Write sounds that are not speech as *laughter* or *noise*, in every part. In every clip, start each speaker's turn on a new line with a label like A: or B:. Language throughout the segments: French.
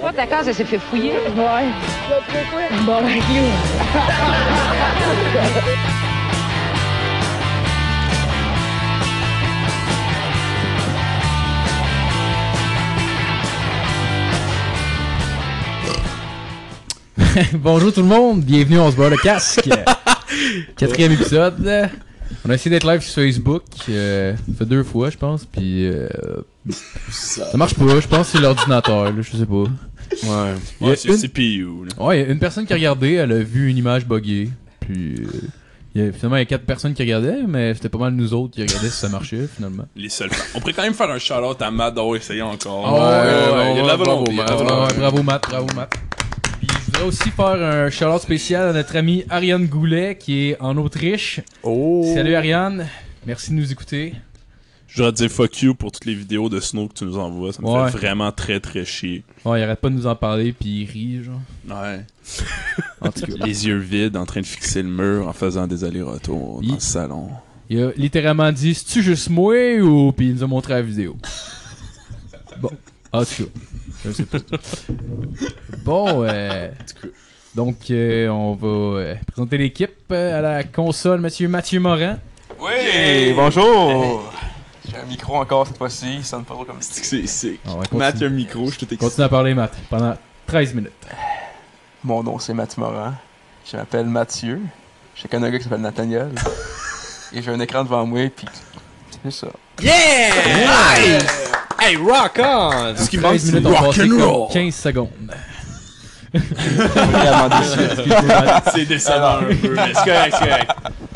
A: pas ta case, elle s'est fait fouiller.
B: Ouais. Bon, avec lui.
C: Bonjour tout le monde, bienvenue, on se bat le
D: *laughs*
C: casque. Quatrième épisode. On a essayé d'être live sur Facebook, euh, ça fait deux fois je pense, puis euh, ça marche pas, je pense que c'est l'ordinateur, là, je sais pas.
D: Ouais.
C: Il y a
D: Ouais, c'est
C: une-
D: CPU, là.
C: Ouais, il y a une personne qui a regardé, elle a vu une image buggée, puis euh, il y a, finalement il y a quatre personnes qui regardaient, mais c'était pas mal nous autres qui regardaient si ça marchait finalement.
D: Les seuls. On pourrait quand même faire un shout-out à Mado, essayez encore.
C: Ah ouais,
D: Euh,
C: ouais,
D: il y a de
C: ouais,
D: la volonté. il y a de la
C: Bravo, Matt.
D: volonté.
C: Ouais, bravo, Matt. Bravo, Matt. Puis je voudrais aussi faire un shout-out spécial à notre amie Ariane Goulet qui est en Autriche.
D: Oh.
C: Salut Ariane, merci de nous écouter.
D: Je voudrais te dire fuck you pour toutes les vidéos de Snow que tu nous envoies. Ça me
C: Ouais.
D: fait vraiment très très chier.
C: Ouais, il arrête pas de nous en parler puis il rit, genre.
D: Ouais.
C: En tout cas,
D: *laughs* Les yeux vides en train de fixer le mur en faisant des allers-retours dans
C: Il-
D: le salon.
C: il a littéralement dit C'est-tu juste moi ou puis il nous a montré la vidéo. Bon, en tout cas, je sais pas. Bon, euh, donc euh, on va euh, présenter l'équipe euh, à la console, monsieur Mathieu Morin.
E: Oui! bonjour! J'ai un micro encore cette fois-ci, ça sonne pas trop comme ça.
D: C'est que c'est sick.
C: On va continuer.
D: Matt, il y a un micro, je suis tout excité.
C: Ah, Continue à parler, Matt, pendant 13 minutes.
E: Mon nom c'est Mathieu Morin, je m'appelle Mathieu, je connais un gars qui s'appelle Nathaniel, et j'ai un écran devant moi, pis c'est ça.
F: Hey, rock on!
D: Ce qui manque,
C: 13
D: c'est
C: minutes, on va passer comme
D: rock'n'roll.
C: 15
F: *laughs*
C: secondes.
E: Vraiment déçu.
D: C'est décevant un peu. mais c'est correct, c'est correct.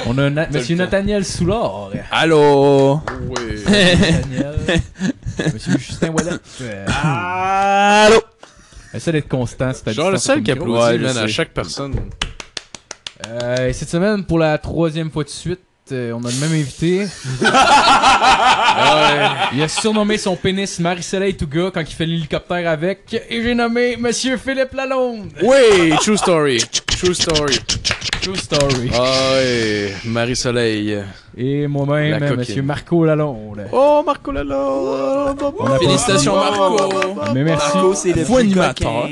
C: On a Na- Monsieur Nathaniel
F: *laughs*
C: Soulard.
D: Allô?
C: Nathaniel. Monsieur Justin Wallet. Euh,
D: Ah,
F: Allô?
C: Essaie d'être constant. si t'as
F: Ah. Genre le
C: distance
F: seul qui
C: au micro.
F: applaudit,
D: Ouais, je
F: man, à
D: sais.
F: chaque personne.
C: Euh, et cette semaine, pour la troisième fois de suite, euh, on a le même
F: *laughs*
C: invité. Euh, il a surnommé son pénis Marie-Soleil Touga quand il fait l'hélicoptère avec. Et j'ai nommé Monsieur Philippe Lalonde.
F: Oui, true story. True story.
C: True story.
F: Ah ouais, Marie-Soleil.
C: Et
F: La
C: moi-même,
F: coquine.
C: Monsieur Marco Lalonde.
F: Oh, Marco Lalo!
C: On a
F: Oh, Félicitations,
G: Oh.
F: Marco!
C: Ah, Mais merci.
F: Ah.
E: c'est le
D: Voix animateur.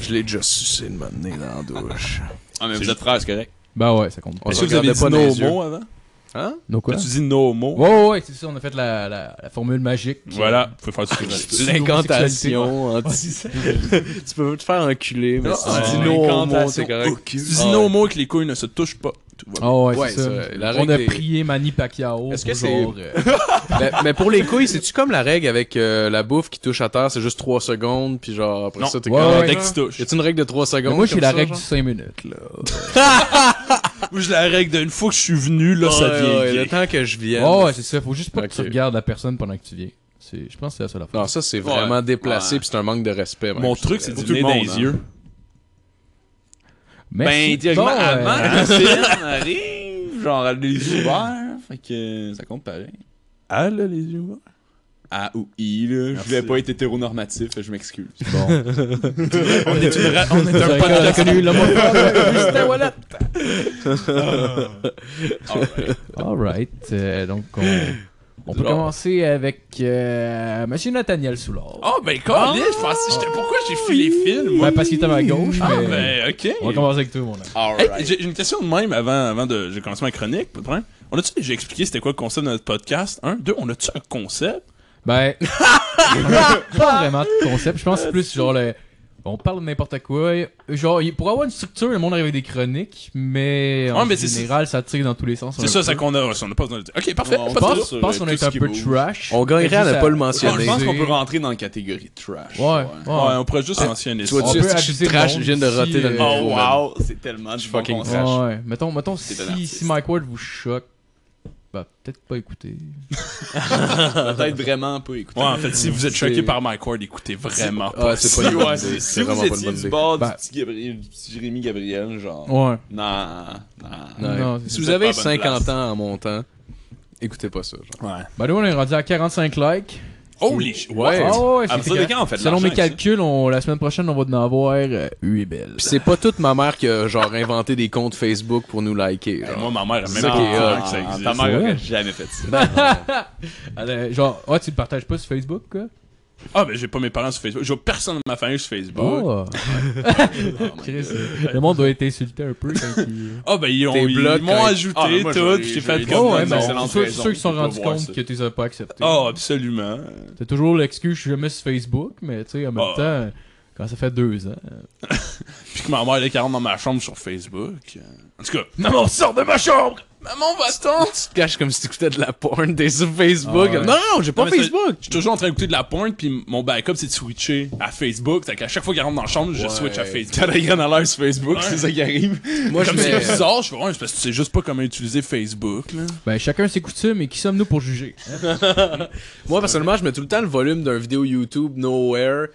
F: Je l'ai déjà sucé de m'amener dans la *laughs* douche.
D: Ah, mais vous êtes frères, c'est correct.
C: Bah ouais, ça compte.
F: On
D: Est-ce
F: se
D: que vous
F: regardait
D: avez dit
F: pas dans
D: no
F: les yeux.
D: mo avant?
C: Donc quoi?
D: Tu dis no mo.
C: Ouais, ouais, ouais, c'est ça, on a fait la, la, la formule magique.
D: Voilà, faut faire du tout.
F: L'incantation. anti- *laughs* tu peux te faire enculer, mais
D: Ah,
F: si tu
D: ouais.
F: dis non au mot,
D: Incantation
F: c'est correct.
D: Tu dis non au mot que les couilles ne se touchent pas. Tout va bien.
C: Oh, ouais,
F: Ouais,
C: c'est ça.
F: ça, la
C: on
F: règle
C: a
F: des-
C: prié Manny Pacquiao.
F: Est-ce
C: pour
F: que c'est-
C: genre, euh,
F: mais, mais pour les couilles, c'est-tu comme la règle avec euh, la bouffe qui touche à terre, c'est juste 3 secondes, puis genre après
D: Non.
F: ça, t'es
C: Ouais,
F: comme.
C: ouais.
D: Dès que tu touches.
F: Y a-tu une règle de 3
C: Mais
F: secondes?
C: moi, j'ai
F: comme
C: la
F: ça,
C: règle
F: genre?
C: du 5 minutes, là.
D: Moi, je la règle d'une fois que je suis venu, là, ça
F: Ouais,
D: devient
F: ouais,
D: gay.
F: le temps que je vienne.
C: Oh, ouais, c'est ça. Faut juste pas que tu
F: Ok.
C: regardes la personne pendant que tu viens. C'est... Je pense que c'est la seule affaire.
F: non, ça, c'est vraiment
D: Ouais.
F: déplacé,
D: Ouais.
F: puis c'est un manque de respect. même,
D: Mon
F: je
D: truc,
F: dirais.
D: c'est
F: Pour
D: du
F: tout
D: nez
F: le
D: dans
F: monde,
D: les
F: hein.
D: yeux.
C: Merci. Bon, euh,
D: *laughs* scène Ah, arrive, genre, les yeux ouverts, fait que ça compte pareil. Ah, là, les yeux ouverts. A ou I, là. Je vais pas être hétéronormatif, je m'excuse.
C: Bon.
D: On est une ra- on est
C: T'as
D: un podcast.
C: reconnu l'homophobe, Justin Wallet. *laughs*
D: Alright.
C: Alright. Ah. euh, donc, on... On peut
D: Genre.
C: commencer avec euh, Monsieur Nathaniel Soulard.
D: Oh, ben, quand je pensais, j'étais- pourquoi j'ai fait les films, moi?
C: Ben, parce qu'il était à ma gauche,
D: Ah,
C: mais
D: ben, Ah. ok.
C: on va commencer avec tout, mon ami.
D: Hey, j'ai j'ai une question de même avant, avant de j'ai commencé ma chronique. pas de problème. On a-tu déjà expliqué c'était quoi le concept de notre podcast? Un, deux, on a-tu un concept? *laughs*
C: Ben, on a pas vraiment de concept. Je pense que c'est plus genre le- On parle de n'importe quoi. Genre, il pourrait avoir une structure, le monde arrive avec des chroniques, mais en
D: Ouais, mais c'est-
C: général, ça tire dans tous les sens.
D: C'est ça, ça qu'on a. ça, On n'a pas besoin de dire. Ok, parfait.
C: Je
D: pas de
C: pense,
D: trouble.
C: je pense qu'on est un peu trash.
F: On gagnerait à ne pas le mentionner.
C: pense qu'on peut
D: rentrer dans la catégorie trash.
C: Ouais, ouais.
D: Ouais, on pourrait juste mentionner
F: Tu
D: ça.
F: vois-tu,
C: On peut
F: c'est que je
C: abuser
F: suis
C: le
F: trash,
C: monde
F: je viens de
C: si,
F: roter dans le
G: Oh,
C: euh,
F: micro, man.
D: c'est tellement du
F: bon concept.
C: Ouais,
F: trash.
C: ouais. Mettons, mettons
D: C'est un
C: si,
D: artiste.
C: si Mike Ward vous choque, bah peut-être pas écouter.
G: peut-être vraiment pas écouter.
D: Ouais, en fait, si vous êtes
F: C'est-
D: choqué par Mike Ward, écoutez vraiment
F: Ah,
D: pas.
F: c'est pas une bonne
G: Ouais,
F: idée, c'est
G: si vous
F: vraiment pas une
G: étiez
F: bonne
G: du
F: idée.
G: bord
C: Ben-
G: du, petit Gabriel, du petit Jérémy Gabriel, genre.
C: Ouais.
G: Non, non.
F: Ouais.
C: Non, c'est-
F: si vous
D: c'est
F: avez
D: pas la bonne
F: 50
D: place.
F: ans en montant, écoutez pas ça. Genre.
D: Ouais.
C: Bah nous on est rendu à 45 likes.
D: Holy shit.
F: Ouais.
C: Ah ouais,
D: À
C: c'est
D: partir de quand on fait de
C: Selon mes
D: l'argent avec ça?
C: calculs, on, la semaine prochaine on va en avoir euh, 8 belles.
F: Pis c'est pas toute ma mère qui a genre inventé des comptes Facebook pour nous liker.
D: Hey,
F: genre.
D: Moi, ma mère, elle a même
F: C'est ça qui est
D: pas
F: hot.
D: que ça existe.
G: Ta mère
C: Ouais. *laughs* Ben,
G: aurait jamais fait ça.
C: Elle, euh, genre, ah, tu le partages pas sur Facebook, quoi?
D: Ah, ben j'ai pas mes parents sur Facebook. Je vois personne de ma famille sur Facebook.
C: Oh,
D: Oh my
C: Chris.
D: God.
C: Le monde doit être insulté un peu quand
D: *laughs*
C: il.
D: Ah, ben ils ont-
F: Tes
D: ils
F: blocs,
D: m'ont
F: hein.
D: ajouté
G: Ah, ben, moi, je
D: tout,
G: l'ai-
D: pis
G: je
D: j'ai fait
G: l'ai-
D: comme
G: Oh,
D: non,
G: ouais,
D: non.
G: mais
C: c'est
G: c'est
C: sûr-
G: l'entrée,
C: c'est sûr qu'ils se sont
G: on peut
C: rendus
G: voir
C: compte
G: ça.
C: que tu les as pas acceptés.
D: Ah, absolument.
C: T'as toujours l'excuse, je suis jamais sur Facebook, mais tu sais, en même
D: Ah.
C: temps, quand ça fait deux ans.
D: Puis que ma mère elle est carrément dans ma chambre sur Facebook. euh, En tout cas, maman, sors de ma chambre! Maman, va-t'en!
F: Tu te caches comme si t'écoutais de la porn, t'es sur Facebook.
C: Ah ouais.
F: Non, non, j'ai pas
D: Non, mais ça-
F: Facebook.
D: Je suis toujours en train d'écouter de la pointe, puis mon backup c'est de switcher à Facebook. Fait qu'à chaque fois qu'elle rentre dans la chambre, je
F: Ouais.
D: switch à Facebook.
G: T'as la graine à l'air sur Facebook,
D: Ouais.
G: c'est ça qui arrive.
F: Moi, je
D: Comme c'est
F: mets...
D: bizarre, je fais, ouais, c'est parce que tu sais juste pas comment utiliser Facebook, là.
C: Ben, chacun ses coutumes, et qui sommes-nous pour juger?
F: Moi, personnellement, je mets tout le temps le volume d'un vidéo YouTube Nowhere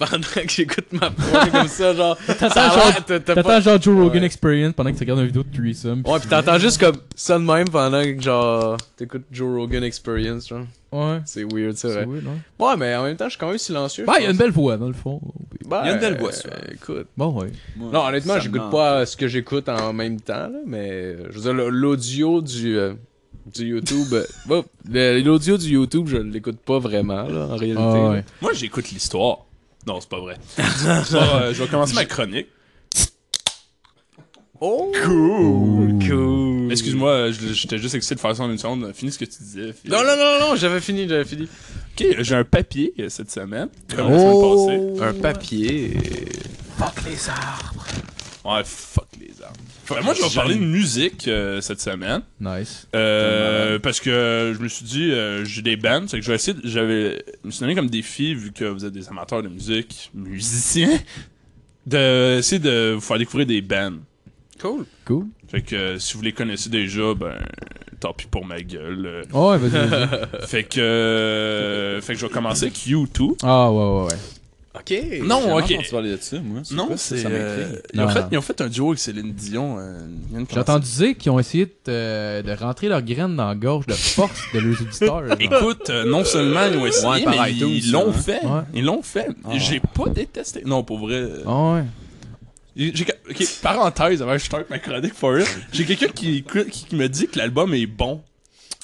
F: *laughs* pendant que j'écoute ma porn comme ça,
G: *laughs*
F: genre. ça a l'air- t'as- t'as pas-
C: T'attends genre Joe Rogan
F: Ouais.
C: Experience pendant que tu regardes une vidéo de threesome. pis
F: Ouais, pis t'entends juste comme ça de même pendant que genre t'écoutes Joe Rogan Experience, genre.
C: Ouais.
F: C'est weird, c'est
C: C'est
F: vrai.
C: weird, ouais.
F: Ouais, mais en même temps, je suis quand même silencieux.
C: Bah,
F: je
C: il y a une
F: pense.
C: belle voix, dans le fond.
F: Bah,
G: il y a une belle voix,
F: euh,
G: ça.
F: écoute.
C: Bon, ouais.
F: Non, honnêtement,
G: Ça
F: j'écoute
G: ment.
F: pas ce que j'écoute en même temps, là, mais euh, je veux dire, le- l'audio du, euh, du YouTube.
G: *laughs*
F: euh, bon, le- l'audio du YouTube, je l'écoute pas vraiment, là, en réalité.
C: Ah,
F: là.
C: ouais.
D: Moi, j'écoute l'histoire. Non, c'est pas vrai. C'est pas, euh, je vais commencer ma chronique.
F: Oh! Cool! Cool!
D: Excuse-moi, euh, je- j'étais juste excité de faire ça en une seconde. Finis ce que tu disais. Phil.
F: Non, non, non, non, j'avais fini, j'avais fini.
D: Ok, j'ai un papier euh, cette semaine, comme la
F: Oh!
D: semaine passée.
F: Un papier.
D: Ouais, fuck les arbres. Ouais, moi, je vais vous parler de musique euh, cette semaine.
C: Nice.
D: Euh, parce que je me suis dit, euh, j'ai des bands, c'est que je vais essayer. de- J'avais, je me suis donné comme défi, vu que vous êtes des amateurs de musique, musiciens, de essayer de vous faire découvrir des bands.
F: Cool.
C: Cool.
D: Fait que euh, si vous les connaissez déjà, ben tant pis pour ma gueule.
G: *laughs*
D: euh.
C: Oh, ouais, vas-y, vas-y.
D: Fait que, euh, fait que je vais commencer avec U2.
C: Ah, ouais, ouais, ouais.
F: Ok.
D: Non, ok.
G: Tu parlais de ça, moi.
D: Non,
G: quoi,
D: c'est.
G: ça m'intrigue.
D: euh, ils, ont
C: Non,
D: fait,
C: non.
D: ils ont fait un duo avec Céline Dion. euh, il y a une
C: J'ai entendu dire qu'ils ont essayé de, euh, de rentrer leurs graines dans la gorge de force de leurs
D: *laughs*
C: auditeurs. genre.
D: Écoute, euh, non seulement ils ont essayé,
G: Ouais, par
D: mais
G: iTunes,
D: ils l'ont
G: hein.
D: fait.
C: Ouais.
D: Ils l'ont fait.
G: Ah.
D: J'ai pas détesté. Non, pour vrai. euh,
C: Ah, ouais.
D: j'ai- ok, parenthèse avant que je starte ma chronique for real. J'ai quelqu'un qui, qui, qui me dit que l'album est bon.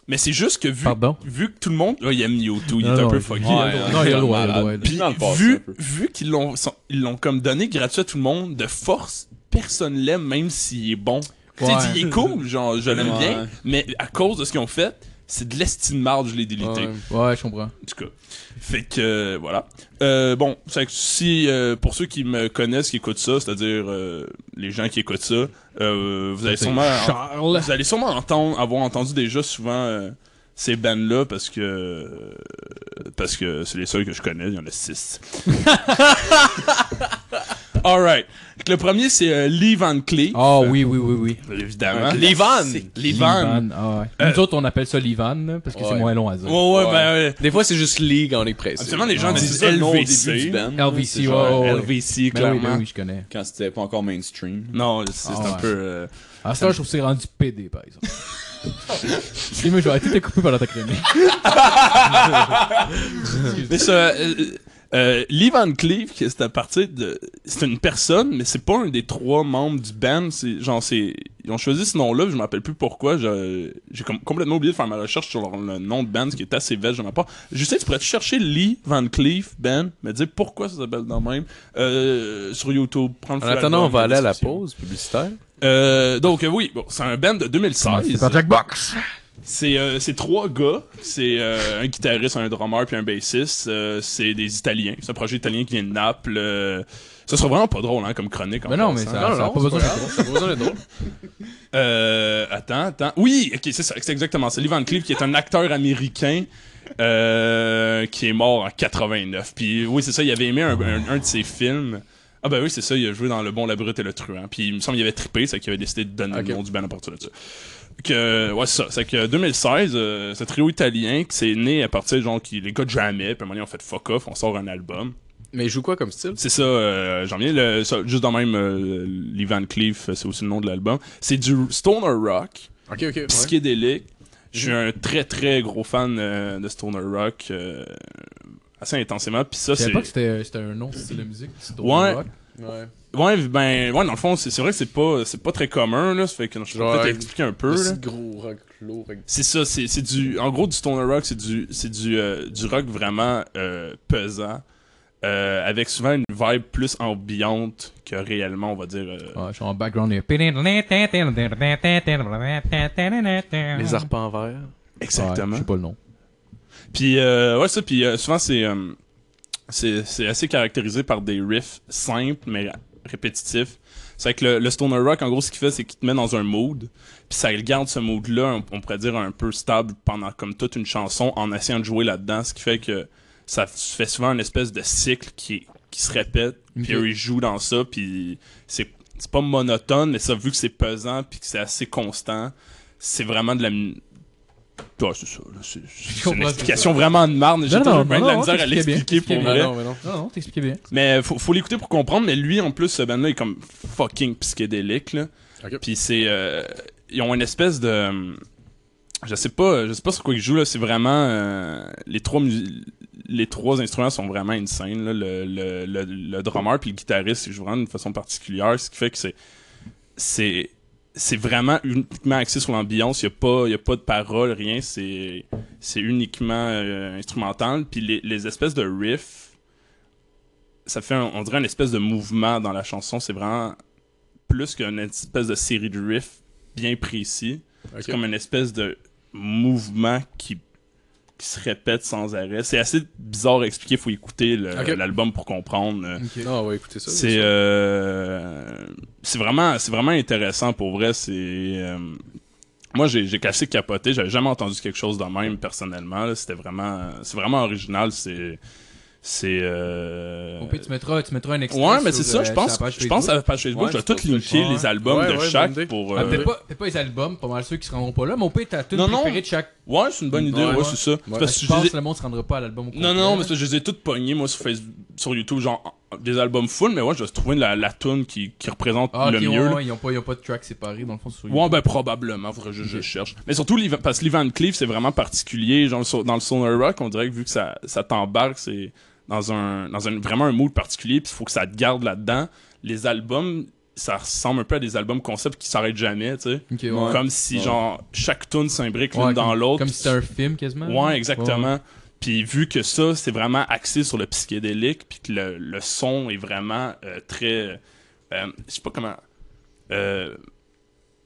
D: Mais c'est juste que vu,
C: Pardon?
D: vu que tout le monde. Là, il aime Yoto, il est
C: Non,
D: un
C: non,
D: peu
C: il-
D: fucké.
C: il a le droit, non, il a le droit, il a le droit, il a le droit.
D: Puis
G: Dans le passé, un
D: vu,
G: peu.
D: vu qu'ils l'ont sont- ils l'ont comme donné gratuit à tout le monde, de force, personne l'aime même s'il est bon. Tu sais,
C: Ouais.
D: il est cool, genre je l'aime
G: Ouais.
D: bien, mais à cause de ce qu'ils ont fait, c'est de l'estime marde, je l'ai délité.
F: Ouais.
C: Ouais, je comprends.
D: En tout cas. Fait que euh, voilà. Euh, bon, c'est que si euh, pour ceux qui me connaissent, qui écoutent ça, c'est-à-dire euh, les gens qui écoutent ça, euh, vous allez
C: C'est
D: sûrement
C: Charles.
D: vous allez sûrement entendre, avoir entendu déjà souvent euh, ces bands-là parce que euh, parce que c'est les seuls que je connais, il y en
C: *laughs*
D: a six. Alright. Le premier c'est euh, Lee Van Cleef.
C: Ah, oui, oui, oui, oui.
D: Évidemment.
F: Les vannes.
D: Lee Van.
C: ah, ouais.
D: Euh,
C: Nous autres, on appelle ça l'Ivan, là, parce que c'est
F: Ouais.
C: moins long à dire.
D: Ouais, ouais,
F: Ouais.
D: ben ouais.
F: Des fois, c'est juste League en express.
D: Absolument, les gens
C: Ouais.
D: disent
G: Ah, C'est le nom au début
D: LVC.
G: du band, là,
C: LVC,
G: c'est
C: ouais,
G: genre,
C: ouais.
D: LVC,
C: Mais Ben oui,
D: clairement.
C: mais oui, je connais.
G: Quand c'était pas encore mainstream.
D: Non, c'est
C: Ah
D: c'est un
C: ouais.
D: peu. euh,
C: À ce temps, je trouve que c'est rendu PD, par
D: *laughs*
C: exemple. Et moi, je vais arrêter de te couper pendant ta chronique.
D: Mais ça, euh, euh, Lee Van Cleef, que c'est à partir de. C'est une personne, mais c'est pas un des trois membres du band. C'est, genre, c'est, ils ont choisi ce nom-là, puis je me rappelle plus pourquoi. Je- j'ai com- complètement oublié de faire ma recherche sur leur- le nom de band, ce qui est assez vache de ma part. Justin, tu pourrais chercher Lee Van Cleef, band, Ben, me dire pourquoi ça s'appelle dans le même euh, sur YouTube. Prendre
F: En attendant, on va aller à la pause publicitaire.
D: Euh, donc, euh, oui, bon, c'est un band de 2016.
C: Jackbox.
D: C'est euh, c'est trois gars. C'est euh, un guitariste, un drummer, puis un bassiste. Euh, c'est des Italiens. C'est un projet italien qui vient de Naples. euh, ça sera vraiment pas drôle hein, comme chronique. en
C: Mais non, mais
D: passant.
C: ça ça a pas besoin de
F: Ça a besoin d'être drôle.
D: Euh, attends, attends. Oui, ok, c'est ça, c'est exactement ça. Lee Van Cleef, qui est un acteur américain euh, qui est mort en 89. Puis oui, c'est ça, il avait aimé un, un- un de ses films. Ah ben oui, c'est ça, il a joué dans Le Bon, la Brute et le Truand. Puis il me semble qu'il avait trippé, c'est qu'il avait décidé de donner
F: Ok.
D: le nom du band à partir de ça. Que, ouais, c'est ça. C'est que 2016, euh, ce trio italien qui s'est né à partir, genre, qui, les gars jamais, puis à un moment donné, on fait fuck off, on sort un album.
F: Mais il joue quoi comme style?
D: C'est ça, euh, j'en viens. le- ça, juste dans même, euh, Lee Van Cleef, c'est aussi le nom de l'album. C'est du stoner rock
F: Ok, ok. ouais.
D: psychédélique. Je suis un très très gros fan euh, de stoner rock euh, assez intensément. Puis ça
C: Je
D: c'est
C: savais pas que c'était euh, c'était un nom de style de musique. c'est drôle,
D: Ouais.
C: le rock.
F: Ouais.
D: ouais ben ouais dans le fond c'est c'est vrai que c'est pas c'est pas très commun là, ça fait que je peux
F: Genre,
D: peut-être expliquer un peu.
F: Le
D: là.
F: style gros rock. lourd. avec-
D: C'est ça, c'est c'est du. En gros, du stoner rock, c'est du, c'est du, euh, du rock vraiment euh, pesant. euh, avec souvent une vibe plus ambiante que réellement, on va dire. euh,
C: Ouais, Ah, je suis en background et
F: Les arpents verts.
D: Exactement.
C: je sais pas le nom.
D: Puis, euh, ouais, ça. Puis, euh, souvent, c'est, euh, c'est, c'est assez caractérisé par des riffs simples, mais répétitifs. C'est que le, le stoner rock, en gros, ce qu'il fait, c'est qu'il te met dans un mood. Puis, ça garde ce mood-là, on, on pourrait dire, un peu stable pendant comme toute une chanson en essayant de jouer là-dedans. Ce qui fait que ça f- fait souvent une espèce de cycle qui, qui se répète. Puis,
C: Ok.
D: eux, ils jouent dans ça. Puis, c'est, c'est pas monotone, mais ça, vu que c'est pesant, puis que c'est assez constant, c'est vraiment de la. mu- Ouais, c'est ça. là, c'est- C'est une
C: comprends,
D: explication vraiment de marne. J'ai
C: non,
D: toujours
C: non,
D: bien de
C: non,
D: la
C: non,
D: misère à
C: t'expliquais bien,
D: l'expliquer pour
C: t'expliquais
D: vrai.
F: mais non.
C: Non, non, t'expliquais bien.
D: Mais faut, faut l'écouter pour comprendre. Mais lui, en plus, ce band-là est comme fucking psychédélique. Là.
F: Ok.
D: Puis c'est. euh, ils ont une espèce de. Je sais pas, je sais pas sur quoi ils jouent. là. C'est vraiment. euh, les, trois mus- les trois instruments sont vraiment insane. Là. Le, le, le, le drummer puis le guitariste, ils jouent vraiment d'une façon particulière. Ce qui fait que c'est. C'est. C'est vraiment uniquement axé sur l'ambiance. Il n'y a, pas- y a pas de paroles, rien. C'est c'est uniquement euh, instrumental. Puis les, les espèces de riffs, ça fait, un- on dirait, une espèce de mouvement dans la chanson. C'est vraiment plus qu'une espèce de série de riffs bien précis.
F: Ok.
D: C'est comme une espèce de mouvement qui, qui se répète sans arrêt. C'est assez bizarre à expliquer. faut écouter le-
F: Ok.
D: l'album pour comprendre. euh,
F: Non, on va écouter ça.
D: c'est euh, c'est vraiment c'est vraiment intéressant pour vrai c'est euh, moi j'ai j'ai assez capoté j'avais jamais entendu quelque chose de même personnellement là. c'était vraiment c'est vraiment original c'est c'est euh,
C: Au pire, tu mettras, tu mettras un extrait.
D: ouais mais
C: sur,
D: c'est ça
C: euh,
D: je
C: sur
D: pense
C: la page
D: je pense
C: Facebook.
D: à la page Facebook
G: Ouais,
D: je vais
G: tu
D: tout
G: peux
D: linker
G: faire ça.
D: les albums
F: Ouais,
D: de
F: ouais, bonne idée.
D: chaque pour
C: Ah,
D: euh,
C: peut-être pas, peut-être pas les albums, pas mal ceux qui se rendront pas là, mais au pire, t'as tout
D: Non, non.
C: préféré de chaque.
D: ouais c'est une bonne idée
C: Ouais,
D: ouais,
C: ouais.
D: c'est ça C'est
C: Fait que
D: parce que
C: je
D: je les ai-
C: pense que le monde se rendra pas à l'album au complet.
D: Non, non, mais c'est parce que je les ai toutes pognées, moi, sur Facebook, sur YouTube, genre, en- des albums full, mais ouais, je vais trouver la, la tune qui, qui représente
C: Ah,
D: le
C: ok,
D: mieux.
C: ouais,
D: là.
C: ouais, ils ont pas, ils ont pas de track séparé dans le fond sur
D: Ouais, ben probablement, faudrait juste que
C: Ok.
D: je cherche. Mais surtout, Lee Van- parce que Lee Van Cleef, c'est vraiment particulier. Genre, sur- dans le Sonar Rock, on dirait que vu que ça, ça t'embarque, c'est dans un, dans un vraiment un mood particulier, puis il faut que ça te garde là-dedans. Les albums, ça ressemble un peu à des albums concept qui s'arrêtent jamais, tu sais.
C: Ok, ouais.
D: Comme si,
G: Ouais.
D: genre, chaque tune s'imbrique
C: Ouais,
D: l'une dans
C: comme-
D: l'autre.
C: Comme si c'était un film hein. quasiment.
D: Ouais, exactement. Puis vu que ça, c'est vraiment axé sur le psychédélique, puis que le, le son est vraiment euh, très... euh, je sais pas comment... euh,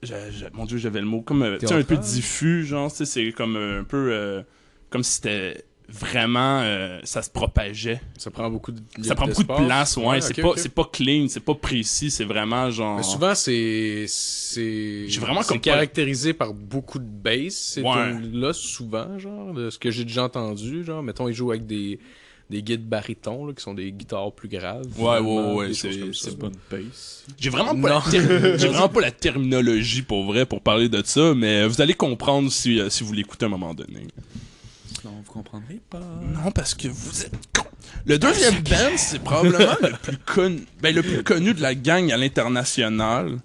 D: je- je- mon Dieu, j'avais le mot. Comme, euh, tu sais, un peu
C: Théâtral.
D: diffus, genre, tu sais, c'est comme euh, un peu... euh, comme si c'était vraiment... euh, ça se propageait.
F: Ça prend beaucoup de
D: Ça prend beaucoup de
F: d'espace.
D: place, ouais. c'est
F: ok,
D: pas,
F: ok.
D: c'est pas clean, c'est pas précis, c'est vraiment genre...
F: Mais souvent, c'est. C'est
D: J'ai vraiment
F: c'est
D: comme pas-
F: caractérisé par beaucoup de bass, ces
D: Ouais.
F: là souvent, genre, de ce que j'ai déjà entendu. Genre, mettons, ils jouent avec des, des guides barytons, là, qui sont des guitares plus graves.
D: Ouais, ouais,
F: finalement,
D: ouais,
F: des
D: c'est-
F: choses comme ça.
G: C'est pas une pace.
D: J'ai vraiment, pas la *laughs* ter- j'ai vraiment pas la terminologie pour vrai pour parler de ça, mais vous allez comprendre si, euh, si vous l'écoutez à un moment donné.
G: Non, vous comprendrez pas.
D: Non, parce que vous êtes con. Le deuxième band, Ah, c'est probablement le *laughs* plus connu, ben, le plus connu de la gang à l'international.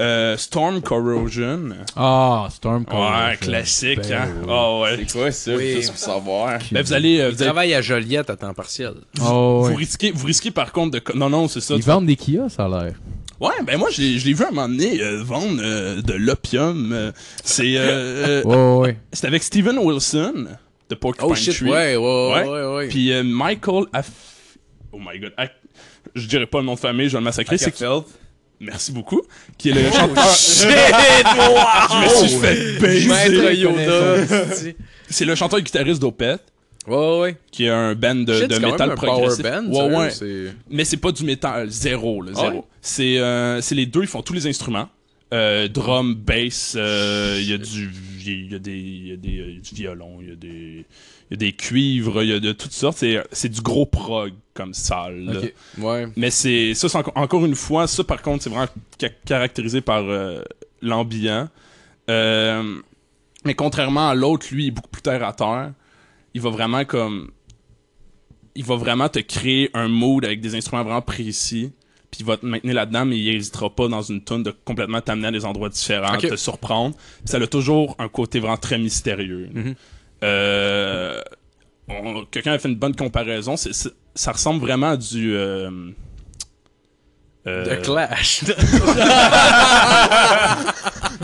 D: Euh, Storm Corrosion.
C: Ah, Storm Ben
D: Ouais, classique, hein. Ah ouais.
G: C'est quoi ça,
F: Oui.
G: juste pour savoir?
D: Ben, vous allez, euh, vous,
F: Ils
D: allez-
F: travaillent à Joliette à temps partiel.
C: Oh,
D: vous
C: ouais.
D: risquez, vous risquez par contre de, co- non non c'est ça.
C: Ils vendent des Kia, ça a l'air.
D: Ouais, ben moi je l'ai je l'ai vu à un moment donné euh, vendre euh, de l'opium. euh, c'est, *laughs* euh, euh,
C: Ouais, ouais.
D: c'est avec Steven Wilson de Porcupine
F: Oh shit,
D: Tree.
F: ouais, ouais, ouais,
D: Ouais.
F: ouais. ouais.
D: Puis euh, Michael Aff... Oh my god. Ac- Je dirais pas le nom de famille, je vais le massacrer. C'est Merci beaucoup. Qui est le
F: Oh,
D: chanteur. Shit! Je me suis fait
F: Maître
D: baiser.
F: Yoda. c'est-
D: C'est le chanteur et guitariste d'Opeth,
F: *laughs* ouais, ouais.
D: qui est un band de,
F: Shit,
D: de
F: c'est quand
D: métal
F: même un power
D: progressif.
F: band.
D: ouais,
F: sérieux,
D: ouais.
F: c'est-
D: Mais c'est pas du métal, zéro, là,
F: Ah
D: zéro.
F: ouais?
D: C'est euh, c'est les deux, ils font tous les instruments. Euh, drum, bass, euh, il y a du il y a des il y a des euh, du violon, il y a des il y a des cuivres, il y a de toutes sortes, c'est c'est du gros prog comme salle. là.
C: Ok.
F: Ouais.
D: Mais c'est ça, c'est enco- encore une fois, ça par contre, c'est vraiment ca- caractérisé par euh, l'ambiant. Euh, mais contrairement à l'autre, lui, il est beaucoup plus terre à terre. Il va vraiment comme. Il va vraiment te créer un mood avec des instruments vraiment précis. Puis il va te maintenir là-dedans, mais il n'hésitera pas dans une tonne de complètement t'amener à des endroits différents,
F: Ok.
D: te surprendre. Puis ça a toujours un côté vraiment très mystérieux.
F: Mhm.
D: Euh, on- Quelqu'un a fait une bonne comparaison. c'est- c'est- ça ressemble vraiment à du. euh, Euh,
F: The Clash.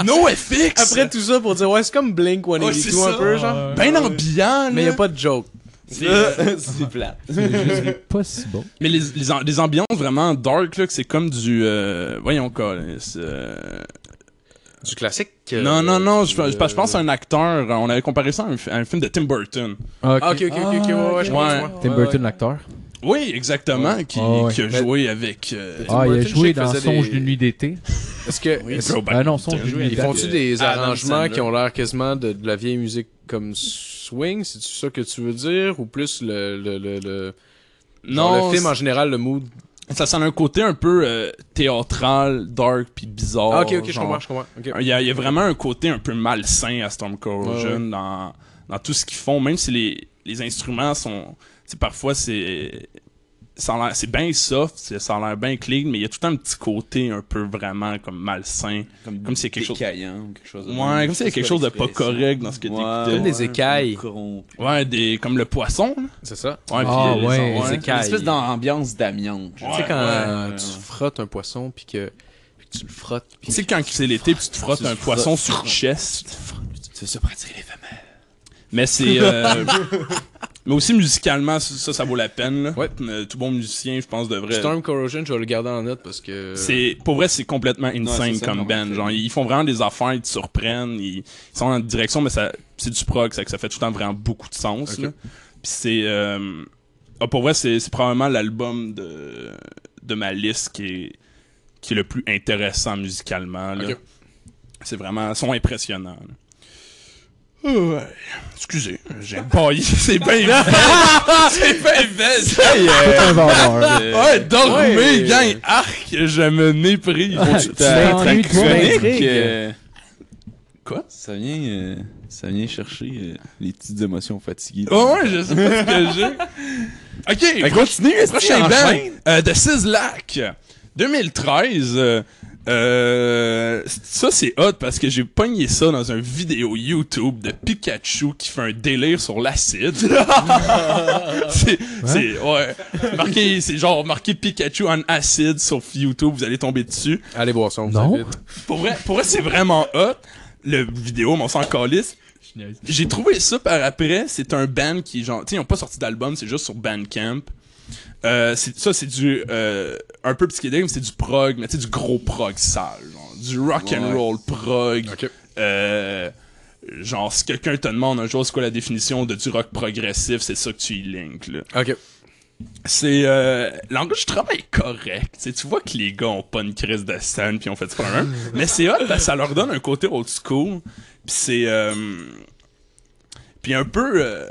D: no FX!
F: Après tout ça pour dire, ouais, c'est comme Blink
D: Ouais, c'est
F: 182
D: ça.
F: un peu, genre.
D: ben ambiant, là.
F: Mais y a pas de joke.
D: *laughs* Euh,
F: C'est plat.
C: *laughs* C'est pas si bon.
D: Mais les, les, am- les ambiances vraiment dark, là, que c'est comme du. euh, voyons, quoi.
A: Du classique. euh,
D: non, non, non, je, je- je
A: euh,
D: pense à un acteur. On avait comparé ça à un, fi- à un film de Tim Burton.
C: Ok.
F: Ah, ok, ok, ok, ok, ouais, ouais, je
D: Ouais.
F: comprends, je comprends.
C: Tim
F: Ouais,
C: Burton,
F: ouais.
C: l'acteur.
D: Oui, exactement, qui,
C: Ah ouais.
D: qui a
F: Mais-
D: joué avec. euh,
C: Ah, il
F: Burton,
C: a
F: je sais
C: joué
F: qu'il
C: dans
F: faisait
C: Songe
F: des-
C: d'une nuit d'été.
F: Est-ce que.
D: oui,
F: est-ce-
D: Throwback.
C: Ah non, Songe d'une nuit
F: Ils
C: d'été.
F: font-tu des
A: Adam
F: arrangements
A: Sandler.
F: qui ont l'air quasiment de, de la vieille musique comme swing, c'est ça que tu veux dire, ou plus le, le, le, le- genre
D: non,
F: le film en général, le mood.
D: ça sent un côté un peu euh, théâtral, dark, puis bizarre.
F: Ah, ok, ok, je
D: genre.
F: comprends, je comprends. ok.
D: Il y, a, il y a vraiment un côté un peu malsain à Storm Corrosion
F: Ouais,
D: Dans, dans tout ce qu'ils font, même si les, les instruments sont. tu sais, Parfois, c'est. ça a l'air- C'est bien soft, c'est- ça a l'air bien clean, mais il y a tout un petit côté un peu vraiment comme malsain. Comme s'il y a quelque chose-
G: décaillant hein, ou quelque chose. de-
D: Ouais, comme s'il y a quelque chose de pas
G: l'expression.
D: correct dans ce que t'écoutais.
F: Comme des écailles.
G: corrompu.
D: Ouais, des, comme le poisson. là.
F: C'est ça.
D: Ouais,
C: Ah,
D: puis,
C: ouais.
D: euh, ouais.
F: Les
G: Une
F: écailles.
G: espèce d'ambiance d'amiante.
D: Ouais.
F: tu sais, quand euh,
G: ouais, ouais.
F: tu frottes un poisson, puis que, puis que tu le frottes,
D: Tu
F: puis
D: sais, quand c'est l'été, puis tu te frottes
G: Tu te
D: un
G: frottes.
D: poisson sur le chest.
G: Tu fais ça pour attirer les femmes.
D: Mais c'est.
G: *laughs*
D: euh, mais aussi musicalement, ça, ça, ça vaut la peine. là.
F: Ouais.
D: Euh, tout bon musicien, je pense, devrait.
F: Storm Corrosion, je vais le garder en note parce que.
D: C'est pour vrai, c'est complètement insane
G: c'est ça,
D: comme
G: vraiment.
D: band. Genre, ils font vraiment des affaires, ils te surprennent, ils, ils sont en direction, mais ça, c'est du prog, c'est que ça fait tout le temps vraiment beaucoup de sens.
F: Ok.
D: là. Puis c'est, euh, ah, pour vrai, c'est, c'est probablement l'album de de ma liste qui est qui est le plus intéressant musicalement. là.
F: Ok.
D: C'est vraiment, ils sont impressionnants. là. Ouais. Excusez, j'ai pas *laughs* C'est bien C'est bien
C: Tout un vendeur.
D: euh, *laughs* Ouais, dormez,
F: Ouais.
D: gang! Arc, je me méprise.
C: tu t'ennuies de moi.
G: Chronique, euh,
D: Quoi?
G: Ça vient, euh, ça vient chercher euh, les petites émotions fatiguées.
D: Oh, *laughs* ouais, je sais pas ce que *laughs* j'ai. Ok,
G: Ben, continue, est-ce
D: prochain
G: que
D: band
G: *laughs*
D: euh, de Sizzlack. 2013. euh, euh, ça, c'est hot parce que j'ai pogné ça dans un vidéo YouTube de Pikachu qui fait un délire sur l'acide. c'est, c'est, ouais. Marqué, c'est genre marqué Pikachu en acide sur YouTube, vous allez tomber dessus.
F: Allez voir ça, on vous
C: Non.
F: invite.
D: Pour vrai, pour vrai, c'est vraiment hot. Le vidéo, mais on s'en calisse. J'ai trouvé ça par après. C'est un band qui, genre, tu sais, ils ont pas sorti d'album, c'est juste sur Bandcamp. Euh, c'est- ça, c'est du. euh, un peu psychédélique, mais c'est du prog, mais tu sais, du gros prog sale. genre, du rock and
G: Ouais.
D: roll prog.
F: Ok.
D: Euh, genre, si quelqu'un te demande un jour c'est quoi la définition de du rock progressif, c'est ça que tu y links, là
F: Ok.
D: c'est euh, l'enregistrement est correct. Tu sais, tu vois que les gars ont pas une crise de scène puis ont fait ça un. Mais c'est hot parce que ça leur donne un côté old school. Puis c'est euh, puis un peu euh,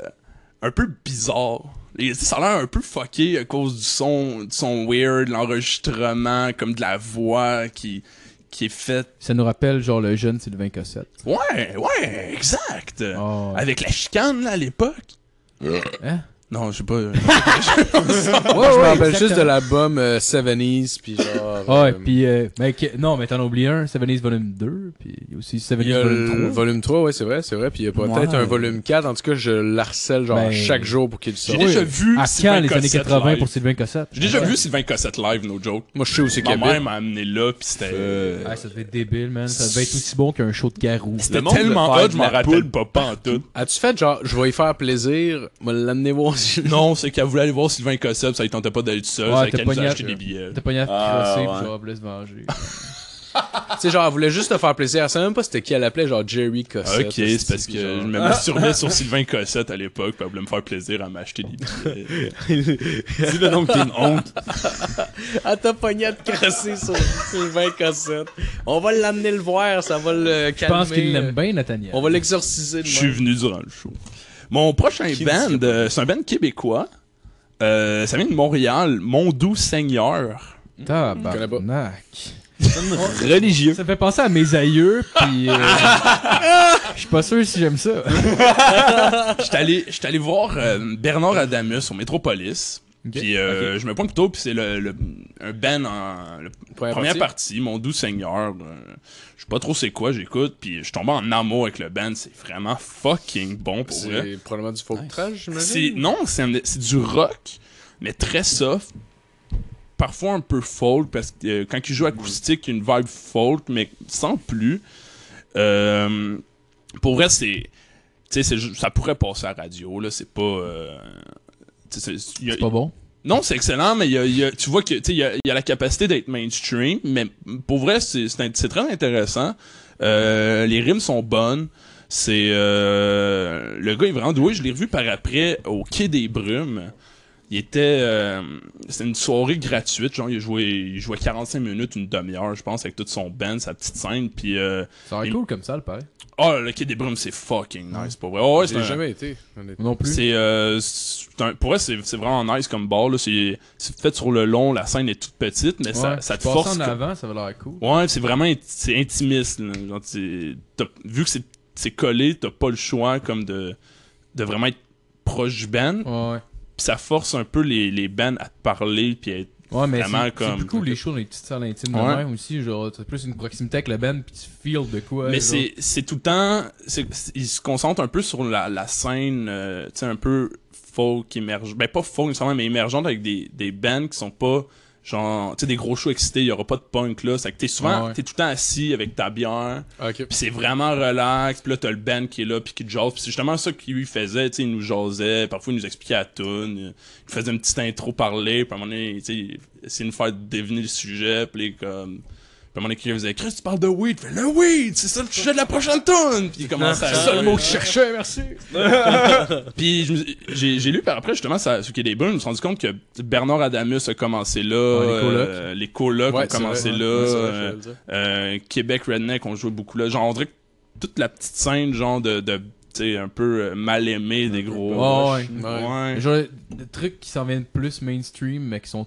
D: un peu bizarre. Et ça a l'air un peu fucké à cause du son, du son weird, l'enregistrement, comme de la voix qui qui est faite.
C: Ça nous rappelle genre le jeune Sylvain Cossette.
D: Ouais, ouais, exact.
C: Oh,
D: Avec la chicane là à l'époque.
C: Hein?
D: Non, je sais pas.
F: je me rappelle juste de l'album euh, 70s, puis genre.
C: Ah, et
F: euh,
C: puis, euh, ben, que- non, mais t'en as oublié un, Seven East Volume 2, puis il y a aussi Seven
F: Il y a
C: East
F: le
C: Volume 3.
F: volume 3, ouais, c'est vrai, c'est vrai. Puis il y a peut-être
G: Ouais.
F: un volume 4. En tout cas, je l'harcèle genre
C: Ben,
F: chaque jour pour qu'il
D: J'ai
F: sorte.
D: déjà vu
C: À
D: Sylvain
C: quand les années
D: Cossette
C: 80
D: live.
C: pour Sylvain Cossette?
D: J'ai déjà
C: Ouais.
D: vu Sylvain Cossette live, no joke.
F: Moi, je sais aussi
D: Ma
F: qu'il
D: mère m'a amené là, pis c'était.
G: Euh,
C: Ah, ça devait être débile, man. Ça devait être aussi bon qu'un show de garou.
D: C'était
A: monde
D: tellement
A: veut faire
D: hot, je
A: de
D: m'en
A: la
D: rappelle pas, pas en tout.
F: As-tu fait genre, je vais y faire plaisir, me l'amener voir si.
D: *laughs* Non, c'est qu'elle voulait aller voir Sylvain Cossette, ça lui tentait pas d'aller tout seul,
C: Ouais,
D: ça
C: t'as
D: qu'elle nous a
C: pogné à-
D: acheté des billets.
C: T'as pas à
G: Ah,
C: crosser,
G: ouais.
C: puis genre, voulait se
D: *laughs*
C: venger.
F: tu sais, genre, elle voulait juste te faire plaisir. Elle savait même pas c'était qui elle appelait, genre Jerry Cossette.
D: Ok, c'est parce que
F: Puis genre-
D: je me *laughs* masturbais sur Sylvain Cossette à l'époque, pis elle voulait me faire plaisir à m'acheter des billets. Dis-le donc, t'es une honte.
F: Elle t'a pogné à te crosser sur Sylvain Cossette. On va l'amener le voir, ça va le calmer.
C: Je pense qu'il l'aime bien, Nathaniel.
F: On va l'exorciser.
D: Je suis venu durant le show. Mon prochain band, euh, c'est un band québécois. Euh, ça vient de Montréal, Mon Doux Seigneur.
C: Tabarnak.
G: religieux.
C: Ça me fait penser à mes aïeux, puis
D: *laughs*
C: euh, je suis pas sûr si j'aime ça.
D: J'étais allé, j'étais allé voir euh, Bernard Adamus au Métropolis. Puis euh, je me pointe plutôt, puis c'est le, le- un band en le-
C: Ben,
F: Première,
D: première partie, Mon Doux Seigneur. euh, je sais pas trop c'est quoi, j'écoute, puis je suis tombé en amour avec le band. C'est vraiment fucking bon pour vrai.
F: C'est probablement du faux
G: Nice.
F: trash, j'imagine.
D: C'est, non, c'est, un- c'est du rock, mais très soft. Par- parfois un peu folk, parce que euh, quand il joue acoustique, il y a une vibe folk, mais sans plus. Euh, pour vrai, c'est. Tu sais, c'est ju- ça pourrait passer à la radio, là, c'est pas. euh, tu sais, c'est- il y a-
C: C'est pas bon.
D: non, c'est excellent, mais il y a- il y a- tu vois que tu sais, il y a, il y a la capacité d'être mainstream, mais pour vrai, c'est c'est un- c'est très intéressant. Euh, les rimes sont bonnes. C'est euh, le gars est vraiment doué. Je l'ai revu par après au Quai des Brumes. Il était euh, c'était une soirée gratuite, genre il jouait il jouait 45 minutes, une demi-heure, je pense, avec tout son band, sa petite scène, puis euh,
C: Ça aurait
D: Il-
C: cool comme ça, le pareil.
D: oh le Quai des Brumes c'est fucking nice pour vrai. Oh, ouais, c'est
F: J'ai
D: un-
F: jamais été, honnêtement.
C: Non plus.
D: c'est euh, c'est un- pour vrai, c'est c'est vraiment nice comme bar. là. C'est c'est fait sur le long, la scène est toute petite, mais ça,
C: Ouais,
D: ça te
C: passer
D: force.
C: en
D: que-
C: avant, ça va l'air cool.
D: Ouais, c'est vraiment inti- c'est intimiste. là. Genre, c'est- t'as- vu que c'est- c'est collé, t'as pas le choix comme de, de vraiment être proche du band.
C: Ouais, ouais.
D: Puis ça force un peu les, les bands à te parler. Puis à être-
C: Ouais, mais
D: Vraiment
C: c'est
D: comme-
C: c'est plus cool les shows dans les petites salles intimes de
D: Ouais.
C: même aussi. Genre, t'as plus une proximité avec la band pis tu feels de quoi.
D: mais
C: genre.
D: c'est c'est tout le temps. c'est- Ils se concentrent un peu sur la, la scène, euh, tu sais, un peu folk émergente. Ben, pas folk nécessairement, mais émergente avec des, des bands qui sont pas. Genre, tu sais, des gros shows excités, il y aura pas de punk là. C'est que t'es souvent,
C: Ah ouais.
D: t'es tout le temps assis avec ta bière,
F: Ok.
D: puis c'est vraiment relax, puis là t'as le band qui est là, puis qui te jase, puis c'est justement ça qu'il lui faisait, tu sais, il nous jasait, parfois il nous expliquait à tune, il nous faisait une petite intro parler, puis à un moment donné, tu sais, il essayait de nous faire deviner le sujet, puis là, comme... Puis à un moment donné, quelqu'un faisait « Chris, tu parles de weed! » Fait « Le weed, c'est ça le sujet de la prochaine tune! » Puis il commençait à...
C: C'est ça le mot que je cherchais, merci.
D: *laughs* Puis je me suis- j'ai j'ai lu par après justement ça, ce qui est des brumes, je me suis rendu compte que Bernard Adamus a commencé là,
C: Ouais, les colocs.
D: euh, les colocs ont
F: Ouais, c'est
D: commencé
F: vrai,
D: là,
F: ouais, c'est vrai,
D: euh,
F: j'allais le dire.
D: euh, Québec Redneck on jouait beaucoup là, genre on dirait que toute la petite scène genre de, de tu sais un peu euh, mal aimé des gros
C: poche.
D: Ouais.
F: Ouais.
D: Ouais.
C: Genre, des trucs qui s'en viennent plus mainstream, mais qui sont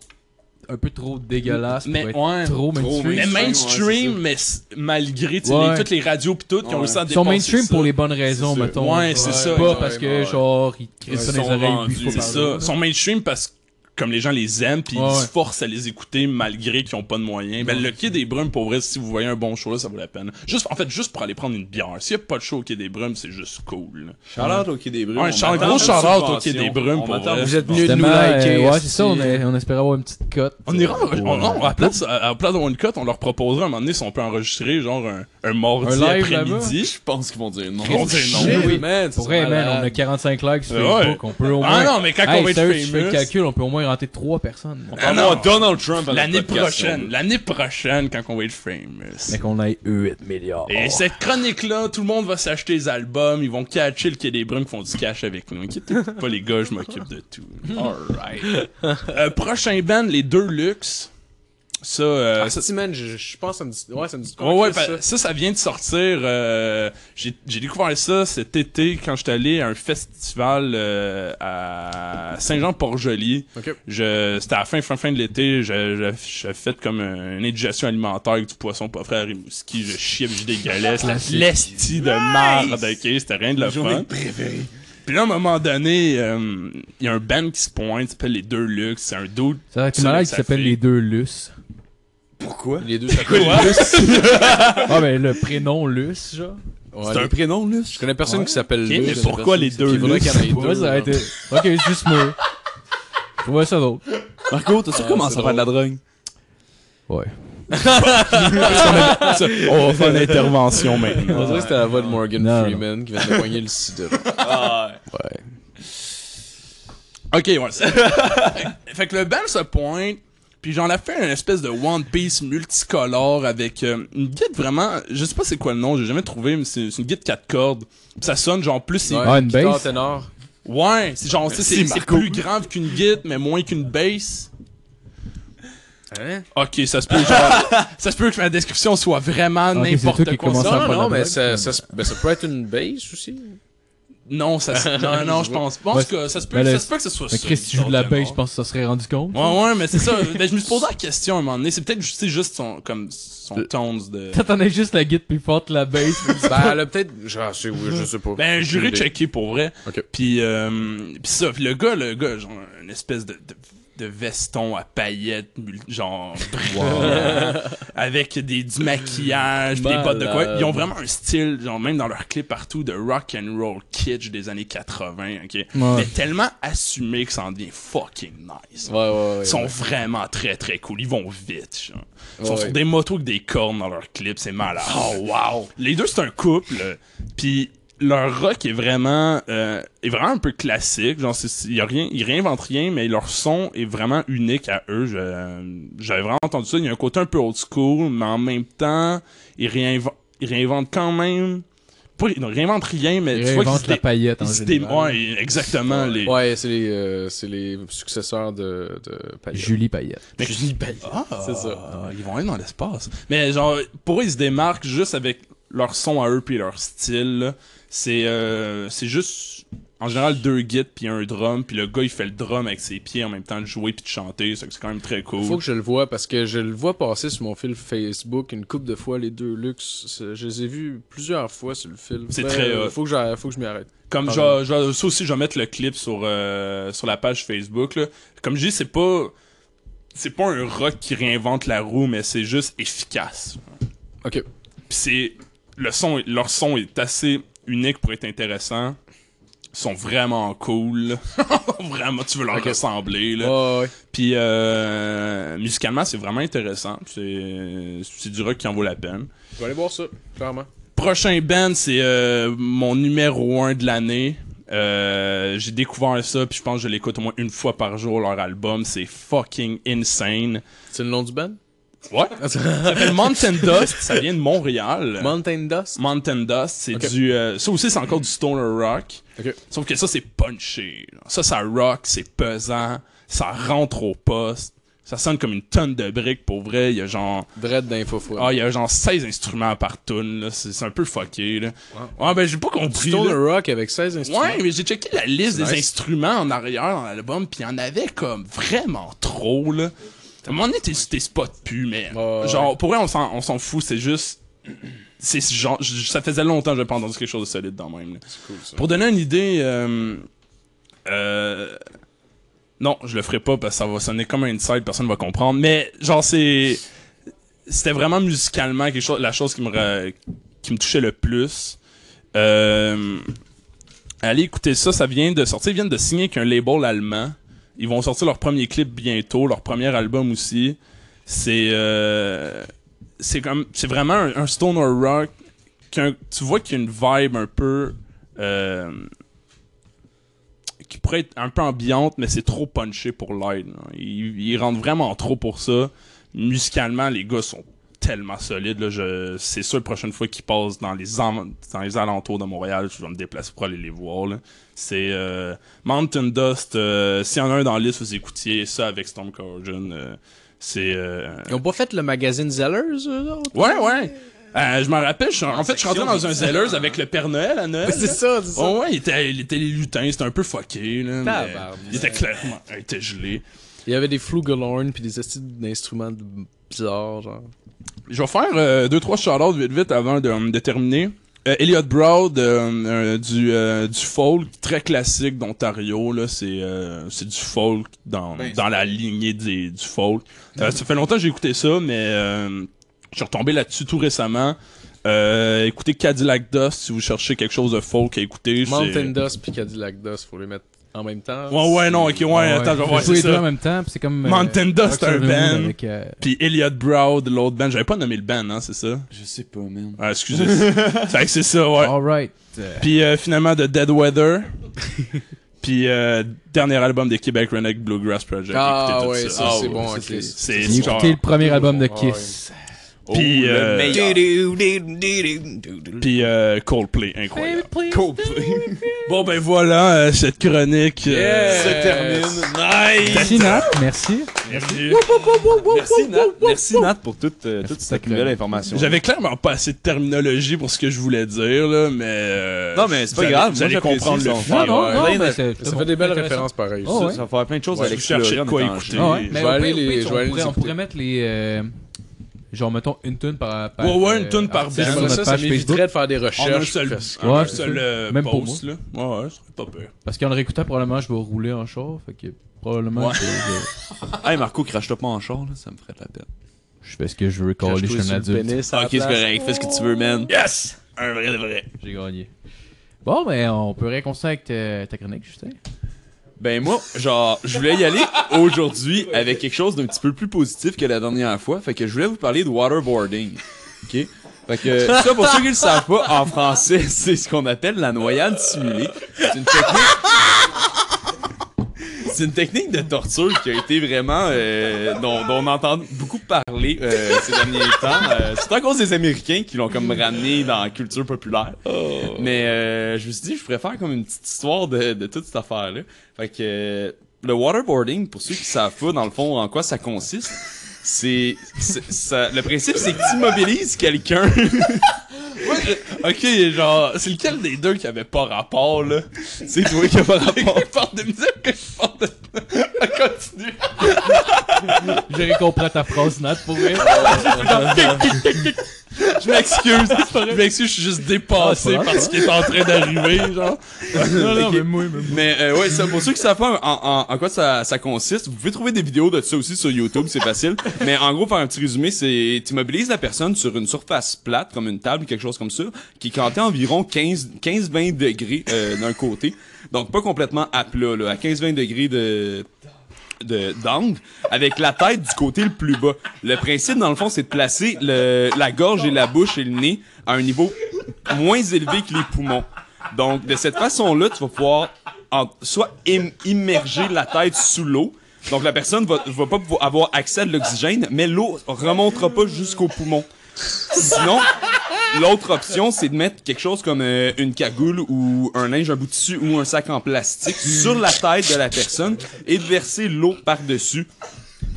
C: un peu trop dégueulasses
D: Mais
C: pour être
D: ouais.
C: trop mainstream.
D: mais
G: mainstream, ouais,
D: mainstream,
G: c'est ça.
D: mais s- malgré tu sais,
C: Ouais.
D: les- toutes les radios pis tout, qui ont
G: Ouais.
D: réussi à
C: Ils sont
D: dépasser
C: mainstream
D: ça.
C: pour les bonnes raisons,
G: C'est ça.
C: mettons.
D: Ouais, c'est
F: Ouais,
D: ça.
C: Pas
F: exact.
C: parce que,
F: Ouais.
C: genre, ils te crient ça dans
D: Ils
C: les
D: sont
C: oreilles huit
D: rendus,
C: fois
D: c'est
C: par
D: ça.
C: jour.
D: Ils sont mainstream parce que comme les gens les aiment puis
C: Ouais,
D: ils
C: ouais.
D: se forcent à les écouter malgré qu'ils ont pas de moyens. Ben
C: Ouais,
D: le quai des brumes pour vrai si vous voyez un bon show là, ça vaut la peine. Juste en fait juste pour aller prendre une bière. S'il y a pas de show au quai des brumes, c'est juste cool.
G: Shout-out au Quai des Brumes.
D: Ouais,
G: on
D: shout-
G: m'attend
D: gros
G: une
D: shout-out au
G: subvention.
D: Quai des Brumes,
G: On
D: pour
G: m'attend
D: vrai.
G: une
F: Vous êtes mieux de
G: subvention.
F: nous
C: Justement,
F: liker.
C: euh, ouais,
F: esti.
C: c'est ça, on, est- on espérait avoir une petite cote.
D: On ira, on,
C: Ouais.
D: on- à, place, à, à place d'avoir une cote, on leur proposera à un moment donné si on peut enregistrer genre un, un mardi
C: Un live
D: après-midi.
G: Je pense qu'ils vont dire non.
D: On dit non.
F: Shit,
C: Oui.
F: man, c'est
C: Pour vrai, man,
F: malade.
C: on a 45 likes sur
D: Ouais.
C: Facebook, on peut au moins...
D: Ah non, mais quand
C: Hey,
D: on va être
C: sérieux, si je fais le
D: famous,
C: calcul, on peut au moins rentrer 3 personnes.
G: On va avoir
D: Ah non.
G: Donald Trump à notre
D: l'année
G: podcast, si on
D: prochaine,
G: veut.
D: l'année prochaine quand on va être famous.
C: Mais qu'on aille 8 milliards.
G: oh.
D: Et cette chronique-là, tout le monde va s'acheter des albums, ils vont catcher le Quai des Brumes qui font du cash avec nous. Inquiétez *laughs* pas les gars, je m'occupe de tout.
G: Hmm.
D: Alright. Euh, prochain band, les deux luxe. Ça, euh,
F: Ah,
D: ça,
F: esti, man, je je pense que ça me dit. Ouais, ça me dit.
D: Ouais, ouais,
F: Chris,
D: pa- ça, ça vient de sortir. euh, J'ai j'ai découvert ça cet été quand j'étais allé à un festival euh, à Saint-Jean-Port-Joli.
F: Ok.
D: Je- C'était à la fin, fin, fin de l'été. je- je- J'ai fait comme un- une indigestion alimentaire avec du poisson pas frais à Rimouski. Je chiais, puis je dégueulais. C'était
C: Classique.
D: l'esti de marde, ok? C'était rien de le
G: Journée
D: fun.
G: préférée.
D: Puis là, à un moment donné, euh, il y a un band qui se pointe, qui s'appelle Les Deux Luxe. C'est un dude
C: C'est vrai que
D: Ça,
C: malade qui
D: ça
C: s'appelle
D: fait-
C: les deux Luce.
G: Pourquoi?
F: Les deux, ça coûte.
C: Ah ben le prénom Luce, genre.
G: C'est un prénom, là?
F: Je connais personne qui s'appelle
D: Ok, mais
F: Luz,
D: pourquoi
F: personne
D: les
F: qui-
D: deux
F: Il faudrait qu'il y en ait
C: Ouais,
F: deux,
C: ça a
F: genre.
C: été... Ok, c'est juste moi. Je trouvais ça drôle.
G: Marco, t'as-tu recommencé à faire de la drogue?
D: *laughs*
C: Ouais.
D: On va faire une intervention maintenant.
F: On dirait que c'était la voix de Morgan
C: Non, non.
F: Freeman qui vient de poigner le sida. Ouais.
D: Ok, ouais. c'est- fait que le band se pointe, puis j'en ai fait une espèce de One Piece multicolore avec euh, une guide vraiment, je sais pas c'est quoi le nom, j'ai jamais trouvé, mais c'est c'est une guide 4 cordes. Puis ça sonne genre plus c'est
C: Ah, une
F: guitare
C: bass?
F: ténor.
D: ouais, c'est genre tu sais, c'est
G: Merci,
D: c'est
G: Marco.
D: plus grave qu'une guide mais moins qu'une bass.
G: Hein?
D: Ok, ça se peut,
G: *laughs*
D: genre, ça se peut que ma description soit vraiment
C: Ok, c'est toi
D: n'importe
C: qui
D: quoi.
C: commence à
F: Non,
C: pas
F: non,
C: la
F: mais
C: blague,
F: ça,
C: mais-
F: ça, se- ben, ça peut être une bass aussi.
D: Non, ça, se- non, non, je pense pas. En
C: Ouais,
D: tout cas, ça se peut,
C: mais
D: ça
C: le-
D: se peut que ce soit.
C: Mais
D: ça,
C: Chris, si tu joues de la
D: guitare
C: bass,
D: ténor.
C: je pense que ça serait rendu compte.
D: Ouais, ouais, mais c'est ça. Ben, je me suis posé la question à un moment donné. C'est peut-être juste, c'est juste son, comme, son tones de.
C: T'attendais juste la guide plus forte que la bass.
F: Ben, elle a peut-être. Je sais, oui, je sais pas.
D: Ben, j'irai
F: Aucune idée.
D: checker pour vrai.
F: Ok.
D: Puis, euh, puis ça, puis le gars, le gars, genre, une espèce de, de de veston à paillettes, mul-
F: *laughs*
D: genre brillant, avec des, du maquillage, pis des bottes de quoi. Ils ont vraiment un style, genre même dans leurs clips partout, de rock and roll kitsch des années 80, ok? Mais tellement assumé que ça en devient fucking nice.
F: Ouais, ouais, ouais.
D: Ils sont vraiment très très cool. Ils vont vite. genre. Ils sont
F: Ouais.
D: sur des motos avec des cornes dans leurs clips. C'est malade. Oh wow! Les deux, c'est un couple. euh, Puis leur rock est vraiment, euh, est vraiment un peu classique. Genre, c'est- c'est- y a rien, ils réinventent rien, mais leur son est vraiment unique à eux. Je- euh, J'avais vraiment entendu ça. Il y a un côté un peu old school, mais en même temps, ils, réinven- ils réinventent quand même. Pas, ils ne réinventent rien, mais
C: Ils
D: tu vois qu'ils se
C: réinventent la
D: dé-
C: paillette en
D: ils se dé-
C: général.
D: ouais, exactement. Les...
F: Ouais, c'est les, euh, c'est les successeurs de, de Payette.
C: Julie Paillette.
D: Mais je dis, ben, ah,
F: C'est ça.
D: Ils vont aller dans l'espace. Mais genre, pour eux, ils se démarquent juste avec leur son à eux puis leur style. là. C'est euh, c'est juste en général deux guides puis un drum puis le gars il fait le drum avec ses pieds en même temps de jouer puis de chanter, ça, c'est quand même très cool.
F: Faut que je le vois parce que je le vois passer sur mon fil Facebook une couple de fois les deux luxe. Je les ai vus plusieurs fois sur le fil.
D: C'est
F: Ben,
D: très, euh,
F: Faut que j'arrête- faut que je m'y arrête.
D: Comme
F: Pardon.
D: je, je- ça aussi, je vais mettre le clip sur, euh, sur la page Facebook. Là. Comme je dis, c'est pas c'est pas un rock qui réinvente la roue, mais c'est juste efficace.
F: Ok.
D: Puis c'est le son, leur son est assez unique pour être intéressant. Ils sont vraiment cool. *laughs* vraiment, tu veux leur ressembler là.
F: Ouais, ouais.
D: Puis euh, musicalement, c'est vraiment intéressant. C'est c'est du rock qui en vaut la peine.
F: Je vais aller voir ça, clairement.
D: Prochain band, c'est euh, mon numéro 1 de l'année. Euh, j'ai découvert ça, puis je pense que je l'écoute au moins une fois par jour, leur album. C'est fucking insane.
F: C'est le nom du band?
D: Ouais. ça
F: *laughs*
D: s'appelle Mountain Dust, ça vient de Montréal.
F: Euh. Mountain Dust?
D: Mountain Dust, c'est
F: Ok.
D: du. euh, ça aussi, c'est encore du stoner rock.
F: Ok.
D: Sauf que ça, c'est punché. là. Ça, ça rock, c'est pesant, ça rentre au poste. Ça sonne comme une tonne de briques pour vrai. Il y a genre.
F: Dread d'info fou.
D: Ah, il y a genre 16 instruments par tune, là. C'est c'est un peu fucké, là. Ah, ben, j'ai pas compris.
F: Stone
D: là.
F: Rock avec 16 instruments.
D: Ouais, mais j'ai checké la liste des
F: Nice.
D: instruments en arrière dans l'album, puis il y en avait comme vraiment trop, là. À un moment donné, t'es t'es spot pu, mais.
F: Ouais, ouais.
D: Genre, pour vrai, on s'en on s'en fout, c'est juste. *clears throat* C'est ce genre. j- Ça faisait longtemps que j'avais pas entendu quelque chose de solide dans le même. là.
F: C'est cool, ça.
D: Pour donner une idée. euh, euh, non, je le ferai pas parce que ça va sonner comme un inside, personne va comprendre. Mais genre c'est, c'était vraiment musicalement quelque chose, la chose qui me ra- qui me touchait le plus. Euh, allez écouter ça, ça vient de sortir, ils viennent de signer avec un label allemand. Ils vont sortir leur premier clip bientôt, leur premier album aussi. C'est euh, c'est comme c'est vraiment un, un stoner rock. qu'un- tu vois qu'il y a une vibe un peu euh, qui pourrait être un peu ambiante, mais c'est trop punché pour l'aide. là. Ils, ils rentrent vraiment trop pour ça. Musicalement, les gars sont tellement solides. là. Je, c'est sûr, la prochaine fois qu'ils passent dans les, en- dans les alentours de Montréal, je vais me déplacer pour aller les voir. là. C'est euh, Mountain Dust. euh, s'il y en a un dans la liste, vous écoutiez ça avec Storm Corrosion. euh, c'est... euh,
F: Ils ont pas fait le magazine Zellers, eux autres?
D: Ouais, ouais. Euh, je m'en rappelle, je suis- en fait, je suis rentré dans un Zellers avec le Père Noël à Noël.
F: C'est
D: là.
F: ça, c'est ça.
D: Oh ouais, il était, il était les lutins, c'était un peu fucké, là. mais
F: Tabarnak.
D: il était clairement, il était gelé.
F: Il y avait des flugelhorn puis des astuces d'instruments de- bizarres, genre.
D: Je vais faire euh, deux, trois shout vite vite avant de, de terminer. Euh, Elliot Broad euh, euh, du, euh, du folk, très classique d'Ontario, là, c'est, euh, c'est du folk dans,
F: Ben,
D: dans la lignée des- du folk. Euh, ça fait longtemps que j'ai écouté ça, mais euh, je suis retombé là-dessus tout récemment. Euh, écoutez Cadillac Dust si vous cherchez quelque chose de folk à écouter. c'est-
F: Mountain Dust puis Cadillac Dust, faut les mettre en même temps.
D: Ouais, ouais, non, ok, ouais, attends, je vais voir,
C: Tous
D: c'est
C: les deux
D: ça.
C: en même temps, puis c'est comme. euh,
D: Mountain Dust,
C: Rock
D: un
C: on the Moon
D: band.
C: avec, euh,
D: Puis Elliot Broad, l'autre band. J'avais pas nommé le band, hein, c'est ça?
G: Je sais pas, man.
D: Ah, excusez.
F: *laughs*
D: c'est vrai que c'est ça, ouais.
F: Ah.
C: Alright. Euh,
D: Puis euh, finalement, The Dead
F: *laughs*
D: Weather. Puis euh, dernier album de Québec Renegade Bluegrass Project.
F: Ah
D: Écoutez tout
F: ouais, ça,
D: Ah,
F: c'est
D: ouais.
F: bon,
G: ça,
F: ok.
G: c'est-
D: C'est
C: J'ai
D: genre-
C: écouté le premier album de
F: Ah ouais.
C: Kiss.
D: Puis,
G: le
D: euh,
G: meilleur.
D: Puis euh, Coldplay, incroyable.
G: Coldplay.
D: Bon, ben voilà, euh, cette chronique. euh,
G: se termine. Nice!
C: Merci, Nat. Merci.
D: Merci.
G: Merci, Nat. Merci, Nat, pour toute, euh, toute cette
C: Merci.
G: nouvelle information.
D: J'avais clairement pas assez de terminologie pour ce que je voulais dire, là, mais. euh,
G: Non, mais c'est pas
D: vous allez-
G: grave,
D: Vous
G: moi,
D: allez
G: j'apprécie
D: comprendre le hein.
G: son-
D: fil.
C: Non, non,
F: ouais.
C: non,
G: Rien
C: mais
G: à-
C: c'est-
F: Ça
C: c'est
F: fait
C: bon,
F: des belles
C: intéressant.
F: références pareilles.
C: Oh,
G: Ça,
C: ouais.
G: ça va faire plein de choses
D: Ouais,
G: à
D: je
G: l'explorer.
D: cherchais de quoi
G: en étant
D: écouter.
G: jeune.
C: Ah ouais, mais
F: Je vais
C: au
F: aller
C: pire- au
F: les-
C: pire,
F: je vais
C: on
F: aller les
C: pourrait- on
F: écouter.
C: pourrait mettre les. euh, genre, mettons, une tune par. par
D: Ouais, ouais, une
C: euh,
D: tune par
C: artiste
D: band.
C: sur
F: J'aimerais
C: notre
F: ça, ça
C: page Facebook.
F: m'éviterait de faire des
D: En un
F: recherches.
D: seul,
F: parce que-
D: en
C: Ouais,
D: un
C: c'est
D: seul
C: ça.
D: euh,
C: Même pour
D: post, là. Ouais, ouais, ce serait pas peur.
C: Parce qu'en le réécoutant, probablement, je vais rouler en char. Fait que probablement,
D: Ouais.
C: que je,
G: Hey Marco, crache-toi pas en char, là, ça me ferait de la peine.
C: je fais ce que je veux,
F: Cache-toi
C: coller, je suis
F: sur
C: un
F: le
C: adulte.
F: pénis à
G: Ah,
F: la
G: ok, c'est
F: place.
G: correct, fais ce que tu veux, man.
D: Yes! Un vrai de vrai.
C: J'ai gagné. Bon, mais on peut réconcilier avec ta, ta chronique, Justin.
G: Ben moi, genre, je voulais y aller aujourd'hui avec quelque chose d'un petit peu plus positif que la dernière fois. Fait que je voulais vous parler de waterboarding. OK? Fait que ça, pour ceux qui le savent pas, en français, *laughs* c'est ce qu'on appelle la noyade simulée. C'est une technique... C'est une technique de torture qui a été vraiment... euh, dont, dont on entend beaucoup parler euh, ces derniers temps. Euh, c'est à cause des Américains qui l'ont comme ramené dans la culture populaire. Mais euh, je me suis dit, je pourrais faire comme une petite histoire de, de toute cette affaire-là. Fait que euh, le waterboarding, pour ceux qui savent pas, dans le fond, en quoi ça consiste, c'est. c'est- ça- Le principe, c'est que tu immobilises *laughs* quelqu'un.
D: Ok, genre, c'est lequel des deux qui avait pas rapport, là?
G: c'est toi *laughs* qui as pas rapport.
D: parle de musique que je parle de. Continue.
C: J'ai compris ta phrase, Nat, pour vrai. *laughs*
D: Je m'excuse. Je m'excuse, je suis juste dépassé
C: Ah, c'est pas
D: par ce qui est en train d'arriver, genre.
C: non, non,
G: Ok.
C: mais moi, mais moi.
G: Mais euh, ouais, ça, pour ceux qui savent pas en, en- en quoi ça, ça consiste, vous pouvez trouver des vidéos de ça aussi sur YouTube, c'est facile. Mais en gros, faire un petit résumé, c'est tu immobilises la personne sur une surface plate, comme une table ou quelque chose comme ça, qui est cantée à environ 15 15-20 degrés euh, d'un côté. Donc pas complètement à plat, là, à 15-20 degrés de de d'angle avec la tête du côté le plus bas. Le principe dans le fond c'est de placer le, la gorge et la bouche et le nez à un niveau moins élevé que les poumons. Donc de cette façon-là, tu vas pouvoir en- soit im- immerger la tête sous l'eau. Donc la personne va, va pas pouvoir avoir accès à de l'oxygène, mais l'eau remontera pas jusqu'au poumon. Sinon, l'autre option, c'est de mettre quelque chose comme euh, une cagoule ou un linge, un bout de tissu ou un sac en plastique sur la tête de la personne et de verser l'eau par-dessus.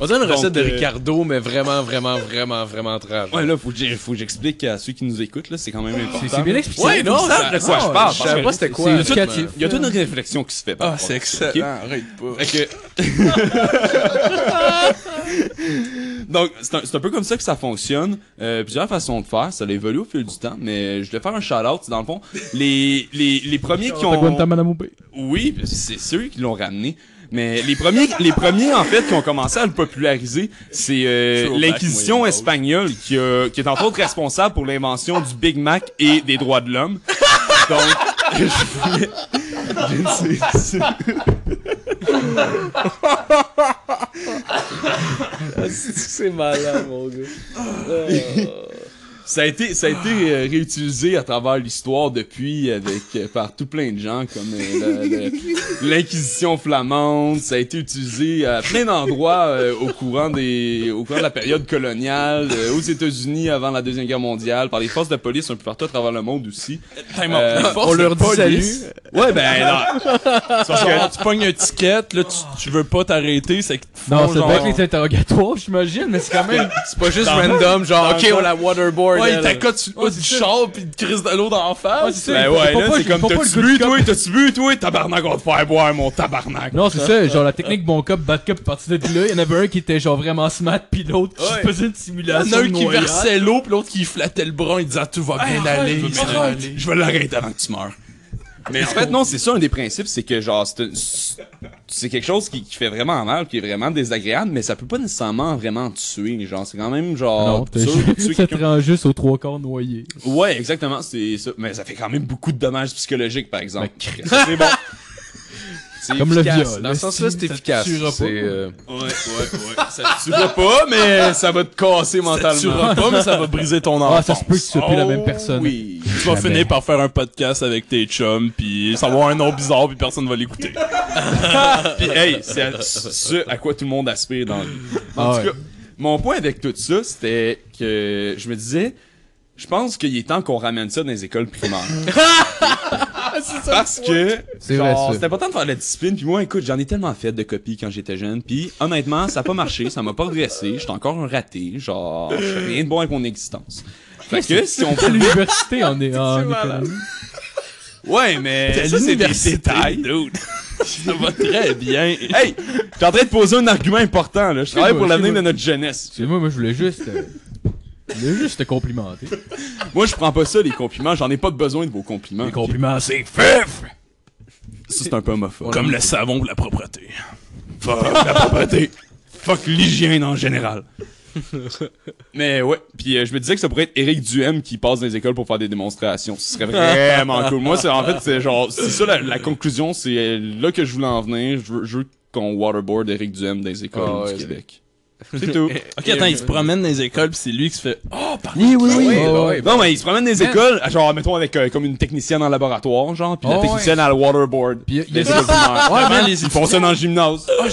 F: On dirait une
G: Donc,
F: recette de
G: euh,
F: Ricardo, mais vraiment, vraiment, vraiment, vraiment grave.
G: Ouais, là, faut que j'ai- faut que j'explique à ceux qui nous écoutent, là, c'est quand même important.
C: C'est- C'est bien expliqué.
G: Ouais, non,
C: ça,
G: ça, de quoi je parle.
F: Je savais pas c'était quoi.
C: C'est éducatif.
G: Il y a toute une réflexion qui se fait. par
D: Ah,
G: rapport
D: c'est
G: à ça, ok?
D: excellent. Arrête pas.
G: Fait que- Donc, c'est un, c'est un peu comme ça que ça fonctionne. Euh, plusieurs façons de faire. Ça évolue au fil du temps, mais je vais faire un shout-out. Dans le fond, les, les, les premiers qui
C: T'as quoi
G: ont...
C: de ta madame au pays?
G: Oui, c'est ceux qui l'ont ramené. Mais les premiers, les premiers en fait qui ont commencé à le populariser, c'est euh,
D: Throwback
G: l'inquisition
D: Moyen-Âge.
G: espagnole qui, a- qui est entre autres responsable pour l'invention du Big Mac et des droits de l'homme. Donc, je voulais- je ne sais- c'est-
F: C'est malade, mon gars.
G: ça a été, ça a été euh, réutilisé à travers l'histoire depuis avec euh, par tout plein de gens comme euh, le- le- l'inquisition flamande. Ça a été utilisé à plein d'endroits euh, au courant des, au courant de la période coloniale, euh, aux États-Unis avant la deuxième guerre mondiale, par les forces de police un peu partout à travers le monde aussi.
D: Time out.
G: Euh,
D: Les forces
F: on leur
D: de
F: dit
D: police,
G: Ouais ben non,
C: Ah,
D: Parce que tu pognes un ticket, là, tu, tu veux pas t'arrêter, c'est que
C: Non, ça doit être les interrogatoires, *laughs* j'imagine, mais ah. c'est quand même.
F: C'est pas juste
D: Dans-
F: random, genre,
D: dans
F: ok,
D: le-
F: on la waterboard.
D: Ouais,
F: elle. euh.
D: il t'accote sur le
C: Ouais,
D: haut
C: c'est
D: du
C: ça.
D: char pis il te crisse de l'eau d'en
C: Ouais,
D: face.
C: c'est ça,
G: ben
C: il faut
G: ouais
C: pas-
G: là
C: faut
G: c'est
C: pas-
G: comme
C: faut pas le
G: t'as-tu
C: good
G: bu
C: cop.
G: toi, t'as-tu bu toi, tabarnak on va te faire boire mon tabarnak.
C: Non, c'est ça, *laughs* genre la technique bon cop, bad cop, partie de là, il y en avait un qui était genre vraiment smart, pis l'autre qui
G: Ouais.
C: faisait une
D: Il y en a
C: simulation.
D: un
C: de
D: qui
C: noyade.
D: versait l'eau pis l'autre qui flattait le bras en disant tout
G: Ah,
D: va bien aller. ça va
G: Arrête,
D: aller.
G: Je vais l'arrêter avant que tu meurs. Mais en fait, non, c'est ça un des principes, c'est que genre, c'est un- c'est c'est quelque chose qui, qui fait vraiment mal, qui est vraiment désagréable, mais ça peut pas nécessairement vraiment tuer. Genre, c'est quand même genre.
C: Non, t'as
G: sûr de tuer
C: juste- Ah, ça te
G: quelqu'un.
C: rend juste aux trois quarts noyés.
G: Ouais, exactement, c'est ça. Mais ça fait quand même beaucoup de dommages psychologiques, par exemple. Ça,
D: *laughs*
G: c'est bon.
F: C'est
C: Comme le
F: efficace.
C: viol.
D: hein.
F: Dans ce sens-là, c'est
C: Ça te
F: efficace.
C: tuera pas.
F: C'est, euh,
G: Ouais, ouais, ouais. Ça te tuera pas, mais ça va te casser
D: Ça te
G: mentalement.
D: tuera pas, mais ça va briser ton Oh, enfance.
C: Ah, ça se peut que tu sois plus la même personne.
G: Oui.
D: Tu vas
C: Jamais.
D: finir par faire un podcast avec tes chums, puis ça va avoir un nom bizarre, puis personne va l'écouter.
G: Puis, hey, c'est à- ce à quoi tout le monde aspire dans la vie. En
C: Ah
G: tout
C: ouais.
G: cas, mon point avec tout ça, c'était que je me disais, je pense qu'il est temps qu'on ramène ça dans les écoles primaires. *laughs* Parce que,
C: C'est vrai,
G: genre,
C: ça.
G: c'est important de faire de la discipline. Puis moi, écoute, j'en ai tellement fait de copies quand j'étais jeune. Puis honnêtement, ça n'a pas marché, ça m'a pas redressé. J'étais encore un raté. Genre, je fais rien de bon avec mon existence. Fait que si on
C: À
G: peut...
C: l'université, on *laughs* est en économie.
G: Ouais, mais ça, c'est des détails. *laughs*
D: dude. ça va très bien.
G: Hey, t'es en train de poser un argument important, là. Je travaille pour l'avenir de notre jeunesse.
C: Excuse-moi, moi je voulais juste euh, Il a juste te complimenté.
G: Moi, je prends pas ça, les compliments. J'en ai pas besoin de vos compliments.
C: Les compliments, c'est fif!
G: Ça, c'est un peu homophobe.
D: Comme le savon pour la propreté. Fuck la propreté. Fuck l'hygiène en général.
G: Mais ouais, puis euh, je me disais que ça pourrait être Eric Duhem qui passe dans les écoles pour faire des démonstrations. Ce serait vraiment cool. Moi, c'est en fait, c'est genre, c'est ça la, la conclusion. C'est euh, là que je voulais en venir. Je veux, je veux qu'on waterboard Eric Duhem dans les écoles
F: Ah ouais,
G: du
F: c'est-
G: Québec. C'est
F: *laughs*
G: tout.
D: *laughs* Ok, attends, il se promène dans les écoles, pis c'est lui qui se fait. Oh, pardon.
G: Oui, oui, oui.
C: bah ouais, ouais.
G: Non, mais il se promène dans les écoles, genre, mettons, avec euh, comme une technicienne en laboratoire, genre, puis la
C: Oh,
G: technicienne à la waterboard.
C: Puis il y
G: Les
C: a
G: écoles primaires.
C: *laughs* Ouais, man,
G: Ils font ça dans le gymnase.
F: Ah,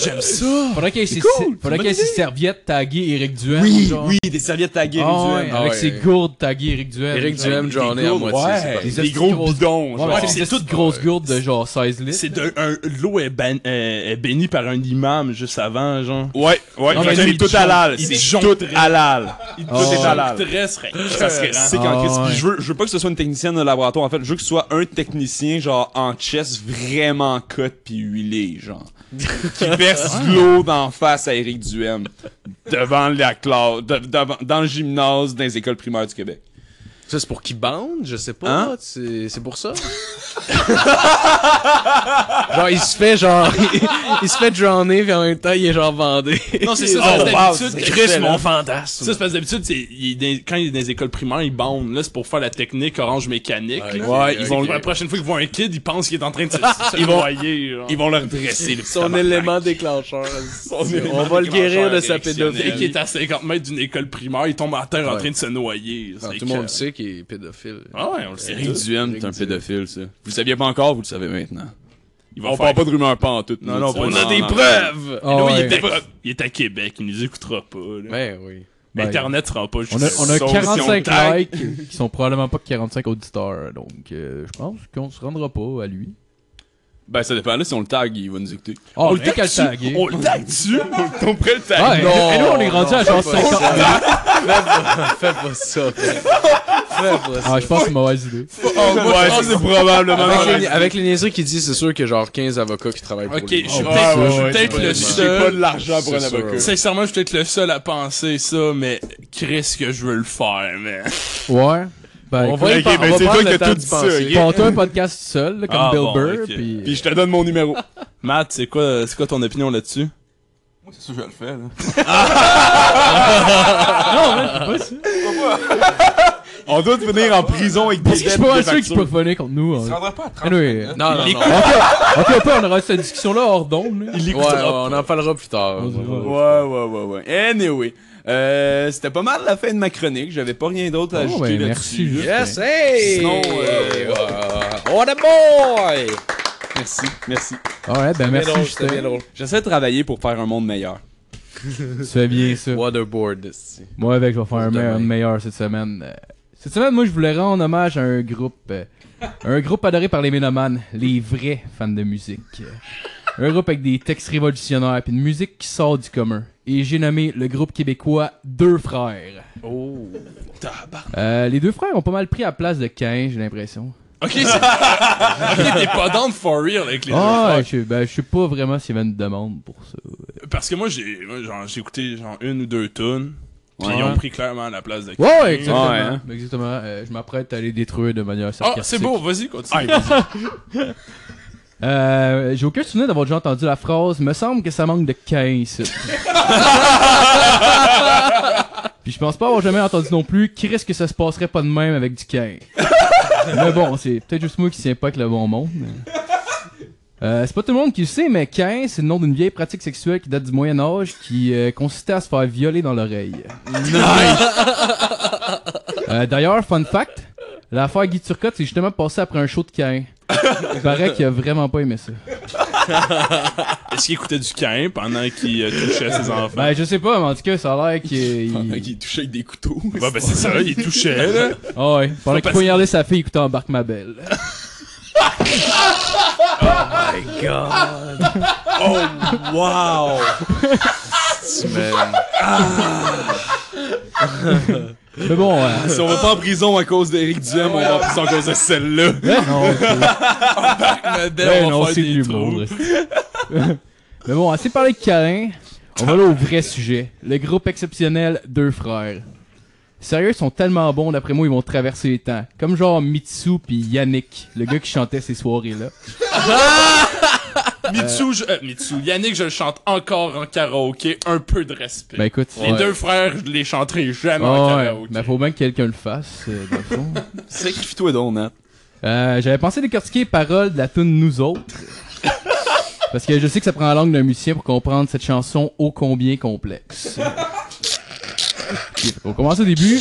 C: Faudrait qu'il y ait ses, faudrait qu'il y ait ses serviettes taguées Eric Duhem.
G: Oui,
C: genre.
G: oui, des serviettes taguées,
C: Ah ouais,
G: Eric Duhem.
C: avec
F: ouais.
C: ses gourdes taguées Eric Duhem.
F: Eric Duhem, j'en ai à moitié. c'est pas-
G: Ouais, des gros bidons,
C: Ouais,
G: genre.
C: mais c'est toutes grosses gourdes de genre 16 litres.
D: C'est de. un- L'eau est, ban- euh, est bénie par un imam juste avant, genre.
G: Ouais, ouais,
C: Non,
G: fait
C: mais
G: que
C: lui,
G: c'est
C: il
G: tout
C: jonc-
G: halal.
D: il
G: C'est tout halal. Tout est halal.
D: Très serait.
G: Ça serait sick en
C: Ah,
G: Christ. Puis
C: ouais.
G: je veux, je veux pas que ce soit une technicienne de laboratoire, en fait. Je veux que ce soit un technicien, genre, en chess, vraiment cut puis huilé, genre. qui verse de l'eau d'en face à Éric Duhem. Devant la classe, de- devant- dans le gymnase, dans les écoles primaires du Québec.
F: Ça, c'est pour qu'ils bandent, je sais pas.
G: Hein?
F: C'est c'est pour ça. *laughs* genre, il se fait genre. *laughs* il, se fait drowner, puis en même temps, il est genre bandé.
D: Non,
F: *laughs*
D: c'est ça,
G: Oh,
D: c'est
G: wow,
D: d'habitude.
G: c'est
D: Chris,
G: excellent.
D: mon fantasme. Ça, c'est parce que d'habitude, c'est- il est dans- quand il est dans les écoles primaires, ils bondent. Là, c'est pour faire la technique orange mécanique.
F: Ouais,
D: là.
F: ok,
D: ouais, ils
F: ok.
D: vont. La prochaine fois qu'ils voient un kid, ils pensent qu'il est en train de se, se noyer, genre.
G: Ils vont leur dresser le
F: Son élément déclencheur. On va le guérir de sa
D: Dès qu'il
F: pédophilie.
D: est à 50 mètres d'une école primaire, il tombe à terre en train de se noyer.
F: Non,
D: C'est
F: Ah, Tout le monde
D: que-
F: sait qu'il est pédophile.
D: Ah ouais, on le sait.
G: Éric
D: tous.
G: Duhem, est un pédophile, ça. Vous le saviez pas encore, vous le savez maintenant.
D: Ils vont
G: On
D: faire-
G: parle pas de rumeurs pantoute. Non, non,
D: on a des
F: Preuve!
C: Ah
D: Là,
C: ouais.
D: il, est à, il est à Québec, il nous écoutera pas. là.
F: Ben oui.
C: Ben,
D: Internet sera pas juste.
C: On a, on a
D: Sauf
C: 45
D: si on tag.
C: likes euh, qui sont probablement pas 45 auditeurs, donc euh, je pense qu'on se rendra pas à lui.
G: Ben, ça dépend. Là, si on le tag, il va nous écouter.
C: Oh,
D: On le tag dessus. On le tag dessus. On pourrait le tag.
C: Ah, et- et nous, on est rendu à genre 50.
F: Fais pas ça. Fais pas ça.
C: Ah, je pense que c'est une mauvaise idée.
G: ouais, c'est probablement.
F: Avec les, avec les niaiseries qu'il dit, c'est sûr qu'il y a genre 15 avocats qui travaillent pour
D: Ok,
F: lui.
D: je suis
C: Oh,
D: peut-être
C: ouais,
D: je suis
C: ouais,
D: peut-être le
F: ouais.
G: J'ai pas
D: seul.
G: de l'argent pour un
F: C'est
G: avocat.
F: sûr.
D: Sincèrement, je suis peut-être le seul à penser ça, mais Chris, que je veux le faire, man.
C: Ouais. Ben,
F: On
C: écoute,
F: va y
G: Ok,
F: par-
G: ben,
F: on va
G: c'est
F: prendre
G: toi
F: le
G: qui as
F: temps
G: tout
F: d'y
G: dit ça,
F: penser.
G: ok?
C: Monter un podcast seul, là, comme
D: Ah,
C: Bill
D: bon,
C: Burr,
D: ok.
C: puis-
G: Puis je te donne mon numéro.
D: *laughs* Matt, c'est quoi, c'est quoi ton opinion là-dessus?
E: Moi, c'est sûr que je le fais, là.
G: On doit devenir en prison avec des
C: Parce que je suis
G: dettes,
C: pas mal
G: des
C: sûr qu'il
G: factures.
C: peut phoner contre nous.
E: Tu
C: hein.
E: rendras pas à 30
C: Anyway.
E: minutes.
F: Non, non,
C: Il
F: non.
C: écoute- Ok, ok, on aura cette discussion-là hors d'onde. là.
G: Il
F: Ouais, ouais, on en parlera plus tard.
G: Ouais, ouais, ouais, ouais. Anyway. Euh, c'était pas mal la fin de ma chronique. J'avais pas rien d'autre à
C: Oh,
G: ajouter
C: ben,
G: là-dessus.
C: merci,
F: Yes, hey!
G: Sinon, euh,
F: on a boy!
G: Merci, merci.
C: Ouais, ben merci, Justin.
G: J'essaie de travailler pour faire un monde meilleur.
C: Tu fais bien ça.
F: Waterboard, esti.
C: Moi, avec, je vais faire un, me-
F: Demain.
C: un meilleur cette semaine. Euh, Cette semaine, moi, je voulais rendre hommage à un groupe. euh, un groupe adoré par les mélomanes, les vrais fans de musique. Euh, Un groupe avec des textes révolutionnaires puis une musique qui sort du commun. Et j'ai nommé le groupe québécois Deux Frères.
D: Oh,
C: Euh, les deux frères ont pas mal pris la place de Cain, j'ai l'impression.
D: Ok,
G: *laughs*
D: c'est- ok, t'es pas down for real avec les deux
C: Ah,
D: frères.
C: je, ben, je sais pas vraiment s'il y avait une demande pour ça.
D: *laughs* Parce que moi, j'ai moi, genre, j'ai écouté genre une ou deux tunes, puis
G: Ouais.
D: ils ont pris clairement la place de
C: Ouais, ouais,
D: Kanye.
C: exactement.
G: Ouais, hein.
C: Exactement. Euh, je m'apprête à les détruire de manière
D: Ah,
C: sarcastique.
D: c'est beau, vas-y, continue.
G: *laughs*
C: Euh, j'ai aucun souvenir d'avoir déjà entendu la phrase. Me semble que ça manque de 15. Puis je pense pas avoir jamais entendu non plus. Qu'est-ce que ça se passerait pas de même avec du 15 Mais bon, c'est peut-être juste moi qui tiens pas avec le bon monde. mais- Euh, c'est pas tout le monde qui le sait, mais 15, c'est le nom d'une vieille pratique sexuelle qui date du Moyen Âge qui euh, consistait à se faire violer dans l'oreille. Euh, D'ailleurs, fun fact, l'affaire Guy Turcotte c'est justement passé après un show de Cain. Il paraît qu'il a vraiment pas aimé ça.
D: Est-ce qu'il écoutait du Cain pendant qu'il euh, touchait ses enfants?
C: Ben, je sais pas, mais en tout cas, ça a l'air qu'il. *laughs*
G: Pendant
C: il-
G: *laughs* qu'il est touché avec des couteaux.
D: Ouais, ben c'est ça, il touchait, là.
C: Ah ouais, pendant qu'il poignardait sa fille écoutant Embarque ma belle.
D: Oh,
G: Wow!
C: Mais bon, hein. ouais.
D: *laughs*
G: Ah, si on va pas en prison à cause d'Éric Duhem, on va en prison à cause de celle-là.
C: Ben non, c'est- ben
D: on va
C: non,
D: faire
C: c'est
D: des
C: de l'humour.
D: *laughs*
C: Mais bon, assez parlé de câlin, on va aller au vrai sujet. Le groupe exceptionnel Deux Frères. Sérieux, ils sont tellement bons, d'après moi, ils vont traverser les temps. Comme genre Mitsu puis Yannick, le gars qui chantait ces soirées-là.
D: Mitsu, je- euh, Mitsu, Yannick, je le chante encore en karaoké. Un peu de respect.
C: Ben écoute,
D: les
C: ouais.
D: deux frères, je les chanterai jamais en
C: Ouais,
D: karaoké.
C: ben faut bien que quelqu'un le fasse, euh, dans le fond.
G: Sacrifie-toi donc, Nat.
C: Euh, J'avais pensé décortiquer les paroles de la tune Nous autres. Parce que je sais que ça prend la langue d'un musicien pour comprendre cette chanson ô combien complexe. Ok, On commence au début.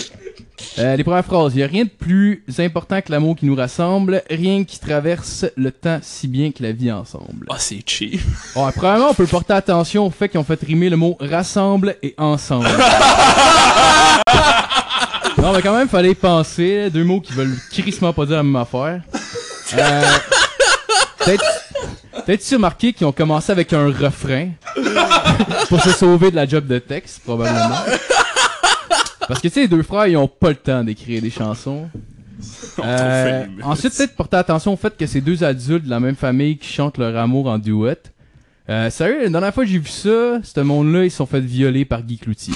C: Euh, les premières phrases. Il n'y a rien de plus important que l'amour qui nous rassemble, rien qui traverse le temps si bien que la vie ensemble.
D: Ah, c'est cheap.
C: Bon, premièrement, on peut porter attention au fait qu'ils ont fait rimer le mot rassemble et ensemble. non, mais quand même, fallait y penser. là. Deux mots qui veulent crissement pas dire la même affaire. Euh, Peut-être peut-être-tu remarqué qu'ils ont commencé avec un refrain *laughs* pour se sauver de la job de texte, probablement. Parce que, tu sais, les deux frères, ils ont pas le temps d'écrire des chansons. Euh,
D: fait mieux.
C: ensuite, peut-être porter attention au fait que c'est deux adultes de la même famille qui chantent leur amour en duet. Euh, sérieux, la dernière fois que j'ai vu ça, ce monde-là, ils se sont fait violer par Guy Cloutier.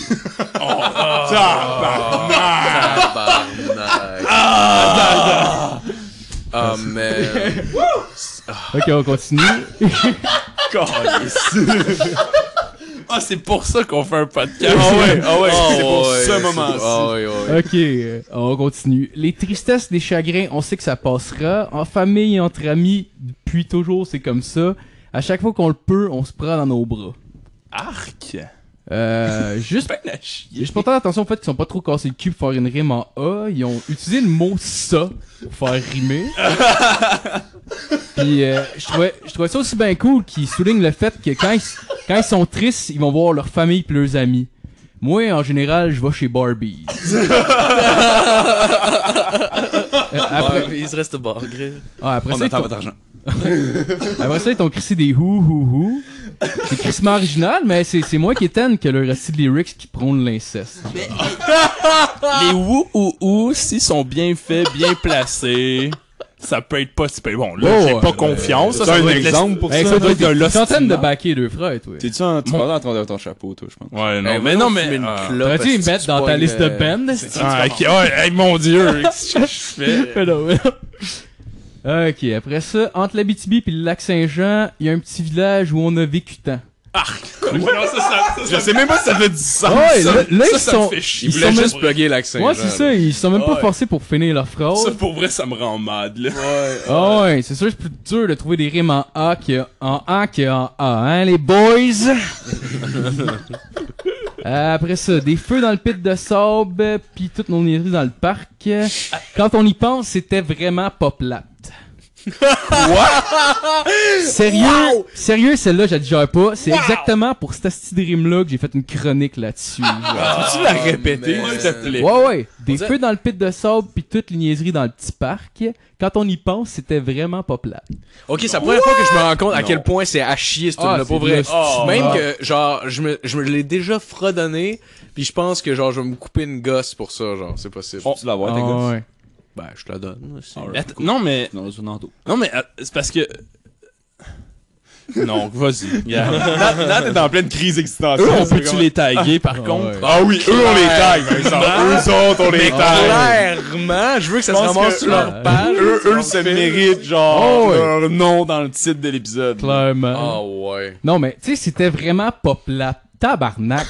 F: Tabarnak. Ah, man.
C: ok, on continue.
D: *laughs* Ah, c'est pour ça qu'on fait un podcast.
G: Ah ouais, ah ouais, c'est pour
F: ouais,
G: ce moment-ci.
F: Ah ouais, ouais.
C: Ok, euh, on continue. Les tristesses, les chagrins, on sait que ça passera. En famille, entre amis, depuis toujours, c'est comme ça. À chaque fois qu'on le peut, on se prend dans nos bras.
G: Ah,
D: Arc.
C: Euh, juste,
D: Ben, la chier.
C: juste portant attention au fait qu'ils sont pas trop cassés le cul pour faire une rime en A. Ils ont utilisé le mot ça pour faire rimer. Puis euh, je trouvais, je trouvais ça aussi bien cool qu'ils soulignent le fait que quand ils, quand ils sont tristes, ils vont voir leur famille puis leurs amis. Moi, en général, je vais chez Euh, Barbie. après,
A: Ouais, il se reste bar gris.
C: ah, après
G: On
C: ça, ils
G: attend
C: t'ont-
G: votre argent.
C: après ça, ils t'ont crissé des hou hou hou. C'est crissement original, mais c'est c'est moi qui étonne que le récit de lyrics qui prône l'inceste.
D: Les ou ou ou, s'ils sont bien faits, bien placés, ça peut être pas si pire. Bon, là,
C: Oh,
D: j'ai pas
C: euh,
D: confiance. ça,
G: C'est
D: ça
G: un
D: doit être
G: exemple pour
C: Hey,
G: ça.
C: ça doit
D: être un
C: être des
D: lost
C: centaines de
D: signal.
C: baquets deux frères, toi.
G: T'es-tu en train en train de ton chapeau, toi, je pense?
D: Ouais, non, mais
F: Hey, voyons,
D: non,
F: fumer
D: mais.
F: une
D: ah.
F: clope,
C: T'aurais dû
F: est-ce
C: les
F: que
C: mettre
F: tu
C: dans ta
F: pognes,
C: liste
F: euh,
C: de Ben, bands?
D: Ah, ok, ouais, hey, mon dieu, qu'est-ce
G: *laughs*
D: que je fais?
C: Mais non, mais non. Ok, après ça, entre l'Abitibi et le lac Saint-Jean, il y a un petit village où on a vécu tant.
G: Je sais même pas si ça fait du sens.
C: Ouais,
G: ça.
C: là, là,
D: ça,
C: ils
D: ça
C: sont.
D: me fait chier.
C: Ils
F: Il voulait
C: sont
F: juste plugger l'accent.
C: même... Ouais, c'est ça, ils sont même pas
F: Ouais.
C: forcés pour finir leur phrase.
D: Ça, pour vrai, ça me rend mad, là.
C: Ah ouais, c'est sûr que c'est plus dur de trouver des rimes en A que en A que en A, hein, les boys? Euh, Après ça, des feux dans le pit de sable, puis toutes nos niaiseries dans le parc. Quand on y pense, c'était vraiment pas plate. Sérieux, sérieux, celle-là, j'adore pas. C'est exactement pour cette astuce de rime-là que j'ai fait une chronique là-dessus.
G: Tu
D: Ah,
G: l'as répété,
F: man.
G: s'il te plaît.
C: Ouais, ouais. Des feux dans le pit de sable, puis toutes les niaiseries dans le petit parc. Quand on y pense, c'était vraiment pas plate.
F: Ok, c'est la première fois que je me rends compte à quel point c'est à chier ce
C: Ah,
F: truc-là,
C: c'est
F: pour vrai.
C: de la-
F: Même
C: Ah.
F: que, genre, je me, je me l'ai déjà fredonné, puis je pense que, genre, je vais me couper une gosse pour ça, genre, c'est possible.
G: Tu l'as voir, ta
C: Ah
G: gueule.
C: ouais.
F: Ben, je te la donne. c'est-
D: Mais att- Non, mais.
G: Non, c'est un endo.
D: Non, mais euh, c'est parce que. Non,
G: *laughs*
D: vas-y. regarde.
G: Nat, Nat est en pleine crise existentielle.
D: Eux, on peut-tu les taguer, par contre?
C: ouais.
G: Ah oui, eux, on les taille, Vincent. Eux autres, on les taille.
F: Clairement, je veux que ça se
G: Je pense
F: ramasse
G: que-
F: sur leur page.
G: Eux, eux se méritent, genre,
C: Oh, ouais.
G: leur nom dans le titre de l'épisode.
C: Clairement.
F: Ah ouais.
C: Non, mais tu sais, c'était vraiment pas plat.
F: *laughs*
C: Tabarnak.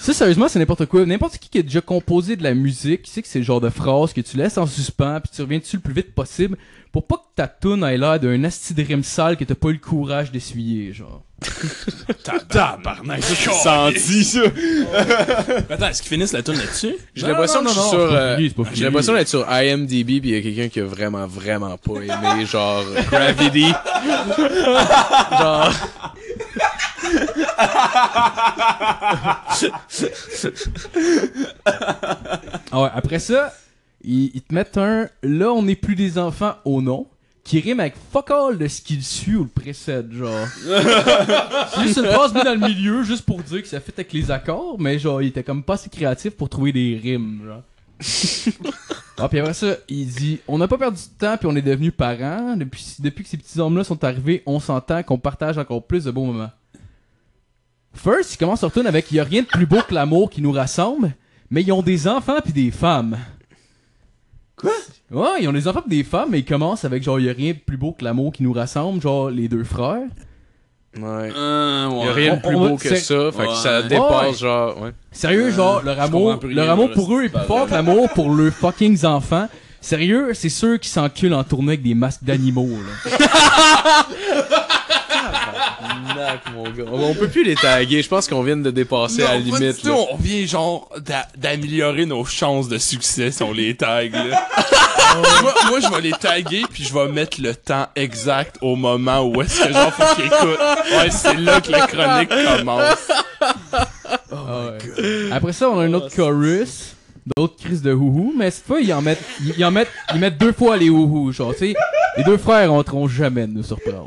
C: Ça, sérieusement, c'est n'importe quoi. N'importe qui qui a déjà composé de la musique, tu sais que c'est le genre de phrase que tu laisses en suspens, puis tu reviens dessus le plus vite possible pour pas que ta toune ait l'air d'un asti de rime sale que t'as pas eu le courage d'essuyer, genre.
D: Tabarnak, ça, je
G: Senti, ça.
D: *laughs* Attends, est-ce qu'ils finissent la tune là-dessus?
F: J'ai l'impression que je suis
C: c'est
F: sur.
C: pas
F: euh,
C: fini, c'est pas fini.
F: J'ai l'impression d'être sur IMDb pis il y a quelqu'un qui a vraiment, vraiment pas aimé, *laughs* genre, Gravity. genre.
C: Ah ouais, après ça, ils, ils te mettent un Là, on n'est plus des enfants au nom qui rime avec fuck all de ce qu'il suit ou le précède, genre. c'est juste une phrase mise dans le milieu juste pour dire que ça fait avec les accords, mais genre, il était comme pas assez créatif pour trouver des rimes, genre. ah, puis après ça, il dit On n'a pas perdu de temps, puis on est devenus parents. Depuis, depuis que ces petits hommes-là sont arrivés, on s'entend qu'on partage encore plus de beaux moments. First, il commence à retourner avec Il n'y a rien de plus beau que l'amour qui nous rassemble. Mais ils ont des enfants puis des femmes. Quoi? Ouais, ils ont des enfants puis des femmes, mais ils commencent avec genre, il a rien de plus beau que l'amour qui nous rassemble, genre les deux frères.
F: Ouais.
G: Euh, ouais.
F: Il y a rien de
C: On-
F: plus
C: on
F: beau
C: va-
F: que
C: c'est-
F: ça, fait que ça
G: Ouais.
F: dépasse
C: Ouais.
F: genre, ouais.
C: Sérieux, genre, leur
G: Euh, comprends
C: amour,
G: plus
C: leur
G: rien,
C: amour
G: là,
C: pour eux est plus fort que l'amour pour leurs fucking enfants. Sérieux, c'est ceux qui s'enculent en tournée avec des masques d'animaux, là.
F: mon gars. On, on peut plus les taguer, je pense qu'on vient de dépasser à la
G: Non, pas
F: limite.
G: du tout,
F: là.
G: on vient genre d'a- d'améliorer nos chances de succès si on les tag. là.
D: *laughs*
G: moi, moi, je vais les taguer puis je vais mettre le temps exact au moment où est-ce que genre faut qu'ils écoutent. Ouais, c'est là que la chronique *laughs* commence. Oh
C: Ah ouais. Après ça, on a un autre chorus, d'autres crises de houhou, mais cette fois, ils en mettent, ils, ils en mettent, ils mettent deux fois les houhou, genre, tu sais. Les deux frères rentreront jamais de nous surprendre.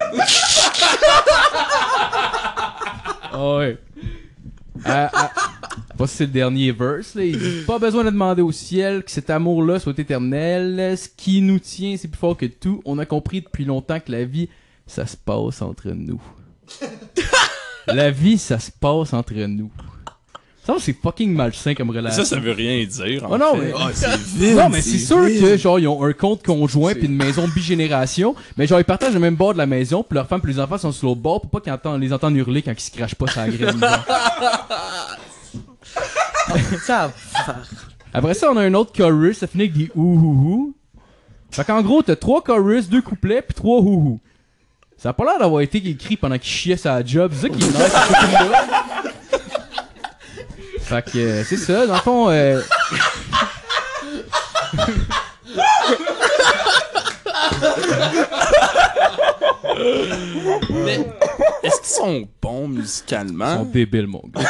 C: Ah ouais. Ah, ah. Je sais Pas si c'est le dernier verse, là. Il dit, pas besoin de demander au ciel que cet amour-là soit éternel. Ce qui nous tient, c'est plus fort que tout. On a compris depuis longtemps que la vie, ça se passe entre nous. la vie, ça se passe entre nous. Ça, c'est fucking malsain comme relation.
G: Ça, ça veut rien dire.
C: Oh non, mais... *laughs* non, mais c'est sûr que, genre, ils ont un compte conjoint puis une maison bigénération, mais genre, ils partagent le même bord de la maison puis leurs femmes puis les enfants sont sur l'autre bord pour pas qu'ils entendent, les entendent hurler quand ils se crachent pas sa graine. Après ça, on a un autre chorus, ça finit avec des ouhouhou. Fait qu'en gros, t'as trois chorus, deux couplets puis trois houhou. Ça a pas l'air d'avoir été écrit pendant qu'il chiait sa job, c'est ça qui est nice, c'est ça qui me donne. Fait que, euh, c'est ça, dans le fond, euh,
G: Est-ce qu'ils sont bons
C: Ils
G: musicalement?
C: sont débiles, mon gars.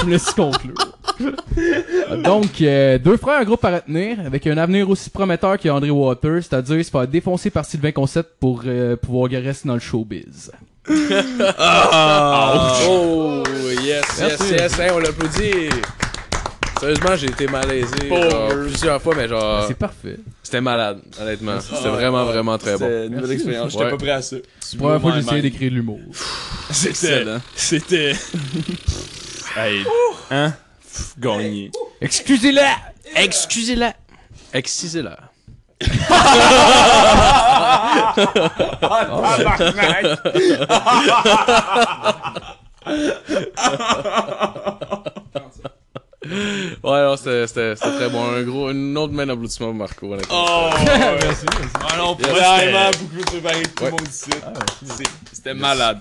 C: Je me laisse conclure. Donc, euh, deux frères, un groupe à retenir, avec un avenir aussi prometteur que André Waters, c'est-à-dire se faire défoncer par Sylvain Concept pour euh, pouvoir rester dans le showbiz.
F: Oh, yes, yes,
C: Merci.
F: yes, hey, on l'applaudit. Sérieusement, j'ai été malaisé genre, plusieurs fois, mais genre,
C: C'est parfait.
F: c'était malade, honnêtement. C'était vraiment, vraiment très bon.
G: Ah, une nouvelle expérience,
F: j'étais pas
G: prêt à ça.
C: C'est la première fois que j'essayais d'écrire de l'humour.
G: C'était. C'était. hey. Hein? Pff, Gagné.
C: Excusez-la!
F: Excusez-la. Excisez-la.
D: Ah, ben,
G: Ah, ben,
D: *laughs*
F: Ouais, non, c'était c'était- c'était très bon. Un gros, une autre main d'applaudissement pour Marco, honnêtement.
G: Oh!
C: Merci.
G: Ah non, pour
D: Vraiment
G: beaucoup préparé tout
F: le
G: monde ici.
D: Ah,
G: C'était malade.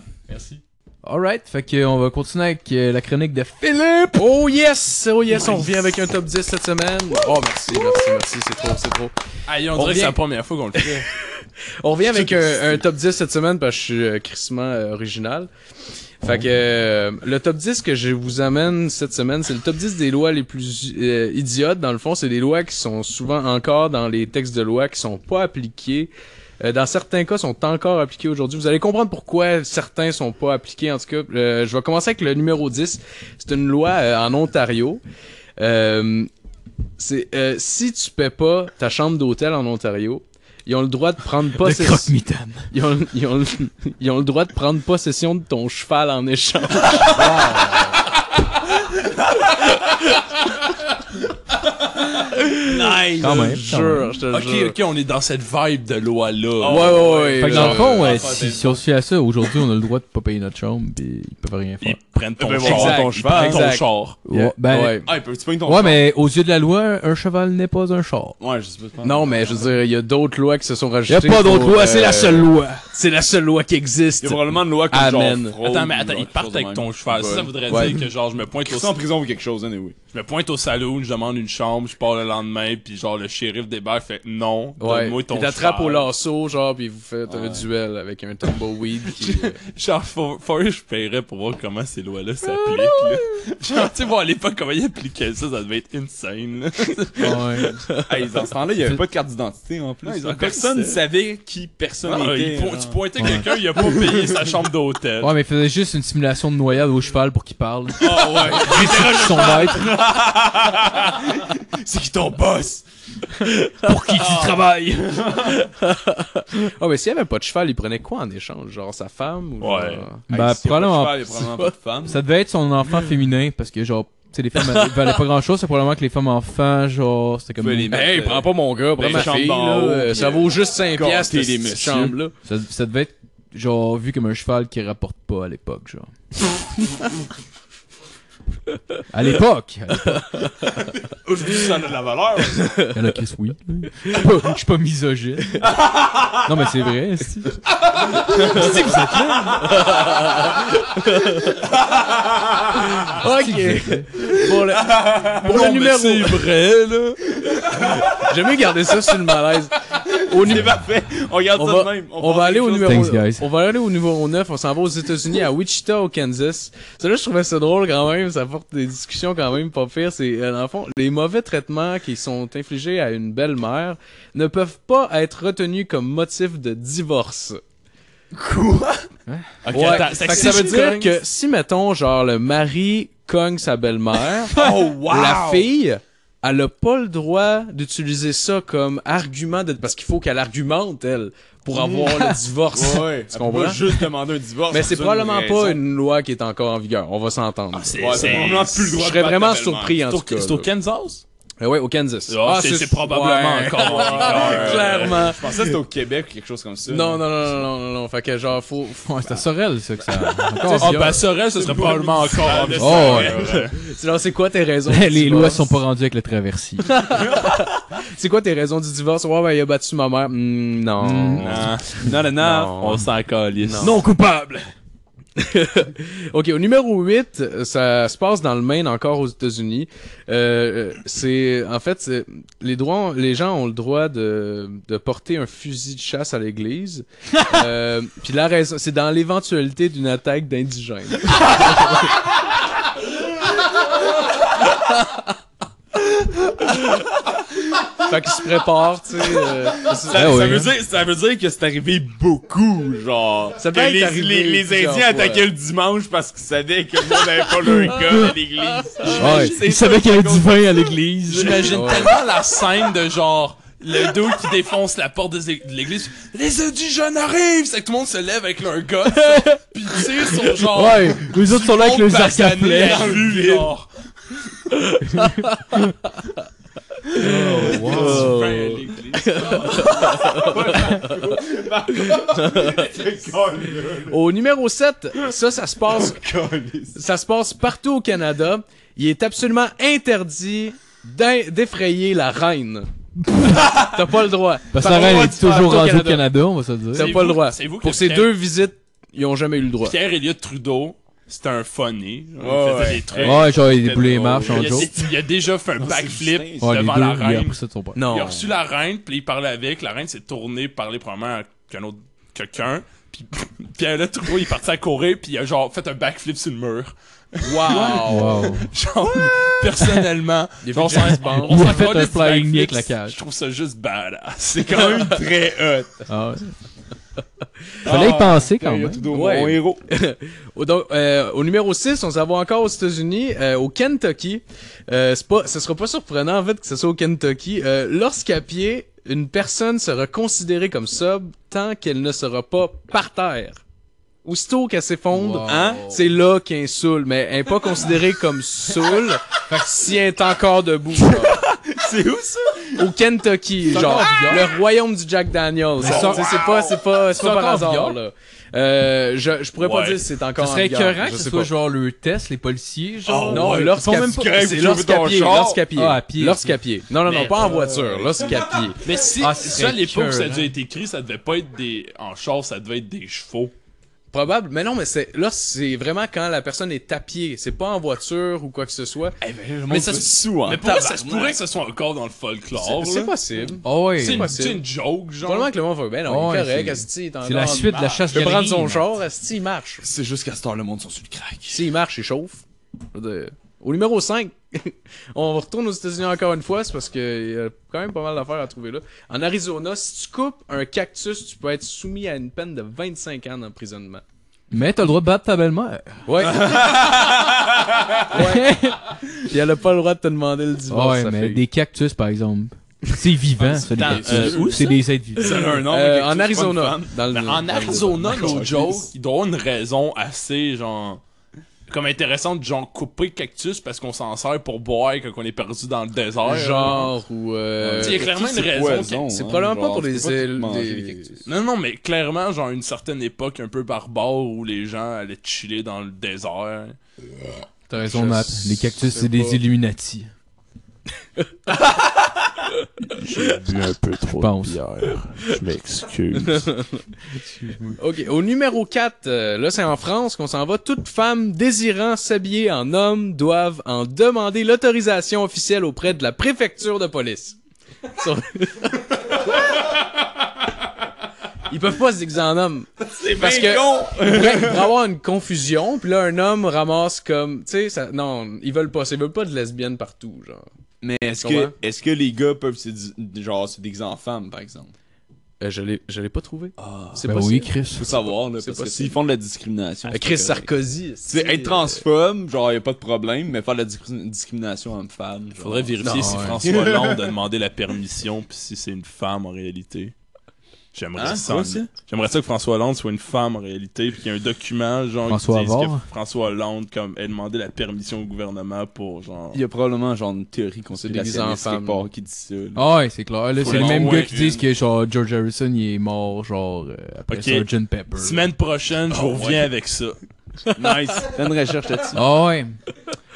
C: Alright, fait qu'on va continuer avec euh, la chronique de Philippe!
F: Oh yes! Oh yes, on revient avec un top 10 cette semaine. Oh merci, merci, merci, c'est trop, c'est trop.
G: Aïe, on,
F: On
G: dirait que c'est
F: vient-
G: la première fois qu'on le fait.
F: *laughs* On revient avec un, un top 10 cette semaine parce que je suis euh, crissement euh, original. Fait que euh, le top 10 que je vous amène cette semaine, c'est le top 10 des lois les plus euh, idiotes. Dans le fond, c'est des lois qui sont souvent encore dans les textes de loi qui sont pas appliquées. Euh, dans certains cas, sont encore appliqués aujourd'hui. Vous allez comprendre pourquoi certains sont pas appliqués. En tout cas, euh, je vais commencer avec le numéro 10. C'est une loi euh, en Ontario. Euh, c'est euh, si tu paies pas ta chambre d'hôtel en Ontario, ils ont le droit de prendre possession.
C: croque-mitaine.
F: Ils ont, ils, ont, ils ont le droit de prendre possession de ton cheval en échange.
G: nice!
C: Quand
F: Je
C: même.
F: te jure, je te
G: Ok, Oh,
F: jure.
G: ok, on est dans cette vibe de loi-là.
F: Ouais, ouais, ouais.
C: Fait que dans le
F: genre,
C: fond, ouais,
G: faire
C: si,
G: des-
C: si on se fie à ça, aujourd'hui, on a le droit de pas payer notre chambre, pis ils peuvent rien faire.
G: Ils prennent ton
D: Ben,
G: char,
F: exact,
G: ton
F: ils
G: cheval,
F: prennent
G: ton
F: ton
G: char.
C: Ouais, ben,
F: ouais.
G: Ah, ils peuvent, tu pognes ton
C: Ouais, mais aux yeux de la loi, un cheval n'est pas un char.
G: char. Ouais, je sais
D: *laughs*
G: pas.
F: Non, mais je veux dire, il y a d'autres lois qui se sont
C: Y a
F: rajoutées.
C: pas d'autre
F: pour,
C: loi,
F: euh,
C: c'est la seule loi.
F: C'est la seule loi qui
G: Il
F: existe.
G: y a probablement une loi comme
F: Amen.
G: genre fraude
D: Ah, Attends, mais
G: ou
D: attends, ils
G: quelque chose
D: partent
G: de
D: avec
G: même.
D: ton cheval. Ça, ça voudrait
F: Ouais.
D: dire que genre, je me pointe
G: Ils
D: au
G: sont en prison pour quelque chose, anyway.
D: Je me pointe au saloon, je demande une chambre, je pars le lendemain, puis genre le shérif débarque, fait non,
F: Ouais.
D: donne-moi ton
F: Puis t'attrapes
D: cheval.
F: au lasso, genre, puis vous faites un duel avec un tumbleweed qui.
G: *laughs*
F: euh,
G: Genre, faut, faut que je paierais pour voir comment ces lois-là s'appliquent, *laughs* là. Genre, tu sais, voir à l'époque comment ils appliquaient ça, ça devait être insane, là.
C: Ouais.
G: hey,
D: ils en-
G: ce temps-là, il y
D: avait
G: pas de carte d'identité, en plus.
D: Personne
G: personne ne savait qui personne
D: Ah,
G: était. hein. tu pointais quelqu'un, il a pas payé sa chambre d'hôtel.
C: Ouais, mais il faisait juste une simulation de noyade au cheval pour qu'il parle.
G: Ah ouais.
C: *laughs* Juste pour qu'ils sont maîtres.
G: C'est qui ton boss?
C: Pour qui tu travailles.
F: Ah, mais s'il y avait pas de cheval, il prenait quoi en échange? Genre sa femme ou
G: Ouais.
F: genre-
C: Bah,
G: Hey, s'il y a pas Mm. de
C: probablement-
G: cheval, il y a probablement pas de femme.
C: Ça devait être son enfant féminin, parce que genre, sais, les femmes elles valaient pas grand chose. C'est probablement que les femmes enfants, genre, c'était comme.
G: Fallait les mettre,
F: Hey,
G: euh,
F: prends pas mon gars, prends
G: les
F: ma
G: chambres
F: fille,
G: d'en
F: là,
G: haut,
F: euh,
G: puis,
F: ça vaut juste 5
G: gâter
F: piastres,
G: les
F: cette
G: messieurs.
F: chambre-là.
C: Ça, ça devait être, genre, vu comme un cheval qui rapporte pas à l'époque, *laughs* genre. à l'époque! À l'époque.
G: Aujourd'hui, ça a de la valeur.
C: Il y en a Chris, oui. Je suis pas- je suis pas misogyne. Non, mais c'est vrai, esti.
F: Ok.
G: *laughs*
F: Pour le, pour
D: Non,
F: le
D: mais
F: numéro.
D: c'est vrai, là.
F: *laughs* J'aime mieux garder ça sur le malaise. Au nu-
G: C'est parfait. On regarde
F: on
G: ça de
F: va,
G: même.
F: on va
G: parle
F: aller
G: des
F: au
G: choses.
F: numéro
C: Thanks, guys.
F: on va aller au numéro 9, on s'en va aux États-Unis à Wichita au Kansas. Ça là je trouvais ça drôle quand même, ça porte des discussions quand même pas pire, c'est euh, dans le fond les mauvais traitements qui sont infligés à une belle-mère ne peuvent pas être retenus comme motif de divorce.
D: Ok,
F: Ouais.
D: attends,
F: Fait que ça veut dire que si mettons genre le mari cogne sa belle-mère,
G: Oh, wow.
F: la fille, elle a pas le droit d'utiliser ça comme argument de... parce qu'il faut qu'elle argumente elle pour avoir le divorce.
G: Ouais.
F: Tu
G: On
F: comprends?
G: va juste demander un divorce.
F: Mais c'est
G: pour
F: probablement
G: une
F: pas
G: raison.
F: une loi qui est encore en vigueur. On va s'entendre.
D: c'est-
G: Ouais,
D: c'est-
G: c'est probablement plus le
F: Je
G: droit de
F: serais
G: battre
F: vraiment
G: ta belle-mère.
F: surpris en tout cas.
D: C'est au Kansas?
F: là. Ouais, au Kansas.
D: Ah, c'est c'est probablement
F: ouais.
D: encore.
G: Ah,
D: en
G: ben,
D: vigueur.
F: Clairement.
G: Je pensais que c'était au Québec ou quelque chose comme ça.
F: Non, non, non, non, non, non, non. Fait que genre, faut. faut-
C: Ouais, c'était Sorel, ça, que ça.
D: Ah,
C: Encore
D: bah, Sorel, ce serait probablement encore. en vigueur.
C: Oh,
G: ouais.
F: C'est genre, c'est quoi
C: *laughs*
F: tes raisons? du
C: Les
F: divorce?
C: lois sont pas rendues avec le traversier.
F: C'est quoi tes raisons du divorce? Ouais, ouais, il a battu ma mère. Hmm, non.
D: Non, non, non, non,
F: Non.
D: on s'en calisse.
F: Non coupable. OK, au numéro 8, ça se passe dans le Maine encore aux États-Unis. Euh, c'est en fait c'est- les droits les gens ont le droit de, de porter un fusil de chasse à l'église. euh, puis la raison c'est dans l'éventualité d'une attaque d'indigènes. fait qu'ils se préparent, tu sais. euh,
G: Ça,
C: Ah
G: ça
C: ouais,
G: veut
C: hein.
G: dire, ça veut dire que c'est arrivé beaucoup, genre.
F: Ça
G: que
F: peut être
G: les,
F: arrivé
G: les, les
F: plusieurs
G: Indiens
F: fois.
G: attaquaient le dimanche parce qu'ils savaient que le monde n'avait pas leur
D: *laughs*
G: gun à l'église.
C: Ouais,
G: C'est
C: il
G: ça
C: savait qu'il y avait du
G: raconte.
C: vin à l'église.
D: J'imagine
F: Ouais.
D: tellement la scène de genre le dos qui défonce la porte des ég- de l'église. Les indigènes arrivent, c'est que tout le monde se lève avec leur
C: *laughs*
D: gars, puis ils tirent sur genre.
C: Ouais, les autres sont là avec
D: monde
C: les arcs
D: basané
C: à flèches.
D: *laughs* dans le vide. Genre.
G: Du vin à l'église. C'est con,
F: Au numéro 7, ça, ça se passe,
G: là. Con,
F: ça se passe partout au Canada. Il est absolument interdit d'in- d'effrayer la reine. T'as pas le droit.
C: Parce que la reine est toujours
F: Partout au
C: rendue au
F: Canada.
C: Canada, on va se le
F: T'as
C: dire.
D: C'est
F: pas
D: vous-
F: le droit.
D: c'est vous qui
F: Pour ces
D: le
F: deux visites, ils ont jamais eu le droit.
D: pierre Elliott Trudeau, c'était un funny. genre,
G: Ouais,
D: il faisait
G: ouais.
D: des trucs.
C: Ouais, genre, il déboulait les
G: drôle.
C: marches en
D: Il, a,
C: joke.
D: il a déjà fait un
G: Non, c'est
D: backflip
G: du
C: Ouais, les
D: devant la
C: deux, il a
D: reine.
C: appris ça de son père.
D: Il a
F: Non.
D: reçu la reine, puis il parlait avec. La reine s'est tournée, parler probablement à qu'un autre quelqu'un. Puis *laughs* Pierre Elliott Trudeau, il est parti à courir, puis il a genre fait un backflip sur le mur.
F: Wow.
C: Wow.
D: Genre, personnellement,
F: Il a
D: *laughs*
F: fait
D: on s'en
F: James Bond.
D: on
C: Il
D: s'en
C: a fait
D: calisse
C: un
D: du
C: flying
D: backflip,
C: knee avec la cage.
D: Je trouve ça juste badass. C'est
G: C'est
D: *laughs*
G: quand même très hot.
C: Ah ouais. Fallait y penser quand même.
F: Ouais.
G: Mon héros.
F: *laughs* Au, donc, euh, au numéro 6, on s'en va encore aux États-Unis, euh, au Kentucky. Euh, c'est pas, ce sera pas surprenant, en fait, que ce soit au Kentucky. Euh, Lorsqu'à pied, une personne sera considérée comme sobre tant qu'elle ne sera pas par terre. Aussitôt qu'elle s'effondre,
C: Wow.
F: hein, c'est là qu'elle est saoule. Mais elle n'est pas considérée comme saoule si elle est encore debout. genre.
G: C'est où ça?
F: Au Kentucky,
C: C'est
F: genre
C: encore en
F: le royaume du Jack Daniels. C'est
C: c'est-
F: c'est pas, c'est pas, c'est
C: C'est
F: pas par
C: encore en
F: hasard.
C: vigueur?
F: Là. Euh, je, je pourrais pas
D: Ouais.
F: dire si c'est
C: Ce
F: encore. en
C: serait
F: vigueur,
C: écœurant
F: Ah, je
C: que ce
F: sais
C: soit
F: pas. Ah,
C: genre le test, les policiers, genre.
F: Non,
G: ouais.
F: lorsqu'à
C: Oh, Ils font même pas-
F: pied.
G: Correct,
F: C'est
G: tu veux
F: lorsqu'à
G: ton
F: pied.
G: char?
F: Lorsqu'à pied.
C: Ah, à pied,
F: Lorsqu'à pied. Non, non, non,
D: Mais-
F: pas en voiture. Lorsqu'à pied.
D: Mais si,
C: Ah, c'est
D: ça, à l'époque où ça a
C: écœurant.
D: dû être écrit, ça devait pas être des. En char, ça devait être des chevaux.
F: Probable. Mais non, mais c'est là, c'est vraiment quand la personne est à pied. C'est pas en voiture ou quoi que ce soit.
D: Mais ça, se-
G: Souvent.
D: mais pour moi, ça se pourrait que ce soit encore dans le folklore.
F: C'est
D: là.
F: possible.
C: Oh ouais.
D: C'est
C: C'est
D: une,
F: possible.
D: c'est une joke, genre.
F: Probablement que le monde va. Ben non,
C: Ouais,
F: il est correct.
C: c'est-
F: Asti, il est encore
C: la
F: en
C: suite de la
F: marche.
C: chasse
F: Je vais prendre son
C: galerie.
F: char. Asti, il marche.
G: C'est juste qu'à ce temps, le monde sont sur le crack.
F: S'il marche, il chauffe. Je veux dire, Au numéro 5, *laughs* on retourne aux États-Unis encore une fois, c'est parce qu'il y a quand même pas mal d'affaires à trouver là. En Arizona, si tu coupes un cactus, tu peux être soumis à une peine de 25 ans d'emprisonnement.
C: Mais t'as le droit de battre ta belle-mère.
F: Ouais. *laughs* ouais. Puis elle a pas le droit de te demander le divorce.
C: ouais,
F: sa
C: mais
F: fille.
C: des cactus par exemple. C'est vivant, ça, les
D: dans-
C: cactus.
D: euh, où,
C: c'est
D: ça?
C: des êtres vivants.
G: Ça a un nom.
F: Euh,
G: quelque
F: en
G: chose,
F: Arizona.
G: pas une femme.
F: Dans le,
D: Mais en
F: dans le-
D: Arizona,
G: Arizona,
D: no joke, ils doivent avoir une raison assez, genre, comme intéressantes, genre couper cactus parce qu'on s'en sert pour boire quand on est perdu dans le désert.
F: Genre ou. euh,
D: Il y a clairement une raison.
G: poison,
F: c'est
G: hein,
F: probablement pas
G: genre,
F: pour
G: tu peux
F: les
G: pas
F: ailes-
G: tout manger,
F: des-
G: les cactus.
D: Non, non, mais clairement, genre une certaine époque un peu barbare où les gens allaient chiller dans le désert.
C: T'as raison,
F: Je
C: Matt. Les
F: sais
C: cactus, c'est des
F: pas.
A: *laughs*
C: Illuminati.
A: J'ai bu un peu trop
C: pense. Ben
A: de bière. Je m'excuse.
F: Ok, au numéro 4, là c'est en France qu'on s'en va. Toute femme désirant s'habiller en homme doivent en demander l'autorisation officielle auprès de la préfecture de police. Sur- *laughs* Ils peuvent pas se déguiser en homme. C'est parce que pour être- pour avoir une confusion, puis là un homme ramasse comme, tu sais, ça- non, ils veulent pas, ils veulent pas de lesbiennes partout, genre.
G: Mais est-ce
F: Tu
G: que,
F: comprends?
G: est-ce que les gars peuvent se, di- genre, se déguiser en femme, par exemple?
F: Euh, je l'ai, je l'ai pas trouvé. c'est
C: Ben
F: possible.
C: oui, Chris.
G: Faut savoir, là,
F: C'est
G: parce que
F: possible.
G: s'ils font de la discrimination...
F: Euh,
G: c'est
F: Chris
G: pas correct.
F: Sarkozy.
G: Tu sais, être transphobe, genre, y a pas de problème, mais faire de la discri- discrimination homme-femme, genre...
D: Faudrait vérifier
F: Non,
D: si
F: ouais.
G: *laughs*
D: François Hollande a demandé la permission puis si c'est une femme en réalité. J'aimerais
G: Hein?
D: ça.
G: Quoi, ça?
D: J'aimerais ça que François Hollande soit une femme en réalité puis qu'il y ait un document genre
C: François
D: qui dise que
C: Havard?
D: François Hollande comme ait demandé la permission au gouvernement pour genre
G: Il y a probablement, genre, une théorie
F: déguisé en
G: conspirationniste
F: femme.
G: quelque part qui dit ça, là.
C: Ah ouais, c'est clair. Là,
D: Faut
C: c'est le
D: les
C: même
D: envoyer
C: gars qui disent
D: une.
C: que genre George Harrison il est mort genre euh, après
D: Ok.
C: Sgt Pepper.
D: Semaine prochaine,
G: Oh,
D: je vous reviens avec ça.
G: Nice. Fais une recherche là-dessus.
C: Ah ouais.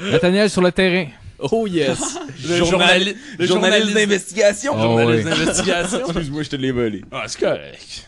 C: Nathaniel sur le terrain.
F: Oh yes.
D: Le journaliste
G: *laughs* Le journaliste d'investigation.
C: Ah ouais.
D: d'investigation.
G: *laughs* Excuse-moi, je te l'ai volé.
D: Ah, c'est correct.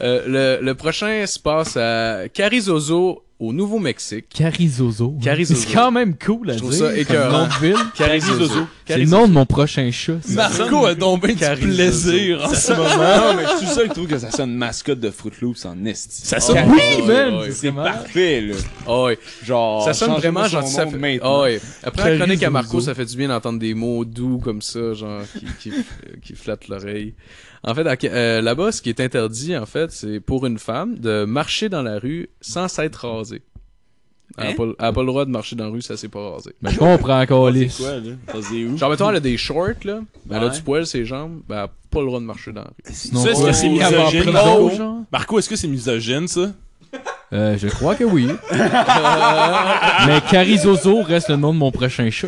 F: Euh, le, le prochain se passe à Carrizozo, au Nouveau-Mexique.
C: Carizozo.
F: Carizozo.
C: C'est quand même cool à
F: Je trouve
C: dire.
F: ça
C: comme
F: écœurant.
C: nom de ville.
F: Carrizozo.
C: C'est le nom de mon prochain chat. ça.
D: Marco a tombé du
F: Carizozo.
D: plaisir en ce moment.
G: non, mais je suis seul qui trouve que ça sonne mascotte de Fruit Loops en esti.
D: Ça sonne
C: Oui,
F: ouais,
C: man.
F: ouais,
C: c'est vraiment-
G: Parfait, là.
F: Oh, ouais.
G: Genre.
F: ça sonne
G: changez-moi
F: vraiment
G: son
F: gentil.
G: nom
F: Ça fait...
G: maintenant.
F: Ah ouais. Après la
C: Carrizozo.
F: chronique à Marco, ça fait du bien d'entendre des mots doux comme ça, genre qui, qui, *laughs* qui flattent l'oreille. En fait, à Ca- euh, là-bas, ce qui est interdit, en fait, c'est pour une femme de marcher dans la rue sans s'être rasée. Elle
G: Hein?
F: n'a pas, elle a pas le droit de marcher dans la rue, ça s'est pas rasé.
C: Mais Ben, je comprends encore
G: C'est
C: lisse.
G: quoi, là? Ça, c'est où?
F: Genre, mettons, elle a des shorts, là. Ben, Elle a
G: Ouais.
F: du poil ses jambes. Ben, elle a pas le droit de marcher dans la rue.
C: Non,
D: Ça, est-ce que c'est
C: ouais. Avant
D: misogyne,
C: prison,
D: Marco?
C: genre?
D: Marco, est-ce que c'est misogyne, ça?
C: Euh, je crois que oui. *laughs* Mais Carizozo reste le nom de mon prochain chat.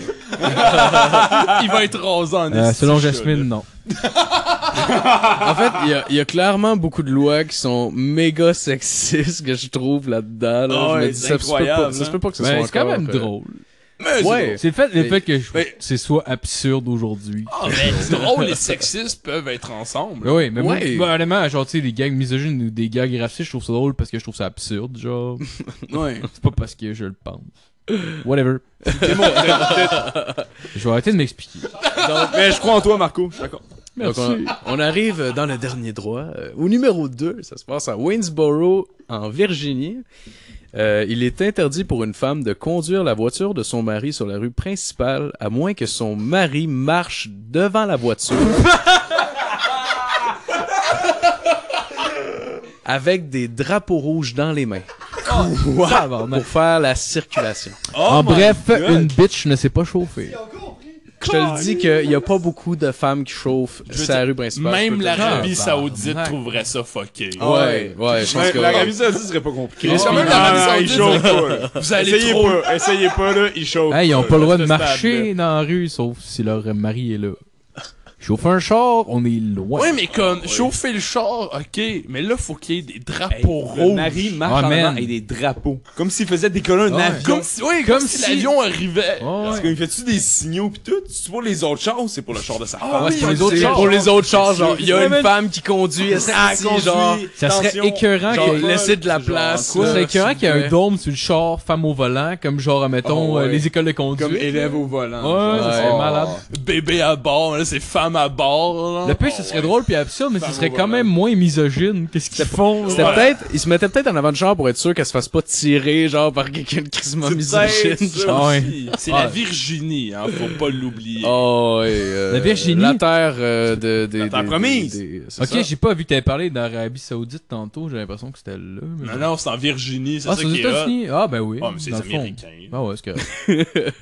D: Il va être rasé en
C: Euh,
D: esti,
C: selon
D: ce
C: Jasmine, non.
F: En fait, il y a- il y, a clairement beaucoup de lois qui sont méga sexistes que je trouve là-dedans. Là. je
G: Ah
F: me
G: ouais,
F: dis, ça
G: c'est
F: se peut pas,
G: incroyable,
F: ça se peut pas que ce
C: Ben,
F: soit
C: c'est quand
F: encore,
C: même
F: euh,
C: drôle.
F: Ouais.
C: C'est le fait, le
F: Mais-
C: fait que je-
G: mais-
C: c'est soit absurde aujourd'hui.
D: Ah, mais drôle et sexiste peuvent être ensemble.
C: Oui, mais moi,
F: Ouais.
C: bah, honnêtement, genre, tu sais, les gags misogynes ou des gags racistes, je trouve ça drôle parce que je trouve ça absurde, genre.
G: Ouais.
C: C'est pas parce que je le pense. Whatever. je vais arrêter de m'expliquer.
G: mais je crois en toi, Marco. Je suis d'accord.
F: Donc, on, on arrive dans le dernier droit, euh, au numéro 2. Ça se passe à Waynesboro, en Virginie. Euh, il est interdit pour une femme de conduire la voiture de son mari sur la rue principale, à moins que son mari marche devant
D: *laughs*
F: la voiture. avec des drapeaux rouges dans les mains
D: Oh,
F: pour faire la circulation.
C: en bref, une bitch ne sait pas chauffer.
F: Je te le dis qu'il n'y a pas beaucoup de femmes qui chauffent
D: veux
F: sa
D: dire,
F: rue principale. je peux
D: Même
F: te le dire.
D: l'Arabie
C: dire.
D: Saoudite
C: Tabarnak.
D: trouverait ça fucké.
C: Ah
F: Ouais, ouais, je pense
G: Ouais,
F: que...
G: L'Arabie Saoudite serait pas compliqué.
F: Chris, quand même,
D: l'Arabie
G: Ah,
D: Saoudite,
G: il chauffe pas, là.
D: Vous allez
G: Essayez
D: trop...
G: pas, essayez pas, là, il chauffe.
C: Hey, ils ont pas le droit de
G: Ce stade-là.
C: marcher dans la rue, sauf si leur mari est là. Chauffer un char, on est loin.
D: Ah Ouais, mais comme, chauffer le char, ok, mais là, faut qu'il y ait des drapeaux
G: Le
D: rouges.
G: mari marche
C: Ah,
G: en
C: man.
G: avant et des drapeaux. Comme s'il faisait décoller un
C: Ouais.
G: avion.
D: Comme si, ouais, comme,
C: Comme
D: si,
C: si-
D: l'avion arrivait.
C: Oh,
G: Parce
C: ouais.
G: qu'il fait-tu des signaux pis tout? C'est pour les autres chars ou c'est pour le char de sa
C: Ah,
G: femme?
C: c'est pour les autres
F: C'est
C: chars.
F: pour les autres chars, genre, il y a
G: Ouais,
F: une
G: mais-
F: femme qui conduit, elle s'assit,
G: conduit,
F: genre,
C: Ça
G: tension,
C: serait écœurant
G: genre,
C: qu'il y ait
G: vol,
F: laissez de la
G: c'est genre,
F: place,
G: ça.
C: Quoi,
F: Euh,
C: c'est écœurant
F: s'il
C: qu'il y a
F: vous
C: un
F: plaît.
C: dôme sur le char, femme au volant, comme genre, mettons,
G: Oh, ouais.
C: euh, les écoles de conduite.
G: Comme élève au volant.
C: Ouais,
G: genre.
C: ça serait
G: Oh.
C: malade.
D: Bébé à bord, là, c'est femme à bord, là.
C: Le pire, ce serait drôle puis absurde, mais ce
G: Femme
C: serait
G: au
C: quand
G: volant.
C: même moins misogyne. Qu'est-ce qu'ils font?
F: C'était
C: là?
F: peut-être, il se mettait peut-être en avant du char pour être sûr qu'elle se fasse pas tirer, genre, par quelqu'un de crissement misogyne.
G: peut-être ça.
C: Ah ouais.
D: C'est la Virginie, hein, faut pas l'oublier.
F: Oh, ouais, euh,
C: La Virginie?
F: La terre euh, de, des-
G: La terre
F: des-
G: promise.
F: des- des- c'est
C: Ok,
F: ça.
C: j'ai pas vu que t'avais parlé d'Arabie Saoudite tantôt, j'ai l'impression que c'était là. mais-
D: Non, non, c'est en Virginie, c'est
C: ah,
D: ça
C: c'est
D: qui
C: aux
D: est hot.
C: États-Unis? Ah, ben oui.
D: Ah, mais c'est
C: dans
D: les
C: le fond.
D: Américains.
C: Ah ouais, c'est correct.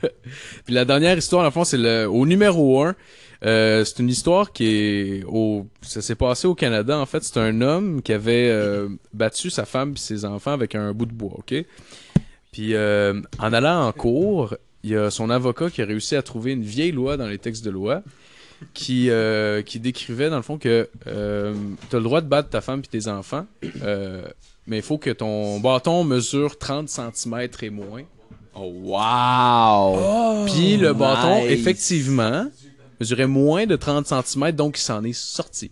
F: Puis la dernière histoire, dans le fond, c'est le, au numéro 1. Euh, c'est une histoire qui est au, ça s'est passé au Canada. En fait, c'est un homme qui avait euh, battu sa femme et ses enfants avec un bout de bois, ok? Puis euh, en allant en cours, il y a son avocat qui a réussi à trouver une vieille loi dans les textes de loi qui, euh, qui décrivait dans le fond que euh, tu as le droit de battre ta femme et tes enfants, euh, mais il faut que ton bâton mesure 30 cm et moins.
G: Oh, wow!
F: Puis le bâton,
G: nice.
F: effectivement, mesurait moins de 30 cm, donc il s'en est sorti.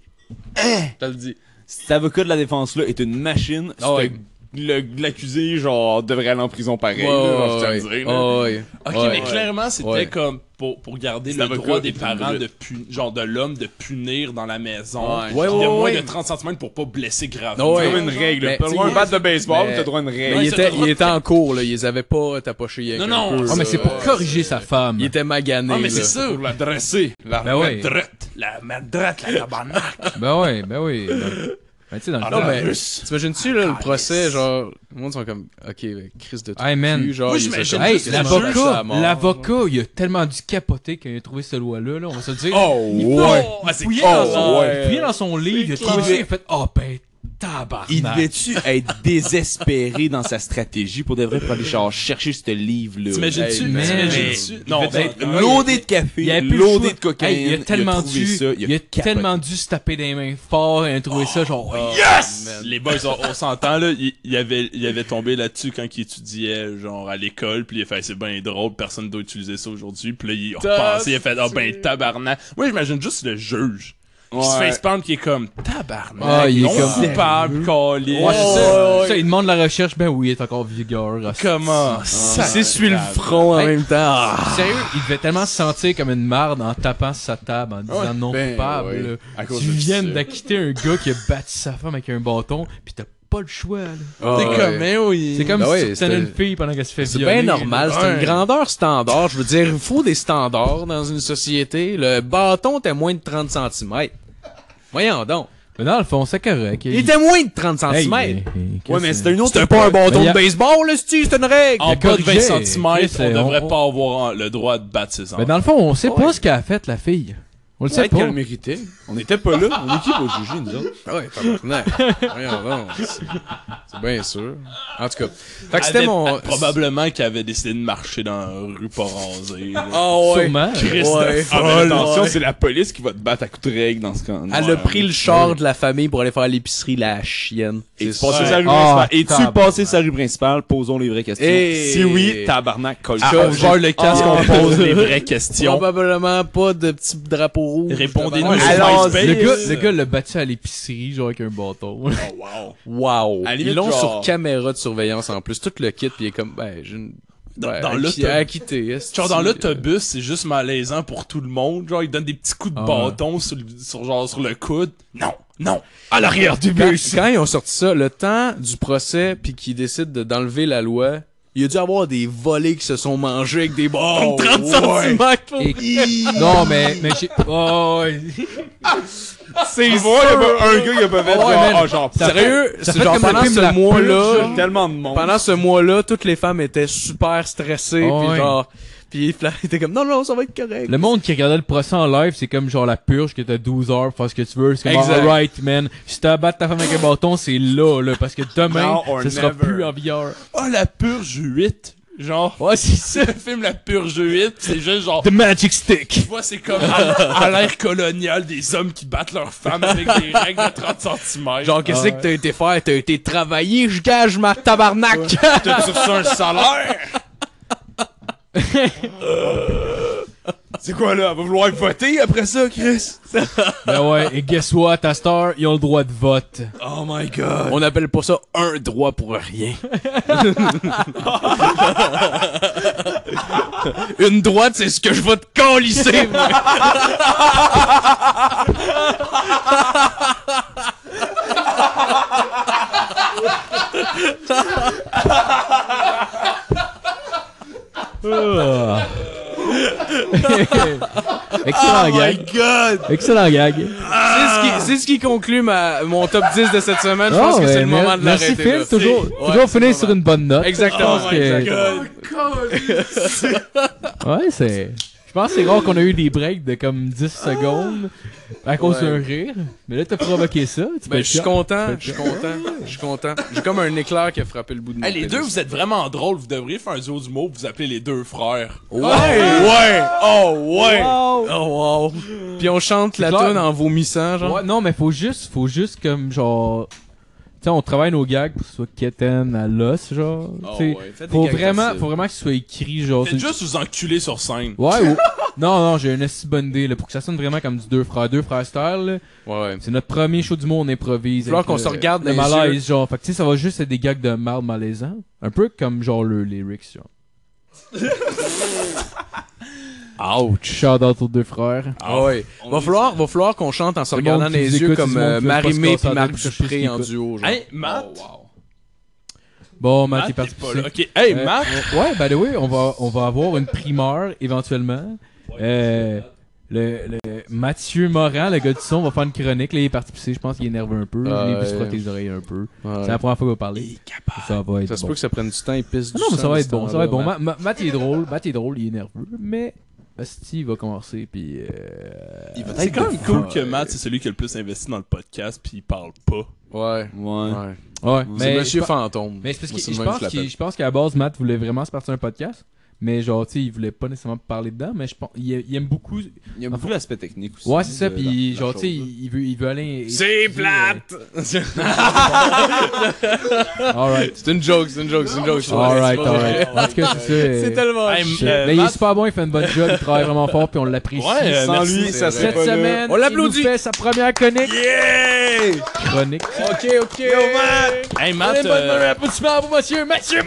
F: Je te le dis.
G: Cet avocat de la défense-là est une machine.
F: Ah ouais.
G: C'était- le- L'accusé, genre, devrait aller en prison pareil.
F: Ouais,
G: là, genre, je te
F: ouais,
G: le dirais,
F: ouais.
G: là.
F: Ah ouais.
D: Ok,
F: Ouais.
D: mais clairement, c'était
F: Ouais.
D: comme pour, pour garder
G: Cet
D: le
G: avocat
D: droit des
G: est une
D: parents,
G: brute.
D: de pu- genre de l'homme, de punir dans la maison.
G: Ouais.
D: puis
F: Ouais,
D: de
F: ouais,
D: moins
F: ouais.
D: de 30 cm pour pas blesser
F: Non,
D: gravement.
G: C'est
F: ouais.
G: comme une règle.
F: Mais,
G: T'as le droit à un battre de baseball,
F: mais-
G: t'as le droit à une
F: Mais
G: règle.
D: Ouais,
F: il,
D: ça, t'as
F: était,
D: le droit
F: il
D: de
F: était en cours, là. Ils les avaient pas tapochés avec
D: Non,
F: un
D: non,
F: peu,
D: ah,
C: Ah, mais
F: là.
C: c'est
G: Euh,
C: pour corriger sa femme.
F: Il était magané.
D: Ah, mais c'est
F: là.
D: ça.
G: Pour la dresser. La
C: Ben ouais.
G: madrate.
D: La madrate, la tabarnak.
C: Ben ouais, ben oui.
G: *laughs*
C: Ben, tu sais, dans le
G: Ah,
F: Non,
C: temps,
F: mais
D: Ah, russe.
F: t'imagines-tu, là, le procès, genre, le monde sont comme, ok, ben, crise de
C: Hey, man.
F: cul, genre,
D: Moi,
F: ils sont
D: j'imagine
F: comme,
C: Hey,
D: juste
F: ils
D: le
F: sont menacés à
C: l'avocat,
F: mort.
C: l'avocat, il a tellement dû capoter qu'il a trouvé cette loi-là, là, on va se le dire.
G: Oh,
C: il
G: ouais.
C: fouillait-
D: Ah,
C: il
D: c'est-
C: fouillait,
G: oh,
C: dans son,
G: ouais.
C: il fouillait dans son livre, il a trouvé ça, il a fait « Oh ben,
G: Il
C: tabarnak!
G: devait-tu être désespéré dans sa stratégie pour de vrai pour aller genre, chercher ce livre-là?
D: T'imagines-tu?
F: man.
D: T'imagines-tu?
C: Oh,
D: Non,
G: Il devait
D: ben,
G: être loadé de café,
C: Il avait plus le
G: loadé
C: choix.
G: de cocaïne.
C: Hey, il a tellement
G: trouvé
C: dû,
G: ça,
C: il a
G: capoté.
C: tellement dû se taper des mains fort et trouver ça genre oh,
D: Yes! Les boys, on, on s'entend, là. Il, il avait, il avait tombé là-dessus quand il étudiait, genre, à l'école. Puis il a fait, c'est bien drôle, personne doit utiliser ça aujourd'hui. Puis là, il a repensé, il a fait, ah ben, tabarnak. Moi, j'imagine juste le juge. Qui se
G: Ouais.
D: fait spam, qui est comme, tabarnak.
C: Ah, il est
D: non
C: comme-
D: coupable,
G: Oh,
D: calé.
C: Ouais, c'est ça. Ça, il demande la recherche, ben oui, il est encore vigueur. ah,
D: Comment ça?
F: C'est sur le front en
C: Hey.
F: même temps.
C: Sérieux, il devait tellement se sentir comme une marde en tapant sa table, en disant
G: Ouais,
C: non
G: ben,
C: coupable.
G: ouais.
C: là.
G: À cause
C: Tu
G: de
C: viens
G: ça.
C: d'acquitter un gars qui a battu sa femme avec un bâton, pis t'as pas le choix. là.
F: Ah, ouais.
G: oui.
C: C'est comme
F: Ben
C: si
F: ouais,
C: tu tenais
F: c'était-
C: une fille pendant qu'elle se fait
F: C'est
C: violer.
F: bien normal, c'est une
C: Ouais.
F: grandeur standard. Je veux dire, il faut des standards dans une société. Le bâton était moins de 30 cm. Voyons donc.
C: Mais dans le fond, c'est correct.
F: Il était moins de 30 cm.
C: Hey,
F: ouais,
C: hey, hey, qu'est-ce
G: mais
C: que-
G: c'était une autre.
F: C'était pas un bâton
C: Mais y a-
F: de baseball, là, c'est-tu? c'est une règle.
D: En
C: Il a
D: bas de 20
C: corrigé.
D: cm,
C: Chris,
D: on
C: on-
D: devrait
C: on-
D: pas avoir le droit de battre ses
C: Mais
D: enfants.
C: dans le fond, on sait pas ce qu'elle a fait, la fille. On le sait
G: Peut-être
C: pas.
G: qu'elle le méritait. On n'était pas là. On est qui pour juger, nous autres?
F: Ah Ouais, tabarnak. Voyons donc. C'est c'est bien sûr. En tout cas. Fait que c'était
D: Avait-
F: mon.
C: Ben,
D: Probablement qu'il avait décidé de marcher dans la rue pas rasée. là.
F: Ah ouais.
C: Sûrement.
F: Ouais,
G: Ah, mais
F: folle,
G: Eh, attention,
F: ouais.
G: c'est la police qui va te battre à coups de règle dans ce cas.
F: Elle a pris le char de la famille pour aller faire l'épicerie, la chienne.
G: Et tu
F: C'est
G: passais
F: ça.
G: sa rue
C: Ah,
G: principale. Et tu
C: tabarnak.
G: passais sa rue principale? Posons les vraies questions.
F: Hey.
G: Si oui, tabarnak, colle
D: Ah, on gère le casque,
G: Ah.
D: on pose les vraies questions.
F: Probablement pas de petit drapeau rouge.
D: Répondez-nous
F: tabarnak.
D: sur
G: Alors,
D: MySpace.
C: Le gars, le gars l'a battu à l'épicerie, genre avec un bâton.
F: Wow.
G: À la limite,
F: Ils l'ont
G: genre-
F: sur caméra de surveillance en plus. Tout le kit, puis il est comme, ben, j'ai une.
D: Dans-
F: ouais,
D: dans
F: acqui-
D: l'autobus.
F: acquitté, esti.
D: Genre dans l'autobus, c'est juste malaisant pour tout le monde. Genre, ils donnent des petits coups de
C: Ah.
D: bâton sur, le- sur, genre, sur le coude. Non, non, à l'arrière du
F: Quand,
D: bus.
F: quand ils ont sorti ça, le temps du procès, puis qu'ils décident de- d'enlever la loi, il a dû avoir des volets qui se sont mangés avec des bons
D: 30
F: centimètres pour-
C: Et- non, mais, *laughs* mais j'ai, oh, ouais.
G: C'est moi, il y a pas un gars qui a pas fait
D: Oh,
F: Ouais, man.
G: genre, ah, genre,
C: Oh, Ça fait-
F: oh, Sérieux,
C: ça
F: c'est
C: fait
F: genre
C: comme le
F: pendant
C: film
F: ce
C: La Purge,
F: mois-là,
C: genre.
G: tellement de monde.
F: pendant ce mois-là, toutes les femmes étaient super stressées,
C: Ah
F: puis
C: ouais.
F: genre, puis *laughs* Flair était comme non non, ça va être correct.
C: Le monde qui regardait le procès en live, c'est comme genre la purge que t'as 12 heures, fais ce que tu veux. C'est comme,
F: Exact.
C: alright, man. Si t'as battu ta femme avec un bâton, c'est là, là. Parce que demain,
G: Now or
C: ce sera
G: never.
C: plus en vigueur.
D: Oh, la purge 8. Genre, *laughs*
C: Ouais, c'est ça.
D: le film La purge 8, c'est juste genre...
C: The magic stick.
D: Tu vois, c'est comme à, à l'ère coloniale des hommes qui battent leurs femmes avec des règles de 30 cm.
F: Genre
C: Ah
F: qu'est-ce que t'as été faire T'as été travailler, je gage ma tabarnak.
G: T'as sur ça un salaire? C'est quoi là? Elle va vouloir voter après ça, Chris?
C: ben ouais. Et guess what? À Star, ils ont le droit de vote.
G: Oh my god.
F: On appelle pas ça un droit pour *laughs* rien. Une droite, c'est ce que je vais te colisser. moi. Oh
C: Excellent gag.
G: god!
C: Excellent gag.
F: C'est ce qui- C'est ce qui conclut ma, mon top 10 de cette semaine. Je pense
C: Oh,
F: que c'est
C: ben,
F: le moment de
C: Merci
F: l'arrêter.
C: Phil.
F: là.
C: Toujours,
F: C'est- ouais,
C: toujours
F: c'est
C: finir
F: le
C: sur
F: moment.
C: une bonne note.
F: Exactement.
C: Parce que-
F: Exactement.
C: Ouais, c'est. Je pense que c'est rare qu'on a eu des breaks de comme 10
F: Ah!
C: secondes à cause d'un rire. Mais là, t'as provoqué ça. Tu peux
F: Ben, je suis
C: être
F: content, je suis content, je suis content. J'ai comme un éclair qui a frappé le bout de mon
D: Hey, les deux, vous êtes vraiment drôles. Vous devriez faire un duo du mot. Vous appelez les deux frères.
F: Ouais! Ouais! Oh, ouais!
C: Wow.
F: Oh, wow! Puis on chante la
C: clair.
F: tune en vomissant, genre.
C: Ouais, non, mais faut juste, faut juste comme genre. Tu sais, on travaille nos gags pour que ce soit keten à l'os, genre.
F: Ah
C: tu sais. faut, vraiment, faut vraiment que ce soit écrit, genre.
D: Faites
C: c'est-
D: juste vous enculer sur scène.
C: Ouais, ou- non, non, j'ai une assez bonne idée, là, pour que ça sonne vraiment comme du deux frères, deux frères style, là.
F: Ouais, ouais.
C: C'est notre premier show du monde, on improvise.
F: Falloir
C: avec
F: qu'on
C: le-
F: se regarde
C: le
F: les
C: malaise,
F: yeux.
C: genre. Fait que, tu sais, ça va juste être des gags de mal malaisant. Un peu comme, genre, le lyrics, genre. Ouch! Shout out aux deux frères.
F: Ah ouais. Va falloir, va falloir qu'on chante en se
C: Le
F: regardant
C: monde qui nous
F: les yeux
C: écoute, c'est
F: comme
C: du monde
F: euh,
C: qui veut pas se
F: Marimé
C: casser
F: puis
C: la
F: Marc
C: tête, je sais
F: Dupré
C: pas
F: en
C: ce qu'il
F: duo, genre.
D: Hey, Matt.
C: Bon, Matt,
D: Matt,
C: est parti.
D: t'es pas là. Ok. Hey,
C: Euh,
D: Matt.
C: Ouais, bah oui, on va, on va avoir une primeur éventuellement. Euh, le, le Mathieu Morin, le gars du son, va faire une chronique. Là, il est parti pisser, je pense qu'il est nerveux un peu.
F: Ah
C: il est vu
F: ouais.
C: se frotter les oreilles un peu.
F: Ouais.
C: C'est la première fois qu'on va parler. Ça va être
F: Ça se
C: bon.
F: peut que ça prenne du temps, il pisse
C: Ah
F: du
C: non, mais ça
F: sang
C: va
F: de
C: être
F: ce
C: bon. Ça va être bon.
F: temps-là,
C: Ma- Ma- Matt, il est drôle. Matt, il est drôle, il est nerveux. Mais Asti va commencer, puis... euh,
D: C'est quand même cool
C: Ouais.
D: que Matt, c'est celui qui a le plus investi dans le podcast, puis il parle pas.
F: Ouais.
G: Ouais.
F: Ouais.
C: Ouais,
F: C'est
C: mais...
F: Monsieur
C: je pa-
F: Fantôme.
C: Mais c'est parce
F: Moi,
C: que
F: c'est
C: je
F: le même
C: pense,
F: l'appelle.
C: qu'il- je pense qu'à la base, Matt voulait vraiment se partir un podcast. Mais genre, tu sais, il voulait pas nécessairement parler dedans, mais je pense, il, il aime beaucoup
G: Il y a beaucoup l'aspect technique aussi.
C: Ouais, c'est ça,
G: de
C: puis
G: la-
C: genre, tu
G: la
C: sais,
G: chose,
C: il il veut, il veut aller. euh,
F: C'est plate!
C: *laughs* Alright.
F: C'est une joke, c'est une joke, c'est une joke.
C: Alright, alright. En tout cas, c'est ça.
F: *laughs* C'est tellement
D: Hey,
C: Je-
D: euh,
C: mais il est
D: Matt-
C: super bon, il fait une bonne job, il travaille vraiment fort, puis on l'apprécie.
D: Ouais, euh,
G: Sans
D: merci.
G: lui, ça serait
E: ben,
C: Cette
G: pas là.
C: semaine,
F: On l'applaudit.
C: il nous fait sa première chronique.
G: Yeah!
C: Chronique.
F: Ok, ok. Yo,
D: Hey, Matt. euh,
C: applaudissement pour monsieur Mathieu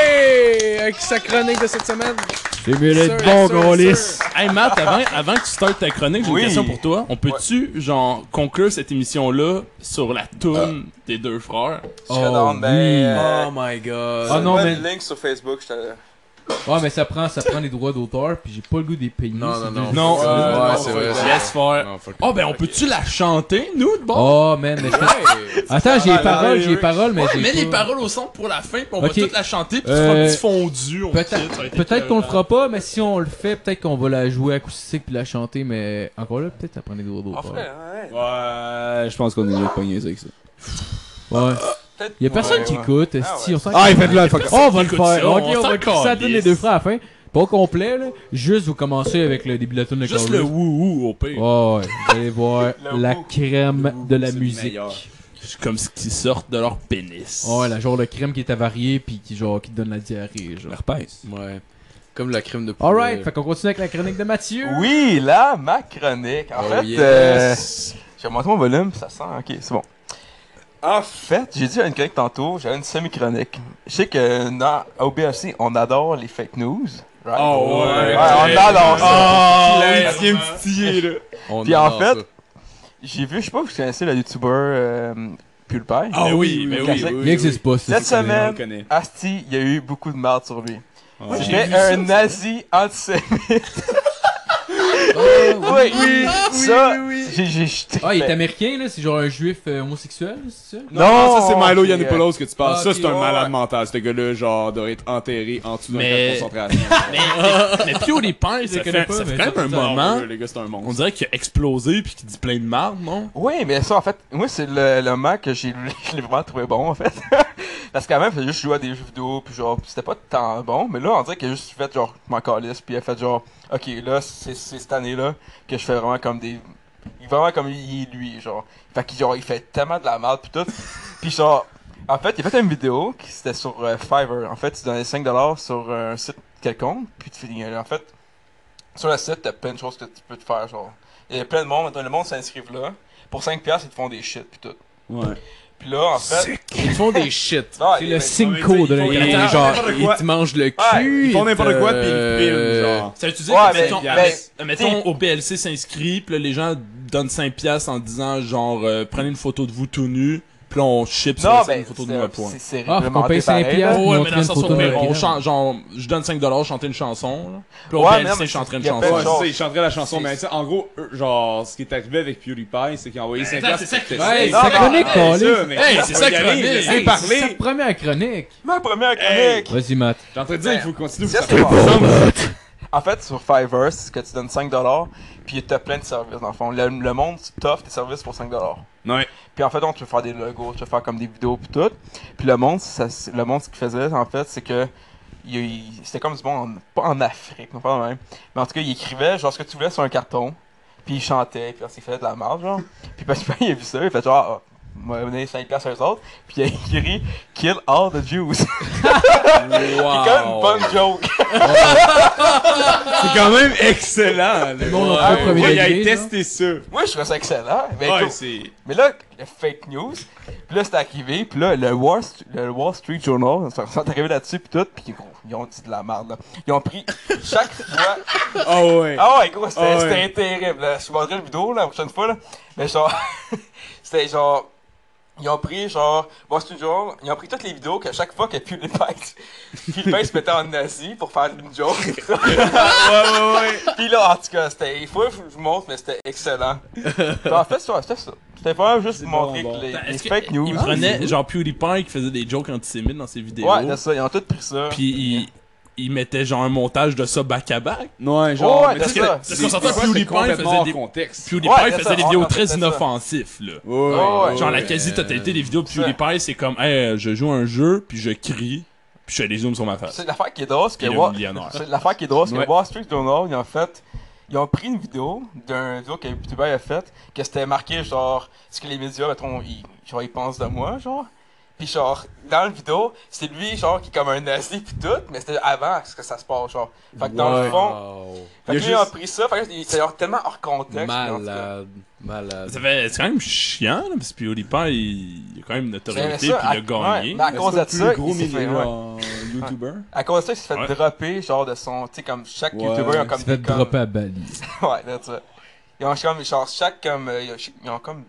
F: Ouais! Avec sa chronique de cette semaine.
C: C'est mieux d'être
F: Sûr,
C: bon,
F: sûr,
C: gros
F: sûr.
C: lisse.
D: Hey Matt, avant, avant que tu startes ta chronique, j'ai
G: Oui.
D: une question pour toi. On peut-tu, genre, conclure cette émission-là sur la toune des deux frères?
G: Je serais down, ben,
C: oui.
G: euh,
F: Oh my god.
C: Ah non,
G: Ouais,
C: mais,
G: le link sur Facebook, je te-
C: ouais, mais ça prend, ça prend les droits d'auteur, puis j'ai pas le goût des payer.
F: Non,
C: c'est
F: non,
C: deux-
F: non.
D: Non,
F: Ouais,
D: euh,
F: ouais,
D: non,
F: c'est vrai,
D: laisse
F: c'est
D: faire.
F: Non, fuck.
D: Oh, ben, on peut-tu la chanter, nous, de bon?
C: Oh, man, mais je pense- Attends, j'ai les paroles, j'ai les paroles, mais
F: Oh,
C: j'ai
D: mets les
C: pas-
D: paroles au son pour la fin, puis on
C: Ok.
D: va toute la chanter, puis
C: Euh,
D: tu feras un petit fondu. on quitte, ça va
C: Peut-être
D: être
C: peut-être qu'on le
D: écœurant.
C: fera pas, mais si on le fait, peut-être qu'on va la jouer acoustique puis la chanter, mais encore là, peut-être ça prend des gros
E: Ah,
C: dos. ouais.
G: Ouais, Euh, je pense qu'on est mieux pogné avec ça.
C: Ouais. Y a personne qui écoute, si on s'en
A: Ah, il fait de la fuck.
C: Oh, on va le
D: Écoute ça,
C: faire. Ok,
D: on
C: on
D: s'en
C: va écouter ça
D: calisse.
C: donne les deux frères à la fin. Pas au complet, là. Juste vous commencez avec le début de la tune de
D: Juste
C: Carlos.
D: le wouhou, au
C: Ouais, ouais.
D: pire.
C: Vous allez voir
G: Le
C: la
G: wou.
C: crème de la musique.
D: C'est comme ce qui sortent de leur pénis.
G: Oh,
C: Ouais, la genre de crème qui est avariée puis qui genre qui te donne la diarrhée, genre.
F: Ouais. Comme la crème de poulet.
C: Alright, fait qu'on continue avec la chronique de Mathieu.
E: Oui, là, ma chronique. En
F: Oh
E: fait,
F: yes.
E: euh, j'ai remonté mon volume, ça sent. Ok, c'est bon. En fait, j'ai dit à une chronique tantôt, j'avais une semi-chronique. Je sais que dans OBFC, on adore les fake news. Right?
G: Oh, ouais.
E: Ouais, on adore ça.
G: Il vient me titiller, là.
C: Oh,
F: On
E: Puis en
F: adore
E: fait,
F: ça.
E: J'ai vu, je sais pas, vous connaissez le youtubeur euh, Pulper.
D: Ah oui, mais
E: Le
D: oui,
E: classique.
G: oui,
C: Il n'existe pas, c'est-
E: Cette
C: c'est-
G: On
E: semaine,
G: connaît.
E: Asti, il y a eu beaucoup de merde sur lui.
G: Ouais.
E: C'était un nazi antisémite.
C: Ah, ouais.
E: Oui, ça, j'ai j'ai jeté.
C: Ah, il est américain, là, c'est genre un juif euh, homosexuel, c'est ça?
G: Non, non, Ah, ça c'est Milo
E: c'est, euh,
G: Yiannopoulos que tu parles.
C: ah,
G: ça
C: ok,
G: c'est un
E: ouais,
G: malade
E: ouais.
G: mental. Ce gars-là, genre, doit être enterré en dessous d'un camp
D: Mais-
G: de concentration.
D: mais PewDiePie, ça
C: connais
D: fait,
C: pas,
D: ça fait
C: mais
D: quand
C: ça-
D: *laughs* même
G: C'est
D: un moment.
G: Les gars, c'est un
D: On
G: monstre.
D: dirait qu'il a explosé puis qu'il dit plein de marde, non?
E: Oui, mais ça, en fait, moi, c'est le, le moment que j'ai *laughs* je l'ai vraiment trouvé bon, en fait. *laughs* Parce qu'avant, il faisait juste jouer à des jeux vidéo, puis genre, puis c'était pas tant bon, mais là, on dirait qu'il a juste fait genre, je m'en calisse, puis il a fait genre, ok, là, c'est c'est cette année-là que je fais vraiment comme des. il- Vraiment comme il est lui, genre. Fait qu'il genre, il fait tellement de la merde, puis tout. puis genre, en fait, il a fait une vidéo qui c'était sur euh, Fiverr. En fait, tu donnais 5$ sur un site quelconque, puis tu finis. euh, En fait, sur le site, t'as plein de choses que tu peux te faire, genre. Il y a plein de monde, le monde s'inscrive là pour 5 piastres, ils te font des shit pis tout.
G: Ouais.
E: Pis là, en fait,
F: Ils font des shit.
E: non,
C: C'est
E: il-
C: le
G: mais
C: cinco
G: ils
C: de
G: font-
F: Et
C: l'Internet.
G: Attends,
F: genre,
G: n'importe
F: ils
G: quoi.
F: te mangent le cul.
E: Ouais,
G: Ils font n'importe quoi puis ils filment,
F: euh,
G: genre.
D: Ça veut dire
E: Ouais,
D: que,
E: mais-
D: mettons,
E: mais-
D: admet- mettons,
E: t'sais-
D: au BLC s'inscrit, puis là, les gens donnent 5 piastres en disant, genre, euh, prenez une photo de vous tout nu, puis là, on ship sur
E: Non,
D: le site
E: ben,
D: une photo de nous à point.
E: c'est- c'est c'est
C: Ah, faut qu'on paye
E: réglementé
C: 5
E: pareil, là.
C: piastres.
D: Oh,
C: Ils
D: ouais,
C: ont
D: mais
C: fait
D: dans le
C: une
D: sens où
C: photo de
D: on,
C: la
D: on
C: grève.
D: chante, genre, je donne 5$ chanter une chanson, là. Puis
E: Ouais,
D: là, au
E: mais non,
D: BLC,
E: mais
D: je chanterai une
E: y a
D: chanson.
E: plein
G: Ouais,
E: de
G: c'est
E: choses.
G: ça, ils chanteraient la chanson,
E: C'est-
G: mais tu sais, en gros, eux, genre, ce qui est arrivé avec PewDiePie, c'est qu'ils ont envoyé 5
D: Attends, c'est
G: piastres
D: ça
G: pour
D: qui-
G: tester.
C: Hey,
E: Non,
C: sa
E: mais-
C: chronique,
G: C'est
C: Calis.
G: Eh, ça, mais-
D: Hey, c'est ça,
G: Regardez,
D: chronique.
G: laissez
D: Hey,
C: C'est sa
G: parler.
C: première chronique.
E: Ma première chronique!
C: Vas-y, Matt.
G: J'étais en train de dire, il faut continuer.
E: Ça,
G: vous
E: c'est
G: savez pas.
E: bon. En fait, sur Fiverr, c'est que tu donnes 5$, puis t'as plein de services, dans le fond. Le, le monde t'offre tes services pour 5$.
G: Ouais.
E: Puis en fait, donc, tu veux faire des logos, tu veux faire comme des vidéos, puis tout. Puis le monde, ça, c'est- le monde, ce qu'il faisait, en fait, c'est que. il- il- C'était comme du monde, en- pas en Afrique, non pas même. Mais en tout cas, il écrivait genre ce que tu voulais sur un carton, puis il chantait, puis il faisait de la marge, genre. *laughs* Puis parce que il a vu ça, il fait genre, ah, m'a donné 5$ piastres aux autres, puis il a écrit Kill all the Jews. *laughs* C'est quand même une bonne joke.
G: C'est quand même excellent. là.
C: monde en fait
G: Ouais,
C: premier
G: ouais, il a
C: degré, là.
G: testé ça.
E: Moi, je trouve ça excellent. Mais,
G: Ouais,
E: écoute,
G: c'est.
E: mais là, le fake news, puis là, c'est arrivé, puis là, le Wall, St- le Wall Street Journal, ils sont arrivés là-dessus, puis tout, puis gros, ils ont dit de la merde, là. Ils ont pris chaque fois.
G: Ah ouais.
E: Ah ouais, gros, c'était
G: Ah ouais.
E: c'était terrible. là. Je vous montrerai le vidéo là, la prochaine fois. Là. Mais genre, *laughs* c'était genre. Ils ont pris genre. Bon, c'est toujours. Ils ont pris toutes les vidéos qu'à chaque fois que *laughs* PewDiePie, PewDiePie se mettait en nazi pour faire une
G: *laughs*
E: joke.
G: ouais, ouais, ouais.
E: Puis là, en tout cas, c'était. Il faut que je vous montre, mais c'était excellent. Puis en fait, ça, c'était ça. C'était vraiment juste vous montrer que
G: Ben,
E: les, les
D: Est-ce que-
E: fake news. hein?
D: Il prenait genre PewDiePie qui faisait des jokes antisémites dans ses vidéos.
E: Ouais, c'est ça. Ils ont tous pris ça.
D: Puis il, il mettait genre un montage de ça back à back.
G: Ouais, genre.
E: Ouais,
G: mais
E: c'est
G: tu sais,
E: ça.
G: c'est-
D: Parce qu'on s'entend,
G: des fois, c'est
D: PewDiePie
G: complètement
D: faisait
G: hors
D: des-
G: contexte.
D: PewDiePie
E: Ouais, c'est
D: faisait
E: ça,
D: des
E: on
D: vidéos
E: en fait
D: très
E: ça.
D: inoffensives, là.
G: Ouais, ouais,
E: Ouais,
G: ouais,
D: Genre la
G: ouais.
D: quasi-totalité des vidéos de
E: c'est ça.
D: PewDiePie, c'est comme, hey, je joue à un jeu, puis je crie, puis je fais des zooms sur ma face.
E: C'est l'affaire qui est drôle, c'est que
D: Puis le
E: Wa-
D: millionnaire.
E: c'est l'affaire qui est drôle, c'est
G: Ouais.
E: que Wall Street Journal, ils ont fait, ils ont pris une vidéo d'un vidéo que YouTuber a fait, que c'était marqué genre ce que les médias mettons, ils, genre ils pensent de moi, genre. Puis genre dans le vidéo, c'est lui genre qui est comme un nazi puis tout, mais c'était avant que ça se passe genre. Fait que dans le fond, fait
G: Il
E: que
G: y a
E: lui, ils ont
G: juste-
E: pris ça, fait que ils- c'est genre tellement hors contexte. mais en tout cas.
F: Malade. Malade.
D: Ça fait- C'est quand même chiant, là, parce que PewDiePie, il, il a quand même une
E: Mais
D: notoriété,
E: ça,
D: puis il a
E: à-
D: gagné.
E: ouais, mais à cause de ça, il s'est fait, ouais.
G: en YouTuber.
E: à cause de ça, il s'est fait
D: Ouais.
E: dropper genre de son, tu sais comme chaque
G: Ouais.
E: YouTuber a
G: Il
E: comme
C: fait
E: des comme-
C: dropper à Bali.
E: *laughs* Ouais, là, tu vois. Ils ont comme, genre, chaque, comme, euh, ils ont- ils ont comme,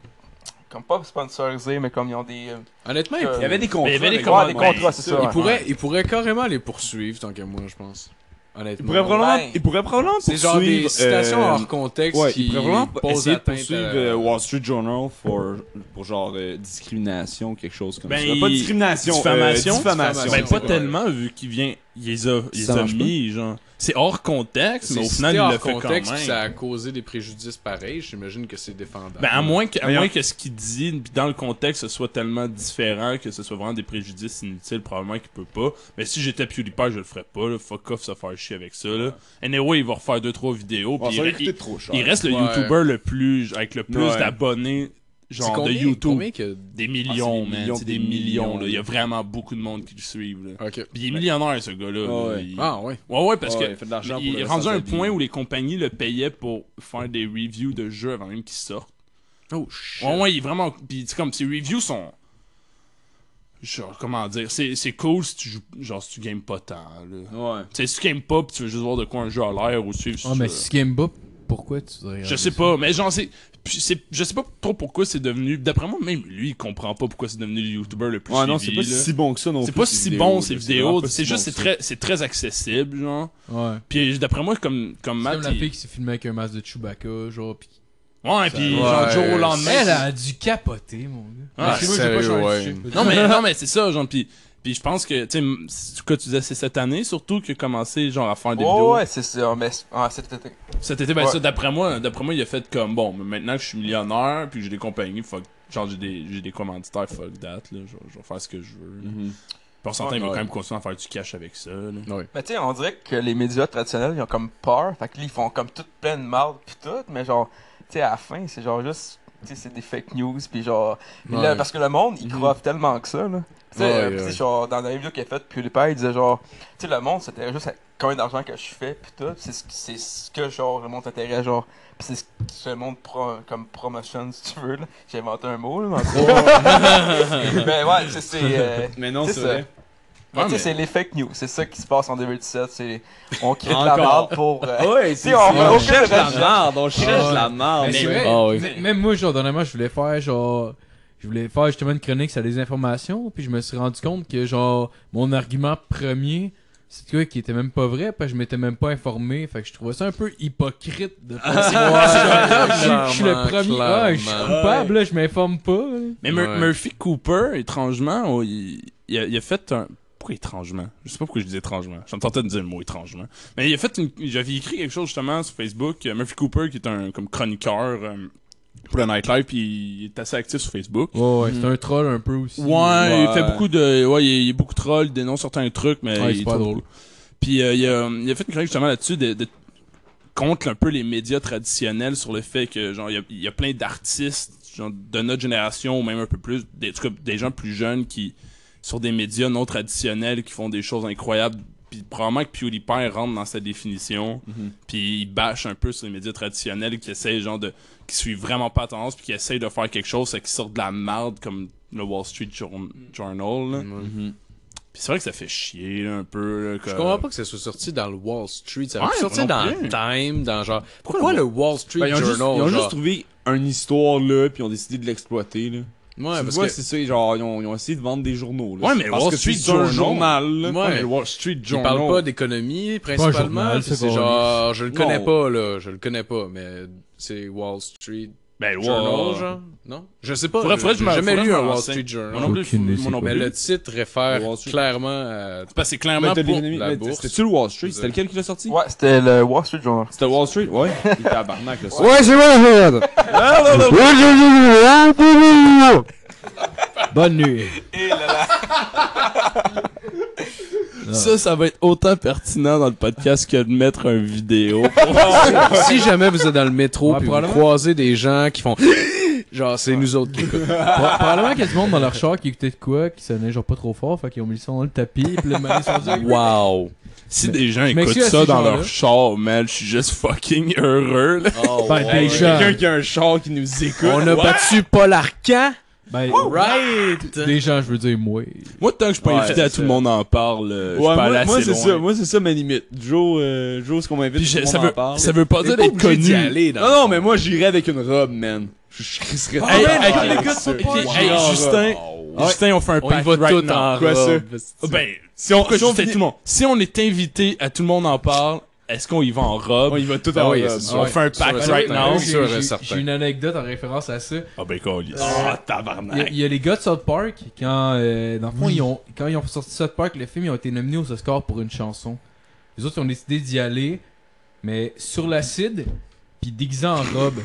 E: comme pas sponsorisé, mais comme ils ont des... euh,
F: Honnêtement, il
E: Euh,
G: Il y avait des contrats.
D: il y avait des
G: mais-
D: contrats,
E: ouais, des
D: ouais,
E: contrats,
D: c'est
E: c'est
D: ça.
E: ça.
F: Il
E: ouais.
F: pourrait, il pourrait carrément les poursuivre tant qu'à moi, je pense.
G: Il
F: Honnêtement.
G: pourrait probablement,
E: Ouais.
G: il pourrait probablement
F: C'est genre des
G: poursuivre,
F: citations
G: euh,
F: hors contexte
G: Ouais,
F: qui
G: il pourrait vraiment
F: posent
G: essayer de
F: atteinte
G: poursuivre
F: à-
G: euh, Wall Street Journal for- pour genre euh, discrimination, quelque chose comme
D: Ben,
G: ça. Pas
D: il-
G: discrimination, euh,
D: diffamation.
G: diffamation.
D: Ben, pas
F: Ouais.
D: tellement, vu qu'il vient, il les a, il les
G: Ça
D: a
G: marche pas.
D: mis, genre. C'est hors contexte, mais au
F: C'est
D: final,
F: cité
D: il
F: hors
D: le fait quand
F: contexte, puis
D: même.
F: ça a causé des préjudices pareils, j'imagine que c'est défendable.
D: Ben, à moins que, à
G: Mais
D: moins
G: on-
D: que ce qu'il dit, puis dans le contexte, ce soit tellement différent que ce soit vraiment des préjudices inutiles, probablement qu'il peut pas. Mais si j'étais PewDiePie, je le ferais pas, là. Fuck off, ça faire chier avec ça, là. Anyway, il va refaire deux, trois vidéos,
G: Ouais,
D: puis
G: ça va
D: il,
G: coûter trop cher.
D: il reste le
F: Ouais.
D: YouTuber le plus, avec le plus
G: Ouais.
D: d'abonnés, genre,
F: C'est combien-
D: de YouTube.
F: combien que-
D: Des millions,
G: Ah, c'est des
D: man.
G: millions,
D: C'est des
G: des
D: millions,
G: millions,
D: là. Il y a
G: là.
D: vraiment beaucoup de monde qui le suivent, là.
F: Ok.
D: Puis il est millionnaire, ce gars-là.
G: Ouais,
D: là.
G: ouais.
D: Il-
F: Ah, ouais.
D: Ouais, ouais, parce
G: Ouais,
D: que
G: il fait de l'argent
D: mais
G: pour
D: il
G: le
D: est
G: reste
D: rendu
G: de
D: à
G: sa
D: un
G: vie.
D: point où les compagnies le payaient pour faire des reviews de jeux avant même qu'ils sortent.
F: Oh, shit.
C: euh,
D: Ouais, ouais, il est vraiment. Puis c'est comme, ses reviews sont. Genre, comment dire, c'est c'est cool si tu joues. Genre, si tu games pas tant, là.
G: Ouais.
D: Tu sais, si tu games pas, pis tu veux juste voir de quoi un jeu a l'air ou suivre.
C: Ah,
D: ce
C: mais
D: jeu.
C: si Kimba, pourquoi tu voudrais
D: Je
C: regarder
D: sais
C: ça?
D: pas, mais genre, c'est. puis c'est- Je sais pas trop pourquoi c'est devenu. D'après moi, même lui, il comprend pas pourquoi c'est devenu le YouTuber le plus.
G: Ouais, non, c'est
D: suivi,
G: pas
D: là.
G: si bon que ça non
D: C'est
G: plus,
D: pas si
G: vidéos,
D: bon
G: là.
D: ces
G: vraiment
D: vidéos,
G: pas si
D: c'est
G: bon
D: juste c'est
G: que ça.
D: très c'est très accessible genre.
C: Ouais.
D: Puis d'après moi comme comme
C: C'est
D: Matt
C: comme la
D: il-
C: fille qui s'est filmée avec un masque de Chewbacca, genre, pis...
D: Ouais, puis
F: Ouais,
D: genre jour au
F: Ah,
D: lendemain.
C: Elle
D: c'est-
C: a dû capoter, mon gars.
D: Ah,
C: Excuse-moi,
F: sérieux,
C: j'ai pas changé
F: ouais.
C: de sujet.
D: Non
E: *laughs*
D: mais non mais c'est ça genre puis puis je pense que tu sais m- ce que tu disais c'est cette année surtout qu'il a commencé genre à faire des
E: Ouais,
D: vidéos.
E: Oh, ouais, c'est sûr, mais c'est- ah, c'était...
D: Cet été ben
E: Ouais.
D: ça d'après moi d'après moi il a fait comme bon mais maintenant que je suis millionnaire puis que j'ai des compagnies fuck genre j'ai des j'ai des commanditaires fuck that là je vais- je vais faire ce que je veux.
E: Mm.
D: là.
G: Mhm.
D: Puis on s'entend il va
F: Ouais.
D: quand même continuer à faire du cash avec ça. là.
E: Mais tu sais, on dirait que les médias traditionnels, ils ont comme peur, fait que là, ils font comme toute pleine de marde pis tout, mais genre, tu sais, à la fin, c'est genre juste, tu sais, c'est des fake news pis genre... mais là,
F: Ouais. Mhm.
E: parce que le monde, il croit tellement que ça, là. Tu sais,
F: Ouais,
E: euh, pis
F: ouais.
E: tu sais, genre, dans la vidéo qu'il a faite, puis il disait genre, tu sais, le monde, c'était juste combien d'argent que je fais pis tout, c'est ce, qui- c'est ce que, genre, le monde s'intéresse, genre, pis c'est ce que le monde pro, comme promotion, si tu veux, là. J'ai inventé un mot, là, mais en tout cas. *laughs* Mais ouais, c'est... c'est euh,
G: Mais non,
E: C'est
G: c'est
E: ça.
G: vrai.
E: mais
D: Ouais,
E: tu sais,
D: mais-
E: c'est les fake news, c'est ça qui se passe en 2017, c'est on crée de la
G: Encore. Oh.
E: merde pour euh,
G: Ouais,
E: c'est- on- on cherche la
G: merde, on
C: cherche la
G: merde.
C: Mais c'est vrai,
D: Ah
G: Ah,
C: mais- Même moi, genre, dernièrement, je voulais faire, genre, je voulais faire justement une chronique sur les informations, puis je me suis rendu compte que, genre, mon argument premier, c'est quoi qui était même pas vrai, parce que je m'étais même pas informé, fait que je trouvais ça un peu hypocrite de faire ça. Je suis- Je suis le
F: clairement,
C: premier, ah, je suis
F: clairement.
C: coupable, là, je m'informe pas. là.
D: Mais Mur-
F: Ouais.
D: Murphy Cooper, étrangement, oh, il, il a, il a fait un. pourquoi étrangement? Je sais pas pourquoi je dis étrangement. Je me tentais de dire le mot étrangement. Mais il a fait une, j'avais écrit quelque chose justement sur Facebook. Euh, Murphy Cooper, qui est un, comme chroniqueur, euh, pour le nightlife, puis il est assez actif sur Facebook.
C: Ouais, ouais, c'est un troll un peu aussi.
D: Ouais, il fait beaucoup de, ouais, il, il est beaucoup troll, il dénonce certains trucs, mais
C: Ouais, c'est
D: il est
C: pas
D: trop
C: drôle.
D: Puis euh, il, a, il a fait une chronique justement là-dessus de, de- contre un peu les médias traditionnels sur le fait que genre il y a, il y a plein d'artistes genre de notre génération ou même un peu plus des en tout cas, des gens plus jeunes qui sur des médias non traditionnels qui font des choses incroyables puis probablement que PewDiePie rentre dans sa définition
G: Mhm.
D: puis il bâche un peu sur les médias traditionnels qui essayent genre de qui suivent vraiment pas la tendance puis qui essayent de faire quelque chose qui sort de la merde comme le Wall Street
G: Mhm.
D: Jour- Journal là. puis c'est vrai que ça fait chier là, un peu là,
F: Je
D: que-
F: comprends pas que ça soit sorti dans le Wall Street. Ça aurait
D: Ouais,
F: pu
D: non
F: sortir dans
D: plus.
F: Time, dans genre. Pourquoi le Wall Street
G: Ben, ils ont,
F: Journal
G: juste, ils ont
F: genre?
G: juste trouvé une histoire là, puis ils ont décidé de l'exploiter là.
F: Ouais,
G: tu
F: parce
G: vois,
F: que.
G: c'est ça, genre, ils ont, ils ont essayé de vendre des journaux là.
D: Ouais, mais
G: parce
D: Wall
G: que
D: Street
G: c'est un
D: Journal.
G: journal. là.
F: Ouais,
D: mais le Wall Street
F: Il
D: Journal.
F: parle pas
C: un
F: d'économie
C: journal,
F: principalement. puis
C: c'est
F: C'est
C: pas-
F: genre, je le connais
G: Non.
F: pas là, je le connais pas, mais c'est Wall Street
D: Ben, le
F: Journal,
D: Wall-
F: genre Non Je sais pas.
D: Faudrait- faudrait que
F: J'ai
D: je me-
F: jamais
D: faudrait
F: lu
D: que je
F: un
D: me
F: Wall
D: renseigne.
F: Street
D: Moi
F: Journal.
D: non plus,
C: Aucune idée,
D: moi non
C: c'est
F: Mais
D: plus.
F: le titre réfère
G: Wall Street.
F: clairement à.
D: Parce que c'est
G: Mais
D: clairement
G: t'as
D: pour...
G: des ennemis-
F: la
G: mais
F: bourse.
G: C'était-tu le Wall Street? C'était lequel qui l'a sorti?
E: Ouais, c'était le Wall Street Journal.
G: C'était Wall Street? Ouais. Il était à Barnac, là.
A: Ouais, c'est moi,
C: Bonne nuit.
D: Ça, ça va être autant pertinent dans le podcast que de mettre un vidéo.
F: si jamais vous êtes dans le métro
C: Ouais,
F: puis vous
C: probablement.
F: croisez des gens qui font *laughs* genre c'est nous autres qui écoutent.
C: Pro- Probablement qu'il y a du monde dans leur char qui écoutait de quoi, qui sonnait genre pas trop fort, fait qu'ils ont mis le son dans le tapis, pis le mari sont dit,
F: Wow.
D: si des gens
C: Mais
D: écoutent
C: si, à
D: ça
C: ces
D: dans
C: gens-là-
D: leur char, man, je suis juste fucking heureux. Là.
F: Oh,
C: Ben,
F: ouais.
C: déjà.
G: Quelqu'un qui a un char qui nous écoute.
F: On a battu Paul Arcan.
C: Ben,
F: Right.
C: des gens, je veux dire, moi.
D: Moi, tant que je peux
F: Ouais,
D: inviter à
F: c'est
D: tout le monde en parle, euh,
G: Ouais,
D: je peux aller
G: moi,
D: assez
G: moi, c'est
D: loin.
G: ça, moi, c'est ça ma limite. Joe, euh, Joe, ce qu'on m'invite,
D: Puis je-
G: tout le
D: ça,
G: monde en
D: veut,
G: parle.
D: ça veut pas
F: T'es
D: dire
F: pas
D: d'être
F: obligé d'y
D: connu.
F: aller, dans
G: Non, non, mais moi, j'irais avec une robe, man. Je, je crisserais
D: Hey,
G: Ah,
D: avec
G: ouais,
D: les
G: avec
D: gars de
G: ça.
D: Pompidou,
G: Wow. Ah,
D: hey, Justin,
G: Ouais.
D: Justin, on fait un
F: On y
D: pack
F: va
D: right
F: tout
D: now.
F: en
G: Quoi, ça?
F: robe.
D: Ah, Ben,
G: Si on,
D: pourquoi
G: si
D: je
G: on
D: dis à
G: finit-
D: tout le monde? Si on est invité à tout le monde en parle, est-ce qu'on y va en robe?
G: on y va tout
F: Ah
G: en
F: oui,
G: robe.
F: c'est
D: On
F: sûr.
D: fait un
F: Sur
D: pack
F: un
D: right
F: certain.
D: now.
F: Oui. sûr et
C: J'ai- j'ai-
F: certain.
C: j'ai une anecdote en référence à ça.
D: Ah ben, colis. Ah, tabarnak.
C: Il y a- il y, a les gars de South Park, quand, euh, dans le
G: Mm.
C: fond, ils ont, quand ils ont sorti South Park, le film, ils ont été nominés aux Oscars pour une chanson. Les autres, ils ont décidé d'y aller, mais sur l'acide, puis déguisés en robe.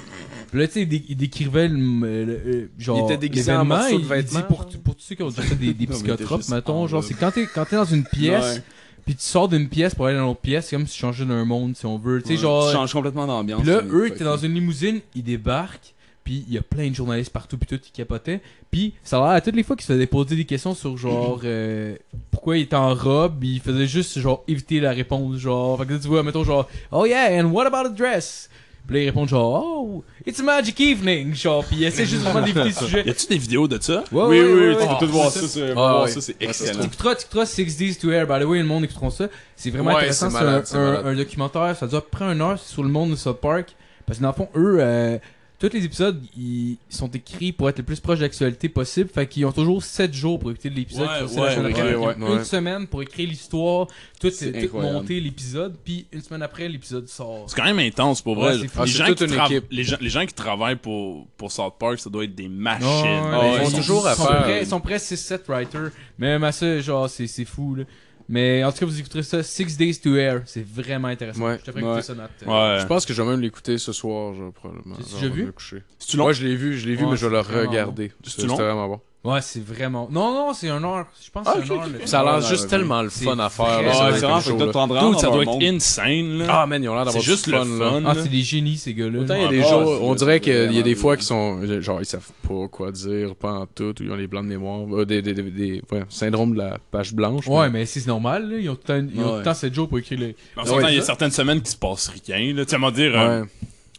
C: Puis là, tu sais, ils dé- ils décrivaient le, euh, le- le- genre.
F: Ils étaient déguisés en
C: l'événement,
F: morceaux de
C: il
F: vêtements,
C: dit pour, t- pour tous ceux qui ont déjà fait des, des
G: Non, mais t'es
C: psychotropes,
G: juste en
C: mettons, genre,
G: robe.
C: c'est quand t'es quand t'es dans une pièce,
G: Ouais.
C: puis tu sors d'une pièce pour aller dans l'autre pièce, c'est comme si tu changeais d'un monde, si on veut. Tu sais, genre.
G: Tu changes complètement d'ambiance.
C: Puis là,
G: mais
C: eux
G: fuck
C: étaient dans une limousine, ils débarquent, puis il y a plein de journalistes partout, puis tout, ils capotaient. Puis ça a l'air à toutes les fois qu'ils se faisaient poser des questions sur genre euh, pourquoi il était en robe, ils faisaient juste genre éviter la réponse, genre. Fait que là, tu vois, mettons genre Oh yeah, and what about a dress? Puis là, ils répondent genre Oh, it's a magic evening, genre, puis ils essaient juste vraiment d'éviter le sujet.
D: Y a-tu des vidéos de ça?
C: Ouais,
G: Oui,
C: ouais,
G: oui,
C: ouais,
G: oui,
C: ouais.
G: tu peux
C: Ah,
G: tout voir
C: c'est
G: ça, c'est-
F: Ah,
G: voir
F: ouais.
G: ça, c'est
C: tu
G: excellent.
C: écouteras, tu écouteras Six Days to Air. By the way, le monde écouteront ça. C'est vraiment
F: Ouais,
C: intéressant.
F: c'est
C: C'est
F: malade,
C: un,
F: c'est
C: un-
F: malade.
C: un documentaire. Ça dure à peu près une heure c'est sur le monde de South Park. Parce que dans le fond, eux, euh, tous les épisodes, ils sont écrits pour être le plus proche de l'actualité possible. Fait qu'ils ont toujours 7 jours pour écouter l'épisode.
D: Ouais,
C: qui est sorti
D: ouais,
C: la semaine
D: ouais,
C: après.
G: ouais,
C: Ils ont
F: ouais.
C: Une semaine pour écrire l'histoire, tout,
G: C'est
C: tout
G: incroyable.
C: monter l'épisode, puis une semaine après, l'épisode sort.
D: C'est quand même intense pour
C: Ouais,
D: vrai.
C: c'est fou.
F: Ah,
D: les,
F: c'est
D: gens
F: toute
D: qui
F: une
D: trava-
F: équipe.
D: les, gens, les gens qui travaillent pour, pour South Park, ça doit être des machines.
C: Ouais,
G: Ah
C: mais
G: ouais, ils
C: ils
G: sont
C: sont
F: toujours à
C: sont
F: faire.
C: prêts- Ils sont prêts 6-7 writers. Même à ça, genre, c'est c'est fou, là. Mais en tout cas, vous écouterez ça, Six Days to Air. C'est vraiment intéressant.
F: Ouais.
C: Je te ferai écouter
G: Ouais.
C: ça, Nat.
D: Ouais.
F: Je pense que je vais même l'écouter ce soir, genre, probablement.
C: Tu l'as
F: Genre, avant
C: vu?
F: de me coucher.
D: C'est-tu long?
F: Ouais, je l'ai vu, je l'ai vu,
C: Ouais,
F: mais je vais le
C: c'est vraiment
F: regarder.
D: C'est
F: C'était
D: long?
F: vraiment bon.
C: Ouais, c'est vraiment. Non, non, c'est un heure. Je pense que c'est
G: Ah, ok,
C: un heure.
G: ok.
C: le-
F: Ça a l'air
G: Ouais,
F: juste
G: ouais,
F: tellement le
C: C'est
F: fun à faire.
C: vrai,
F: là,
C: c'est
F: ça
G: Ouais,
F: va
G: c'est
F: être
G: vraiment,
F: comme
G: faut
F: show,
G: que toi,
F: là.
G: t'en
D: Dude,
G: rends
D: ça
G: dans
D: doit
G: leur
D: être
G: monde.
D: insane, là.
F: Ah, man, ils ont l'air
D: c'est
F: d'avoir du
D: juste
F: fun,
D: le
F: là.
D: fun.
C: Ah,
D: là.
C: c'est des génies, ces gars-là.
G: Autant il y
C: Ouais.
G: a des
F: Les
G: Ah,
F: gens,
G: c'est-
F: on dirait
G: c'est
F: qu'il y a
G: vraiment
F: des fois
G: bien.
F: qu'ils sont. Genre, ils savent pas quoi dire, pas en tout, ou ils ont les blancs de mémoire. euh, des, des, des, des- ouais, syndrome de la page blanche.
C: Ouais,
F: mais-
C: mais c'est normal, là. Ils ont tout le temps- ils
G: Ouais.
C: ont tout le temps 7 jours pour écrire les.
D: En même temps,
C: Ouais,
D: il y a
C: ça.
D: certaines semaines qui se passe rien. Là. Tu sais, à m'en dire, euh,
F: Ouais.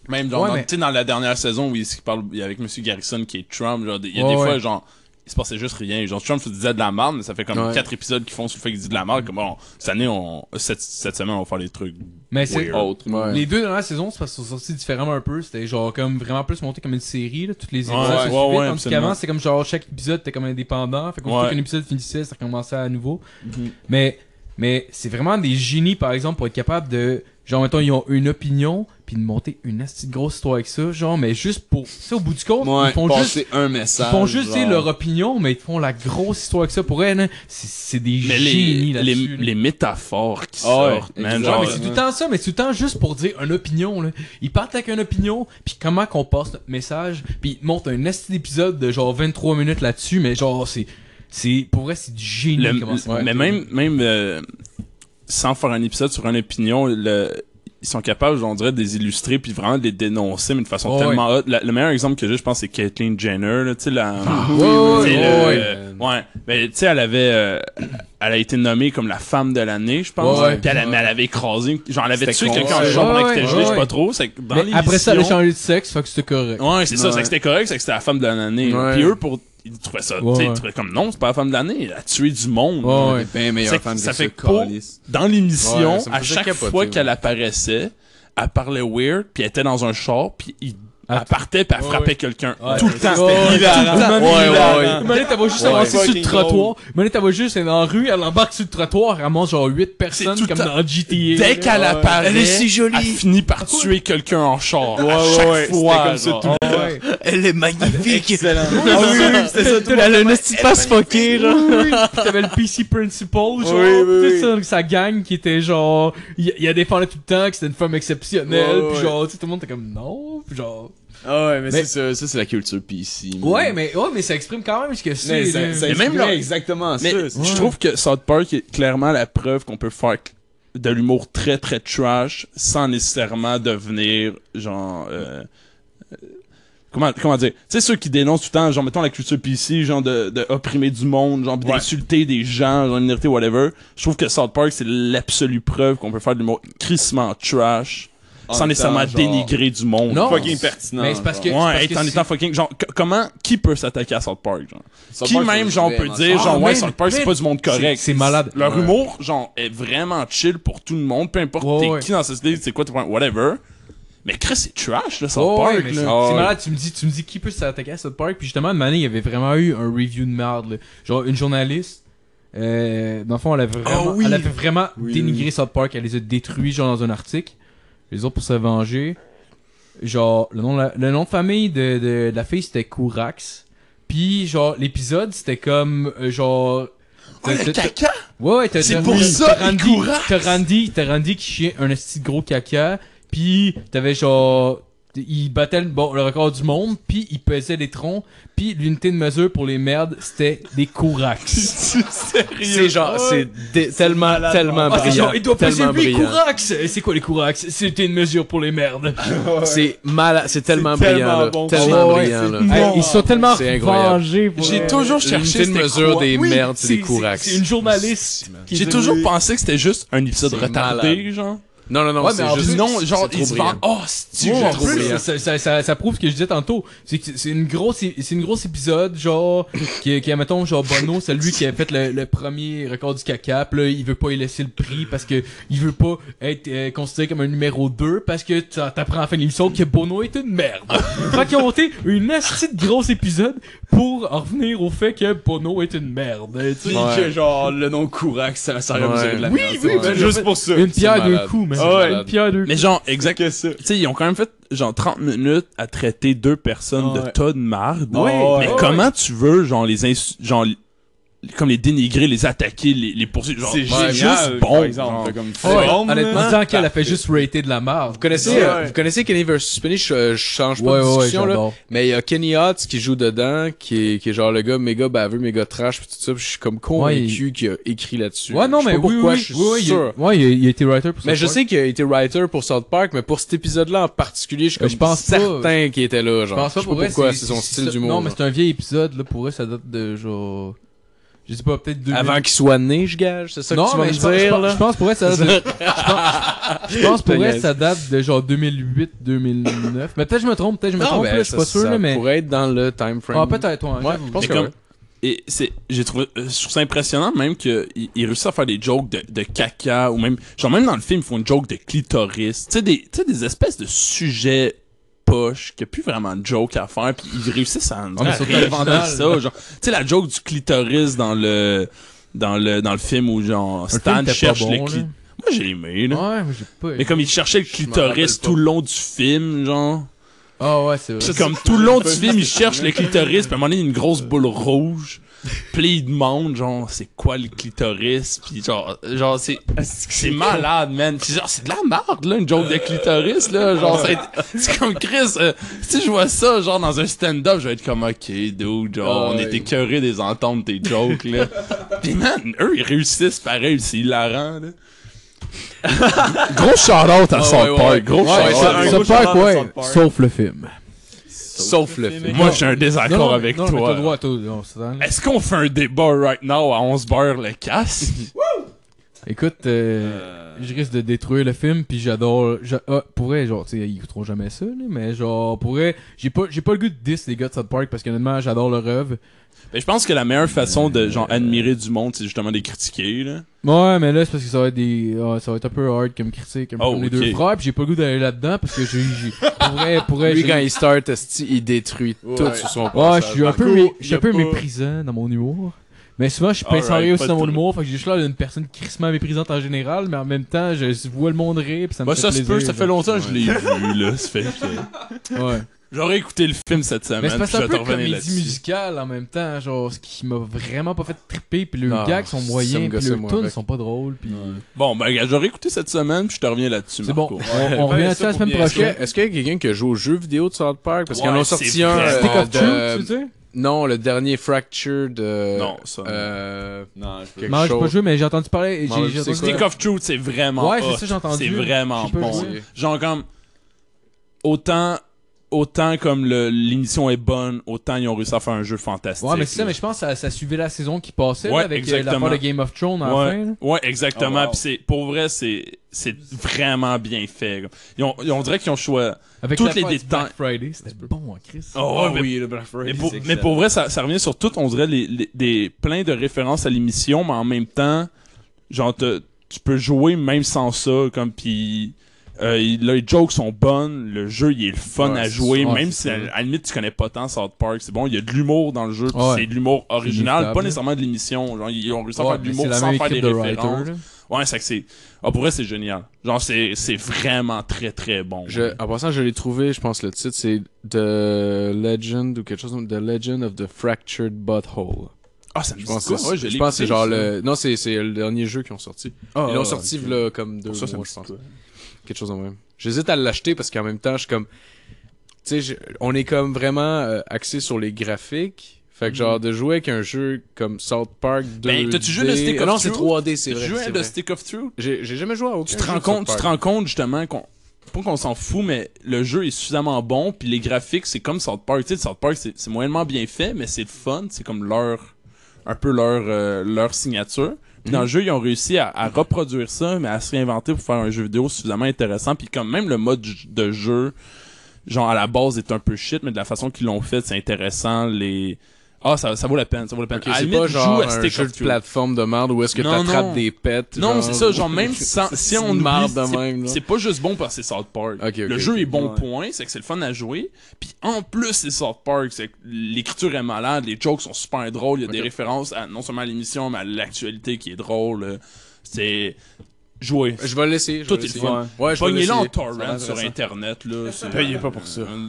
D: même genre,
C: Ouais,
D: dans,
C: mais-
D: tu sais, dans la dernière saison où il, il parle il y a avec M. Garrison qui est Trump, genre, des- il y a
C: Ouais,
D: des fois,
C: ouais.
D: genre, il se passait juste rien. Genre, Trump se disait de la merde, mais ça fait comme
F: Ouais.
D: quatre épisodes qu'ils font sur le fait qu'il dit de la merde. Comme, bon, cette année, on, cette, cette semaine, on va faire des trucs
C: Mais c'est.
D: weird.
G: Autre.
F: Ouais.
C: Les deux dernières saisons, c'est parce qu'ils sont sortis différemment un peu. C'était genre comme vraiment plus monté comme une série, là. Toutes les épisodes
D: ouais,
C: se
D: ouais,
C: suivaient.
D: ouais,
C: tandis
D: absolument.
C: qu'avant, c'était comme genre chaque épisode était comme indépendant. Fait qu'au
D: Ouais.
C: qu'un épisode finissait, ça recommençait à nouveau.
G: Mhm.
C: Mais, mais c'est vraiment des génies, par exemple, pour être capable de. Genre, mettons, ils ont une opinion, puis puis de monter une assez grosse histoire avec ça, genre, mais juste pour, tu sais, au bout du compte, ils font juste,
G: passer un
C: ils
G: message.
C: font juste, tu sais,
G: genre.
C: leur opinion, mais ils te font la grosse histoire avec ça pour elles, hein. c'est, c'est des
D: Mais
C: génies
D: les, les,
C: là-dessus. là.
D: les métaphores qui
G: Ah ouais,
D: sortent, man,
G: exact.
C: Ouais,
D: genre, euh,
C: mais c'est tout le temps ça, mais c'est tout le temps juste pour dire une opinion, là. Ils partent avec une opinion, puis comment qu'on passe notre message, puis ils te montrent un esti d'épisode de genre 23 minutes là-dessus, mais genre, c'est, c'est, pour vrai, c'est du génie
D: le-
C: comment c'est
D: le-
C: monté,
D: mais
C: là.
D: même, même euh, sans faire un épisode sur une opinion, le- ils sont capables, on dirait, de les illustrer puis vraiment de les dénoncer, mais de façon
C: Oh,
D: tellement haute. La- le meilleur exemple que j'ai, je pense, c'est Caitlyn Jenner. là, Tu sais, la...
C: Ouais,
D: tu sais,
C: ouais,
D: le-
C: ouais.
D: euh, ouais. Mais tu sais, elle avait... euh, elle a été nommée comme la femme de l'année, je pense.
C: Ouais,
D: Puis elle, a-
C: ouais.
D: mais elle avait écrasé... Genre, elle avait
G: C'était
D: tué
G: con,
D: quelqu'un en
G: ouais.
D: chambre pendant
C: Ouais,
D: que c'était
C: ouais,
D: gelé, je sais
C: ouais.
D: pas trop. c'est que dans
C: Mais après ça, elle a
D: l'émission-
C: changé de sexe, fait que c'était correct.
D: Ouais, c'est ça,
G: Ouais.
D: c'est que c'était correct, c'est que c'était la femme de l'année.
F: Ouais.
D: Puis eux, pour, ils trouvaient ça,
C: Ouais,
D: tu sais, ils
C: ouais.
D: trouvaient comme non, c'est pas la femme de l'année, elle a tué du monde.
C: Ouais, ouais.
G: C'est bien meilleure
D: C'est-
G: femme que
D: ça
G: ça,
D: fait que pour-
G: calice.
D: Dans l'émission,
F: Ouais, ça me
D: à
F: faisait
D: chaque
F: capoter,
D: fois
F: ouais.
D: qu'elle apparaissait, elle parlait weird, puis elle était dans un char, puis il-
C: Ah,
D: elle partait, puis elle
C: ouais,
D: frappait
C: ouais.
D: quelqu'un.
C: Ouais,
D: Tout le
C: ouais,
D: temps,
C: c'était
D: c'était
G: hilarant.
D: hilarant.
G: Ouais,
D: hilarant.
G: ouais, ouais.
C: Mané, t'as pas juste
G: Ouais.
C: avancé sur le
G: Fucking
C: trottoir. Mané, t'as pas juste elle est dans la rue, elle embarque sur le trottoir, elle mange genre 8
D: tout
C: personnes
D: le
C: comme
D: temps.
C: dans GTA.
D: Dès
C: là.
D: qu'elle apparaît,
G: Elle est si
D: jolie. elle finit par tuer quelqu'un en char. à chaque fois, genre.
C: Ouais.
G: Elle est magnifique. Excellent.
C: C'était ça, tout Elle a une petite passe fuckée, là. T'avais le PC Principal, genre.
G: oui,
C: tu sais, ça,
G: oui.
C: sa gang qui était genre. Il, il a défendu tout le temps que c'était une femme exceptionnelle,
G: Ouais,
C: pis
G: ouais.
C: genre, tu sais, tout le monde était comme non, pis genre.
G: Ah ouais, mais,
C: Mais-
G: c'est ça, ça c'est la culture PC. man.
C: Ouais, mais, ouais, mais ça exprime quand même ce que c'est.
G: Mais ça,
C: là.
G: ça
D: Mais même
G: exprime
D: leur-
G: exactement
D: Mais
G: ça.
D: je trouve que South Park est clairement la preuve qu'on peut faire cl- de l'humour très très trash sans nécessairement devenir genre euh, euh, Comment, comment dire? Tu sais, ceux qui dénoncent tout le temps, genre, mettons la culture PC, genre, de, de opprimer du monde, genre, pis
G: Ouais.
D: d'insulter des gens, genre, minorité, whatever. Je trouve que South Park, c'est l'absolue preuve qu'on peut faire de l'humour crissement trash,
G: En
D: sans
G: étant,
D: nécessairement
G: genre,
D: dénigrer du monde.
C: Non.
G: Fucking pertinent.
C: Mais c'est parce que. c'est parce
D: Ouais,
C: que
D: en
C: c'est-
D: étant fucking. Genre, c- comment, qui peut s'attaquer à South Park, genre?
G: genre.
D: qui même genre peut dire
C: ça.
D: genre
C: Ah,
D: ouais
C: man,
D: South Park c'est
C: man.
D: pas du monde
C: c'est-
D: correct
C: C'est malade.
D: leur
G: Ouais.
D: humour genre est vraiment chill pour tout le monde peu importe
C: Ouais,
D: t'es
C: ouais.
D: qui dans la société c'est quoi tes problèmes whatever mais Chris c'est trash là South
C: Oh, ouais,
D: Park
C: mais
D: là.
C: c'est
G: Ah,
C: c'est
G: ouais.
C: malade, tu me dis, tu me dis qui peut s'attaquer à South Park. Puis justement, une année, il y avait vraiment eu un review de merde. là. Genre, une journaliste, euh, dans le fond, elle avait vraiment,
G: Ah oui.
C: elle avait vraiment
G: Oui,
C: dénigré South Park. Elle les a détruits, genre, dans un article. Les autres, pour se venger, genre, le nom, de la- le nom de famille de, de- de la fille, c'était Kourax. Puis, genre, l'épisode, c'était comme, euh, genre...
D: Oh,
C: t'as-
D: le
C: t'as-
D: caca
C: Ouais, ouais, t'as-
D: C'est
C: t'as-
D: pour
C: t'as
D: ça, il
C: Randy,
D: courasse.
C: t'as Randy, t'as Randy qui chiait un esti de gros caca, puis t'avais genre, il battait le, bon, le record du monde, puis il pesait les troncs, puis l'unité de mesure pour les merdes, c'était des courax.
F: C'est genre, c'est dé- tellement, tellement
C: *laughs* Ah, c'est
F: brillant.
C: genre, il doit peser
F: tellement
C: 8
F: brillant.
C: courax! Et C'est quoi les courax? C'était une mesure pour les merdes.
F: C'est malade, c'est tellement
G: C'est
F: brillant,
G: tellement
F: là.
G: bon.
F: Tellement
C: Ouais, ouais,
F: brillant, là.
C: Hey, ils sont tellement
F: C'est incroyable.
C: vengés pour
D: J'ai
C: euh,
D: toujours cherché
F: L'unité de
D: c'était
F: mesure
D: quoi.
F: des
D: Oui,
F: merdes, c'est des
C: c'est-
F: courax.
C: C'est une journaliste. qui
D: j'ai
C: dit-
D: toujours pensé que c'était juste un épisode
F: C'est
D: retardé
F: malade.
D: genre
F: Non, non, non,
C: Ouais, mais
F: c'est
C: en
F: juste...
C: plus,
D: non genre
F: c'est trop
D: ils se
F: brillant.
D: vendent oh c'est
F: Ouais,
D: genre,
F: en trop
C: plus,
F: brillant.
C: ça, ça, ça, ça prouve ce que je disais tantôt. C'est que c'est une grosse, c'est une grosse épisode, genre, qui, qui, mettons, genre, Bono, c'est lui qui a fait le, le premier record du caca, pis là, il veut pas y laisser le prix parce que il veut pas être euh, considéré comme un numéro 2 parce que t'en- t'apprends à la fin de l'émission que Bono est une merde. *laughs* fait qu'ils ont monté une assez grosse épisode pour en revenir au fait que Bono est une merde. euh,
G: Ah,
C: tu sais.
F: Ouais.
G: que genre le nom Kourak ça ça aurait
F: Ouais.
G: besoin de la
C: Oui,
G: merde,
C: oui,
G: ouais.
C: ben,
G: juste pour ça.
C: Une pierre deux
F: malade.
C: coups, man.
F: C'est malade.
C: Une pierre deux coups.
D: mais genre exact
G: que ça.
D: tu sais, ils ont quand même fait genre 30 minutes à traiter deux personnes de
G: Ouais.
D: tas de marde.
G: Ouais.
D: mais
G: Ouais.
D: comment tu veux genre les insu- genre les- comme les dénigrer, les attaquer, les, les poursuivre genre
G: C'est
F: génial,
G: juste bon par exemple comme
C: Ouais,
G: forme, là.
C: honnêtement, disant qu'elle a fait juste rater de la merde.
F: Vous connaissez,
G: Ouais.
F: euh, vous connaissez Kenny vs. Penny, je, euh, je change pas
C: Ouais,
F: de
C: ouais, ouais,
F: discussion, là.
C: j'adore.
F: Mais il y a Kenny Hotz qui joue dedans, qui est, qui est genre le gars méga baveux, méga trash, pis tout ça, pis je suis comme convaincu qu'il a écrit là-dessus.
C: Ouais, non,
F: Je sais
C: mais
F: pas
C: oui,
F: pourquoi,
C: oui,
F: je suis
C: oui, oui, il
F: sûr.
C: a- ouais, il a, il a été writer pour ça.
F: Mais je sais qu'il a été writer pour South Park, mais pour cet épisode-là en particulier, je suis
C: Euh,
F: comme
C: je pense pas.
F: certain qu'il était là,
C: Je
F: genre.
C: pense pas
F: sais
C: pour vrai,
F: pourquoi, c'est son style
C: c'est-
F: d'humour.
C: Non, mais
F: genre.
C: c'est un vieil épisode, là, pour eux, ça date de genre. Je sais pas, peut-être 2000.
F: Avant qu'il soit né, je gage, c'est ça
C: non,
F: que tu vas
C: mais
F: me
C: je pense- je
F: dire,
C: pense-
F: là?
C: Je pense pour vrai, ça date de.
F: *laughs*
C: Je pense, je pense pour vrai, ça date de genre 2008, 2009. Mais peut-être que je me trompe, peut-être que je me
F: Non,
C: trompe,
F: ben,
C: là, je suis
F: ça-
C: pas sûr,
F: ça
C: là, mais.
F: pourrait être dans le time frame.
C: Ah, peut-être, ouais.
F: Ouais,
C: j'avoue.
F: je pense
D: Mais
F: que
D: comme-
F: ouais.
D: Et c'est j'ai trouvé euh, je trouve ça impressionnant même que ils ils réussissent à faire des jokes de, de caca ou même genre même dans le film ils font une joke de clitoris. Tu sais des tu sais des espèces de sujets poches qu'il n'y a plus vraiment de joke à faire puis ils Ah, réussissent à,
C: mais
D: à
C: surtout
D: réinventer
C: original.
D: ça genre tu sais la joke du clitoris dans le dans le dans le film où genre
C: Le film
D: Stan
C: était pas
D: cherche
C: bon,
D: le
C: là.
D: clitoris Moi, j'ai aimé, là.
C: Ouais, mais j'ai pas.
D: Mais comme il cherchait le clitoris tout le long du film, genre.
C: Ah ouais, c'est vrai.
D: Puis comme tout le long du film, il cherche le clitoris, puis à un moment donné, il y a une grosse boule rouge. Puis il demande, genre, c'est quoi le clitoris? Puis genre, genre c'est c'est malade, man. Puis genre, c'est de la merde, là, une joke de clitoris, là. Genre, c'est- c'est comme Chris, euh, si je vois ça, genre, dans un stand-up, je vais être comme, OK, dude, genre, on
F: Ouais.
D: était curé des entendre tes jokes, là. Puis man, eux, ils réussissent pareil, c'est hilarant, là.
A: Gros shout-out à
F: ouais,
A: South
F: ouais.
A: Park. Gros
F: Ouais,
A: shout-out.
F: ouais,
C: Ça part ouais, sauf le film.
F: Sauf le film.
D: Moi, j'ai un désaccord
C: non,
D: avec
C: non, mais
D: toi.
C: t'as droit, toi, on s'entend, là.
D: Est-ce qu'on fait un débat right now à 11 beurre le casse?
C: *laughs* Écoute, euh, je risque de détruire le film, puis j'adore. j'a- ah, pour vrai, genre, tu sais, ils écouteront jamais ça, là, mais genre, pour vrai, j'ai pas, j'ai pas le goût de 10 les gars de South Park parce qu'honnêtement, j'adore leur œuvre.
D: Ben, je pense que la meilleure façon de genre admirer du monde, c'est justement de les critiquer. Là.
C: Ouais, mais là, c'est parce que ça va être des, ah, ça va être un peu hard comme critique, un peu
D: Oh,
C: comme
D: ok.
C: les deux frères, puis j'ai pas le goût d'aller là-dedans parce que j'ai, j'ai- pour vrai, pour vrai,
F: Lui,
C: j'ai-
F: quand il start, esti, il détruit tout sur son
C: Ouais,
F: passage.
C: je suis un peu, mé- je suis un peu méprisant dans mon humour. Mais souvent, je suis pincé en
D: Alright,
C: rire
D: pas
C: aussi
D: de
C: dans mon
D: trouble.
C: humour. Fait que j'ai juste l'air d'une personne crissement méprisante en général, mais en même temps, je vois le monde rire, pis ça me
D: Bah,
C: fait
D: ça se
C: plaisir.
D: peut, ça fait
C: genre.
D: longtemps que je l'ai vu. Là, ça fait
C: *laughs*
D: que...
C: Ouais.
D: J'aurais écouté le film cette semaine,
C: Mais c'est
D: puis
C: parce que c'est
D: je
C: un
D: vais te
C: peu
D: revenir
C: comédie
D: là-dessus.
C: musicale en même temps, genre, ce qui m'a vraiment pas fait triper, pis les
F: Non,
C: gags sont
F: ça
C: moyens,
F: me
C: pis
F: gossait,
C: les
F: moi,
C: tunes
F: avec.
C: sont pas drôles, pis...
D: Bon, ben gars, j'aurais écouté cette semaine, puis je te reviens là-dessus.
C: C'est bon,
D: Marco.
C: on, on revient à ça la semaine
F: Est-ce que-
C: prochaine.
F: est-ce qu'il y a quelqu'un qui a joué aux jeux vidéo de South Park? Parce qu'on
D: Ouais,
F: en a
D: c'est
F: sorti un.
D: vrai.
F: euh,
C: Stick of
F: de-
C: Truth, tu sais?
F: Non, le dernier Fracture de.
D: Non, ça.
F: Euh,
G: Non, je peux-
F: quelque
C: Non, j'ai pas
F: chose.
C: joué, mais j'ai entendu parler, et
F: Ouais,
C: j'ai-
F: c'est
C: j'ai entendu...
F: quoi?
D: Stick of Truth, c'est vraiment
C: Ouais, c'est
D: hot.
C: ça, j'ai entendu.
D: C'est vraiment
C: J'ai pas
D: bon.
C: joué.
D: Genre comme autant autant comme le- l'émission est bonne, autant ils ont réussi à faire un jeu fantastique.
C: Ouais, mais c'est ça,
D: là.
C: mais je pense que ça, ça suivait la saison qui passait,
D: Ouais,
C: là, avec euh,
D: exactement.
C: l'affaire de Game of Thrones, à la fin,
D: Ouais,
C: là.
D: ouais, exactement.
G: Oh, wow.
D: Puis c'est pour vrai, c'est c'est vraiment bien fait. Ils ont, ils ont- on dirait qu'ils ont choisi.
C: Avec
D: Toutes
C: la
D: les
C: part du
D: détails.
C: Black Friday, c'était bon en Chris.
D: Oh, mais,
G: le Black
D: mais
G: Friday,
D: pour,
G: c'est
D: mais pour vrai, ça, ça revient sur tout. On dirait les, les- des plein de références à l'émission, mais en même temps, genre te- tu peux jouer même sans ça, comme puis. euh, il- les jokes sont bonnes, le jeu il est le fun
F: Ouais,
D: à
F: c'est-
D: jouer,
C: ouais,
D: même
C: c'est
D: si à,
C: ça.
D: à la limite tu connais pas tant South Park, c'est bon, il y a de l'humour dans le jeu, puis
C: Ouais.
D: c'est de l'humour original,
C: inévitable,
D: pas
C: là.
D: nécessairement de l'émission, genre ils ont réussi à
C: Ouais,
D: faire de
C: mais c'est
D: l'humour
C: la
D: sans
C: même
D: faire des
C: équipe de
D: références.
C: writers, là.
D: Ouais, c'est que c'est. Ah, pour vrai, c'est génial. Genre, c'est, c'est vraiment très très bon.
F: Je- en passant, je l'ai trouvé, je pense le titre, c'est The Legend ou quelque chose comme The Legend of the Fractured Butthole.
D: Ah, ça me
F: Je
D: dit
F: pense
D: quoi?
F: que c'est-
D: Ouais,
F: je
D: l'ai
F: pense que c'est
D: écouté,
F: genre
D: ça.
F: le. Non, c'est c'est le dernier jeu qu'ils ont sorti.
D: Ah,
F: Ils l'ont
D: ouais,
F: sorti
D: ok.
F: là comme deux
D: Ça, ça me
F: mois,
D: dit
F: je pense.
D: quoi?
F: quelque chose de même. J'hésite à l'acheter parce qu'en même temps, je suis comme. Tu sais, je- on est comme vraiment euh, axé sur les graphiques. Fait que genre, de jouer avec un jeu comme South Park 2D...
D: Mm-hmm. Ben, t'as-tu joué le Stick of
F: Non, c'est
D: Truth?
F: 3D, c'est
D: Tu
F: vrai.
D: jouais
F: c'est
D: à
F: vrai.
D: The Stick of Truth?
F: J'ai j'ai jamais joué à aucun
D: Tu
F: jeu
D: te rends
F: de
D: compte, tu
F: South
D: te
F: Park.
D: rends compte justement qu'on. Pas qu'on s'en fout, mais le jeu est suffisamment bon, puis les graphiques, c'est comme South Park. Tu sais, South Park, c'est, c'est moyennement bien fait, mais c'est le fun, c'est comme leur. un peu leur, euh, leur signature. Puis dans le jeu, ils ont réussi à, à reproduire ça, mais à se réinventer pour faire un jeu vidéo suffisamment intéressant. Puis comme même le mode j- de jeu, genre à la base, est un peu shit, mais de la façon qu'ils l'ont fait, c'est intéressant. Les. Ah, ça, ça vaut la peine, ça vaut la peine.
F: Ok,
D: À la
F: c'est
D: limite,
F: pas genre
D: joue à
F: un
D: Stick
F: jeu
D: of
F: de
D: Truth.
F: plateforme de merde où est-ce que
D: Non, non.
F: t'attrapes des pets.
D: Non, mais c'est ça, genre
F: *laughs*
D: même sans- si on oublie,
F: marre de
D: c'est-
F: même. là.
D: c'est pas juste bon parce que c'est South Park.
F: Ok, ok,
D: le jeu
F: ok.
D: est bon
G: Ouais.
D: point, c'est que c'est le fun à jouer. Puis en plus, c'est South Park, c'est que l'écriture est malade, les jokes sont super drôles, il y a des références à, non seulement à l'émission, mais à l'actualité qui est drôle. euh, C'est jouer.
F: Je vais l'essayer. je
D: Tout
F: vais
D: est le
F: l'essayer.
D: fun.
F: Ouais, je vais
D: Pognez-le en
F: l'essayer.
D: torrent sur internet là. c'est-
G: Payez pas pour ça.
D: Ben,
F: Non,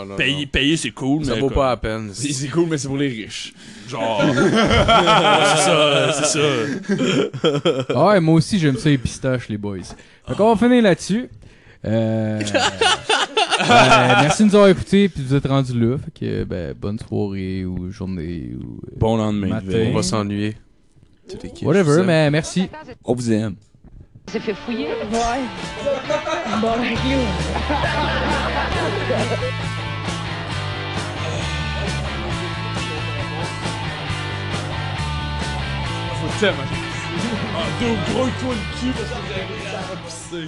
F: non, non,
D: payer,
F: non.
D: payer, c'est cool,
F: Ça
D: mais
F: vaut
D: comme-
F: pas la peine.
G: C'est c'est cool, mais c'est pour les riches.
D: genre. *laughs* Ouais, c'est ça, c'est ça.
C: Ah ouais, moi aussi j'aime ça les pistaches, les boys. Fait qu'on va finir là-dessus. Euh... euh, merci de nous avoir écoutés puis de vous êtes rendus là. Fait que ben, bonne soirée ou journée ou euh,
D: Bon lendemain.
C: Matin.
D: de veille.
F: On va s'ennuyer. Tous les kids, je vous
C: whatever,
F: aime.
C: mais merci.
G: On vous aime.
B: s'est fait fouiller. Ouais. Bon, avec lui.
D: Ah, deux gros coups de cul parce que j'avais rien à pisser.